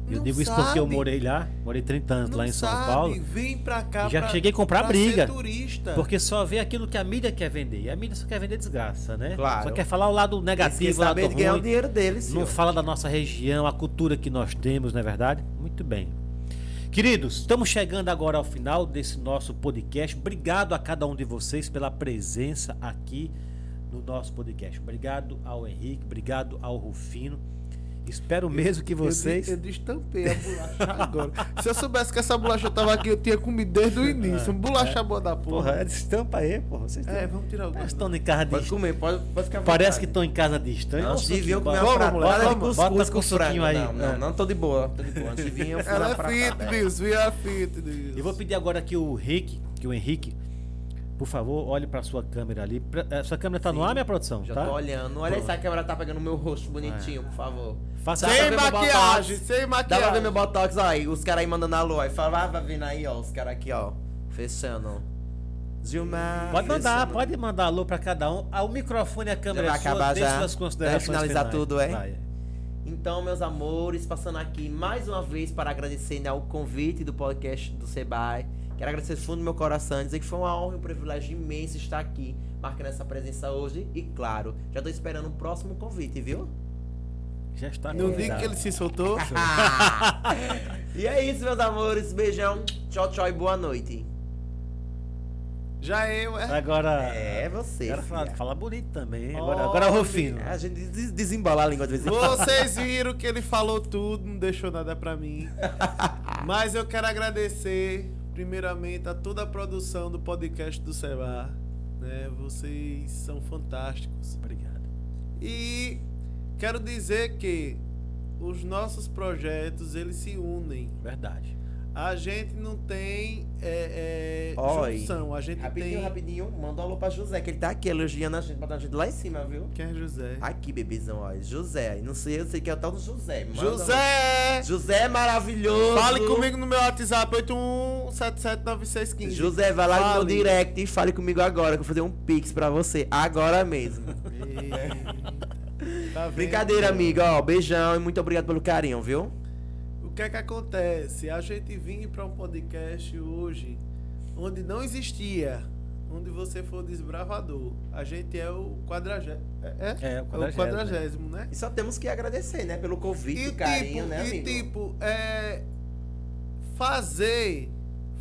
Speaker 1: Eu
Speaker 2: Não
Speaker 1: digo isso porque eu
Speaker 2: sabe.
Speaker 1: morei lá, morei 30 anos
Speaker 2: Não
Speaker 1: lá em São
Speaker 2: sabe,
Speaker 1: Paulo.
Speaker 2: Vem pra cá.
Speaker 1: Já
Speaker 2: pra-
Speaker 1: cheguei a comprar
Speaker 2: pra
Speaker 1: briga.
Speaker 2: Ser turista.
Speaker 1: Porque só vê aquilo que a mídia quer vender. E a mídia só quer vender desgraça, né?
Speaker 3: Claro.
Speaker 1: Só quer falar o lado
Speaker 3: Esqueci
Speaker 1: negativo, o lado
Speaker 3: saber de ganhar o
Speaker 1: ruim.
Speaker 3: dinheiro deles,
Speaker 1: Não
Speaker 3: senhor.
Speaker 1: fala da nossa região, a cultura que nós temos, não é verdade? Muito bem. Queridos, estamos chegando agora ao final desse nosso podcast. Obrigado a cada um de vocês pela presença aqui no nosso podcast. Obrigado ao Henrique, obrigado ao Rufino. Espero mesmo que vocês.
Speaker 2: Eu, de- eu destampei a bolacha agora. Se eu soubesse que essa bolacha tava aqui, eu tinha comido desde o início. Uma bolacha boa da porra.
Speaker 1: é estampa aí, porra. Vocês
Speaker 2: É, vamos tirar o
Speaker 1: Parece que
Speaker 2: gosto.
Speaker 1: estão em casa
Speaker 3: Pode
Speaker 1: distante.
Speaker 3: comer, pode, pode ficar à
Speaker 1: Parece que
Speaker 3: vontade.
Speaker 1: estão em casa distante.
Speaker 3: Não, antes de vir eu comer
Speaker 1: bota-
Speaker 3: uma
Speaker 1: bota-
Speaker 3: pratada de
Speaker 1: bota
Speaker 3: cuscuz com
Speaker 1: cuscuzinho
Speaker 3: frango.
Speaker 1: aí.
Speaker 3: Não,
Speaker 1: É.
Speaker 3: não, não, tô de boa, tô de boa. Antes de vir eu fui
Speaker 2: Ela
Speaker 3: na né?
Speaker 2: é
Speaker 3: pratada.
Speaker 2: fitness, vira fitness.
Speaker 1: Eu vou pedir agora que o Rick, que o Henrique, por favor, olhe pra sua câmera ali. Pra- eh, sua câmera tá no ar, minha produção?
Speaker 3: Já
Speaker 1: tá?
Speaker 3: tô olhando. Olha essa câmera tá pegando meu rosto bonitinho, por favor.
Speaker 1: Faça
Speaker 3: Dá pra
Speaker 2: Sem
Speaker 3: ver meu
Speaker 2: maquiagem,
Speaker 3: botox?
Speaker 2: sem
Speaker 3: Dá pra ver
Speaker 2: maquiagem.
Speaker 3: meu botox aí, os caras aí mandando a lua. E fala, ah, vai vindo aí, ó, os caras aqui, ó. Fechando. Gilmar.
Speaker 1: Pode mandar,
Speaker 3: fechando.
Speaker 1: pode mandar alô pra cada um. Ah, O microfone e a câmera
Speaker 3: Já
Speaker 1: é
Speaker 3: vai
Speaker 1: sua,
Speaker 3: acabar
Speaker 1: deixe
Speaker 3: já.
Speaker 1: suas considerações
Speaker 3: Vai finalizar
Speaker 1: finais.
Speaker 3: tudo, é?
Speaker 1: Vai,
Speaker 3: Então, meus amores, passando aqui mais uma vez para agradecer né, o convite do podcast do Sebae. Quero agradecer do fundo do meu coração, dizer que foi uma honra e um privilégio imenso estar aqui, marcando essa presença hoje. E claro, já tô esperando o próximo convite, viu?
Speaker 1: Já está
Speaker 2: Não diga
Speaker 1: convidado.
Speaker 2: que ele se soltou.
Speaker 3: E é isso, meus amores. Beijão, tchau, tchau e boa noite.
Speaker 2: Já eu, é.
Speaker 1: Agora.
Speaker 3: É você.
Speaker 1: Agora fala,
Speaker 3: filha.
Speaker 1: fala bonito também. hein? Agora,
Speaker 2: Olha.
Speaker 1: agora é o Rufino.
Speaker 3: A gente des- desembala a língua de vez em quando.
Speaker 2: Vocês viram que ele falou tudo, não deixou nada pra mim. Mas eu quero agradecer, primeiramente, a toda a produção do podcast do Seba. Né? Vocês são fantásticos.
Speaker 1: Obrigado.
Speaker 2: E quero dizer que os nossos projetos, eles se unem.
Speaker 1: Verdade.
Speaker 2: A gente não tem é, é,
Speaker 3: Oi.
Speaker 2: junção, a gente
Speaker 3: Rapidinho,
Speaker 2: tem...
Speaker 3: rapidinho, manda um alô pra José, que ele tá aqui elogiando a gente, botando a gente lá em cima, viu?
Speaker 2: Quem é José?
Speaker 3: Aqui, bebezão, ó. é José. Não sei, eu sei que é o tal do José. Manda
Speaker 2: José!
Speaker 3: um- José maravilhoso!
Speaker 2: Fale comigo no meu WhatsApp, 81779615.
Speaker 3: José, vai lá no meu
Speaker 2: Fale.
Speaker 3: direct e fale comigo agora, que eu vou fazer um pix pra você. Agora mesmo.
Speaker 2: Ei, tá vendo?
Speaker 3: Brincadeira, amigo, ó. Beijão e muito obrigado pelo carinho, viu?
Speaker 2: O que é que acontece? A gente vinha para um podcast hoje onde não existia, onde você foi o desbravador. A gente é o quadragésimo. É,
Speaker 1: É, o
Speaker 2: o
Speaker 1: quadragésimo,
Speaker 2: quadragésimo,
Speaker 1: né?
Speaker 2: né?
Speaker 3: E só temos que agradecer, né? Pelo convite,
Speaker 2: E
Speaker 3: o carinho,
Speaker 2: tipo,
Speaker 3: né,
Speaker 2: e
Speaker 3: amigo?
Speaker 2: tipo, é fazer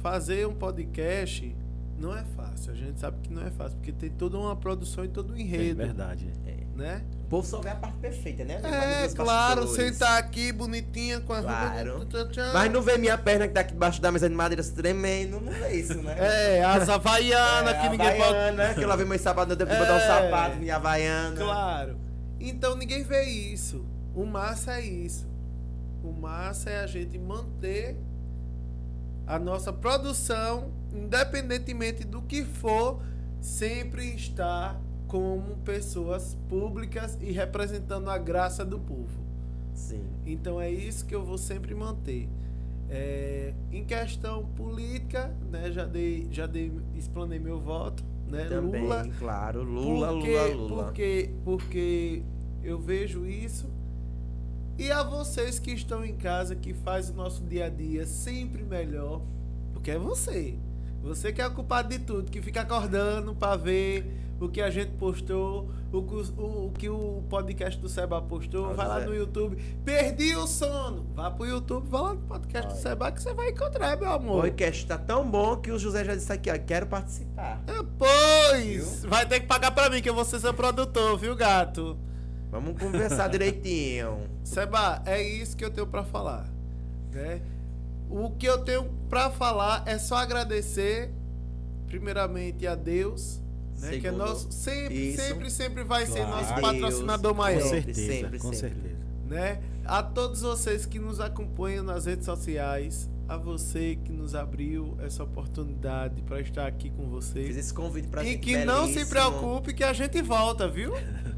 Speaker 2: fazer um podcast não é fácil. A gente sabe que não é fácil, porque tem toda uma produção e todo um
Speaker 1: É
Speaker 2: enredo,
Speaker 1: verdade.
Speaker 2: né?
Speaker 3: O povo só vê a parte perfeita, né? amigo? Mas
Speaker 2: É,
Speaker 3: os
Speaker 2: claro,
Speaker 3: bastidores.
Speaker 2: sentar aqui bonitinha com a
Speaker 3: Claro. Mas não vê minha perna que tá aqui debaixo da mesa de madeira se tremendo, não vê isso, né?
Speaker 2: É, as havaianas que ninguém pode.
Speaker 3: Né? Que lá vem meu sapato, eu tenho que
Speaker 2: É.
Speaker 3: botar um sapato, minha havaiana.
Speaker 2: Claro. Então ninguém vê isso. O massa é isso. O massa é a gente manter a nossa produção, independentemente do que for, sempre estar como pessoas públicas e representando a graça do povo.
Speaker 3: Sim.
Speaker 2: Então é isso que eu vou sempre manter. É, em questão política, né, já dei, já dei, explanei meu voto. né?
Speaker 3: Também,
Speaker 2: Lula
Speaker 3: claro. Lula,
Speaker 2: porque,
Speaker 3: Lula, Lula.
Speaker 2: Porque, porque eu vejo isso. E a vocês que estão em casa, que faz o nosso dia a dia sempre melhor, porque é você. Você que é o culpado de tudo, que fica acordando pra ver o que a gente postou, o, cu- o- o que o podcast do Seba postou.
Speaker 3: Olha,
Speaker 2: vai lá
Speaker 3: Ah, Zé.
Speaker 2: no YouTube. Perdi o sono. Vá pro YouTube, vai lá no podcast do Seba que você vai encontrar, meu
Speaker 3: O
Speaker 2: amor.
Speaker 3: podcast tá tão bom que o José já disse aqui, ó, quero participar.
Speaker 2: Ah, Pois! Vai ter que pagar pra mim, que eu vou ser seu produtor, viu, gato?
Speaker 3: Vamos conversar direitinho.
Speaker 2: Seba, é isso que eu tenho pra falar. Né? O que eu tenho pra falar é só agradecer, primeiramente, a Deus, né, que é
Speaker 3: Segundo,
Speaker 2: nosso, sempre,
Speaker 3: isso.
Speaker 2: sempre, sempre vai ser
Speaker 1: Claro.
Speaker 2: nosso
Speaker 1: Deus,
Speaker 2: patrocinador
Speaker 1: Com
Speaker 2: maior.
Speaker 1: certeza,
Speaker 3: sempre,
Speaker 1: com
Speaker 3: sempre.
Speaker 1: certeza.
Speaker 2: né? A todos vocês que nos acompanham nas redes sociais, a você que nos abriu essa oportunidade pra estar aqui com
Speaker 3: Fiz
Speaker 2: vocês.
Speaker 3: esse convite pra
Speaker 2: E
Speaker 3: gente,
Speaker 2: que não se
Speaker 3: belíssimo.
Speaker 2: preocupe que a gente volta, viu?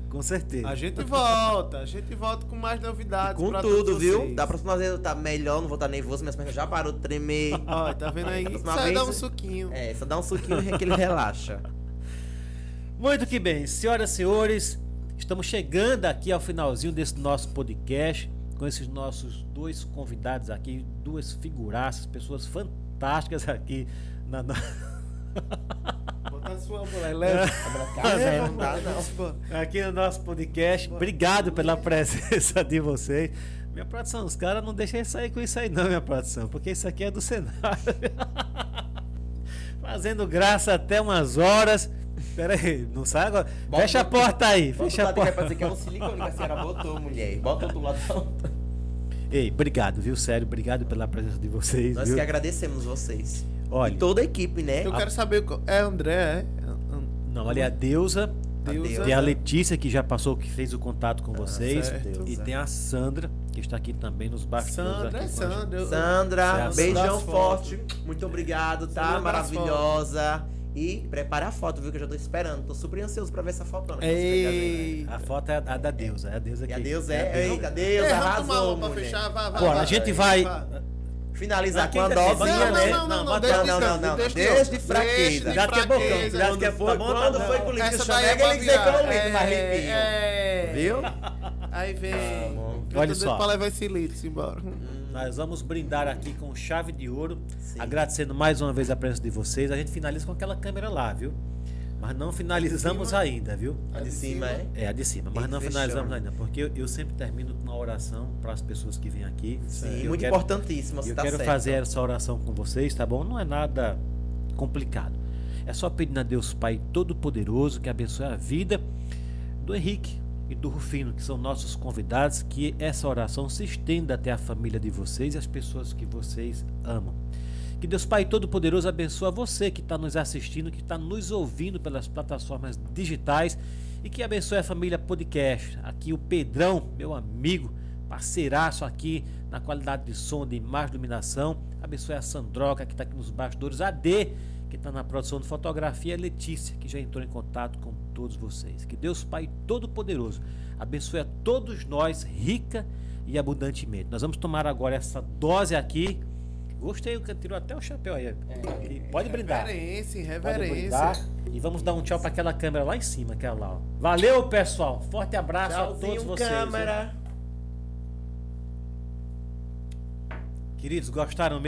Speaker 1: Com certeza.
Speaker 2: A gente volta, a gente volta com mais
Speaker 3: E
Speaker 2: novidades
Speaker 3: com
Speaker 2: pra
Speaker 3: tudo,
Speaker 2: todos
Speaker 3: viu?
Speaker 2: vocês.
Speaker 3: Da próxima vez eu tá melhor, não vou estar nervoso, minhas pernas já parou de tremer.
Speaker 2: Ó, tá vendo aí?
Speaker 3: Da próxima
Speaker 2: Só
Speaker 3: vez-
Speaker 2: dá um suquinho.
Speaker 3: É, só dá um suquinho que ele relaxa.
Speaker 1: Muito que bem, senhoras e senhores, estamos chegando aqui ao finalzinho desse nosso podcast com esses nossos dois convidados aqui, duas figuraças, pessoas fantásticas aqui na, na-
Speaker 2: Bota a sua mulher, é leva. Leva,
Speaker 3: É, não dá,
Speaker 2: mulher,
Speaker 3: não.
Speaker 2: leva.
Speaker 1: aqui no nosso podcast. Obrigado pela presença de vocês. Minha produção, os caras não deixam eu sair com isso aí não, minha produção, porque isso aqui é do cenário. Fazendo graça até umas horas. Pera aí, não sai agora.
Speaker 3: Bota
Speaker 1: Fecha a
Speaker 3: outro-
Speaker 1: porta aí,
Speaker 3: Bota
Speaker 1: fecha
Speaker 3: o
Speaker 1: a
Speaker 3: lado que é pra
Speaker 1: porta.
Speaker 3: dizer que é um silicone que a senhora botou, mulher. Bota outro lado.
Speaker 1: Ei, obrigado, viu? Sério, obrigado pela presença de vocês.
Speaker 3: Nós
Speaker 1: viu?
Speaker 3: que agradecemos vocês.
Speaker 1: Olha,
Speaker 3: E toda a equipe, né?
Speaker 2: Eu quero saber. qual- É André, é? An-
Speaker 1: não, olha a Deusa,
Speaker 2: Deusa.
Speaker 1: tem a Letícia que já passou, que fez o contato com vocês,
Speaker 2: certo.
Speaker 1: e tem a Sandra que está aqui também nos bastidores.
Speaker 2: Sandra, é
Speaker 1: aqui com a gente.
Speaker 2: Sandra. eu-
Speaker 3: é Sandra,
Speaker 1: Sandra
Speaker 3: beijão
Speaker 2: das
Speaker 3: forte. Muito obrigado,
Speaker 2: Sandra
Speaker 3: tá?
Speaker 2: das
Speaker 3: Maravilhosa. E prepara a foto, viu? Que eu já tô esperando. Tô super ansioso pra ver essa foto. né, que vocês pegarem, né?
Speaker 2: Ei.
Speaker 1: A foto é a da Deusa, é a Deusa
Speaker 3: E
Speaker 1: que.
Speaker 3: adeus,
Speaker 1: a
Speaker 3: é.
Speaker 1: Deusa.
Speaker 3: Eita, Deus,
Speaker 2: É, vamos tomar
Speaker 3: arrasou,
Speaker 2: uma pra
Speaker 3: mulher.
Speaker 2: fechar. Vá, vá,
Speaker 1: Bora,
Speaker 2: vá,
Speaker 1: a gente
Speaker 2: vá.
Speaker 1: vai-
Speaker 2: Vá.
Speaker 3: Finalizar
Speaker 1: Aqui
Speaker 3: com a
Speaker 1: ainda tem-
Speaker 3: dosinha,
Speaker 2: Não, não,
Speaker 3: né?
Speaker 2: não, não, não,
Speaker 3: bota-
Speaker 2: deixa de
Speaker 3: não, não,
Speaker 2: canto,
Speaker 3: não.
Speaker 2: deixa de
Speaker 3: Deixa de
Speaker 2: canto, deixa
Speaker 3: fraqueza.
Speaker 2: de
Speaker 1: Já que é bom,
Speaker 2: fraqueza,
Speaker 1: já que é bom,
Speaker 3: Quando
Speaker 1: bom,
Speaker 3: foi
Speaker 1: não.
Speaker 3: com o Lívio
Speaker 2: Essa daí
Speaker 3: Xavier,
Speaker 2: é
Speaker 3: que ele dizia que eu
Speaker 2: baviar.
Speaker 3: não ligo mais limpinho.
Speaker 2: É.
Speaker 3: Viu?
Speaker 2: Aí vem.
Speaker 3: Tá bom.
Speaker 2: Eu tô
Speaker 1: Olha
Speaker 2: doido
Speaker 1: só.
Speaker 2: Pra levar esse litro embora.
Speaker 1: Nós vamos brindar aqui com chave de ouro,
Speaker 3: Sim.
Speaker 1: agradecendo mais uma vez a presença de vocês. A gente finaliza com aquela câmera lá, viu? Mas não finalizamos ainda, viu?
Speaker 3: A de cima, é?
Speaker 1: É, a de cima, mas
Speaker 3: Tem
Speaker 1: não
Speaker 3: que
Speaker 1: finalizamos
Speaker 3: fechar.
Speaker 1: ainda, porque eu, eu sempre termino com uma oração para as pessoas que vêm aqui.
Speaker 3: Sim,
Speaker 1: Eu
Speaker 3: muito
Speaker 1: quero-
Speaker 3: importantíssimo. Você
Speaker 1: Eu
Speaker 3: tá
Speaker 1: quero
Speaker 3: certo.
Speaker 1: fazer essa oração com vocês, tá bom? Não é nada complicado. É só pedindo a Deus Pai Todo-Poderoso que abençoe a vida do Henrique e do Rufino, que são nossos convidados, que essa oração se estenda até a família de vocês e as pessoas que vocês amam. Que Deus Pai Todo-Poderoso abençoe você que está nos assistindo, que está nos ouvindo pelas plataformas digitais e que abençoe a família podcast. Aqui o Pedrão, meu amigo, parceiraço aqui na qualidade de som, de imagem, de iluminação. Abençoe a Sandroca, que está aqui nos bastidores. A D, que está na produção de fotografia. A Letícia, que já entrou em contato com todos vocês. Que Deus Pai Todo-Poderoso abençoe a todos nós, rica e abundantemente. Nós vamos tomar agora essa dose aqui. Gostei, o que tirou até o chapéu aí. E pode brindar.
Speaker 2: Reverência,
Speaker 1: Pode brindar.
Speaker 3: é-
Speaker 2: reverência.
Speaker 1: E vamos dar um tchau para aquela câmera lá em cima, aquela lá. ó. Valeu, pessoal. Forte abraço a todos
Speaker 3: Tchauzinho,
Speaker 1: vocês. hein?
Speaker 3: câmera.
Speaker 1: Queridos, gostaram mesmo?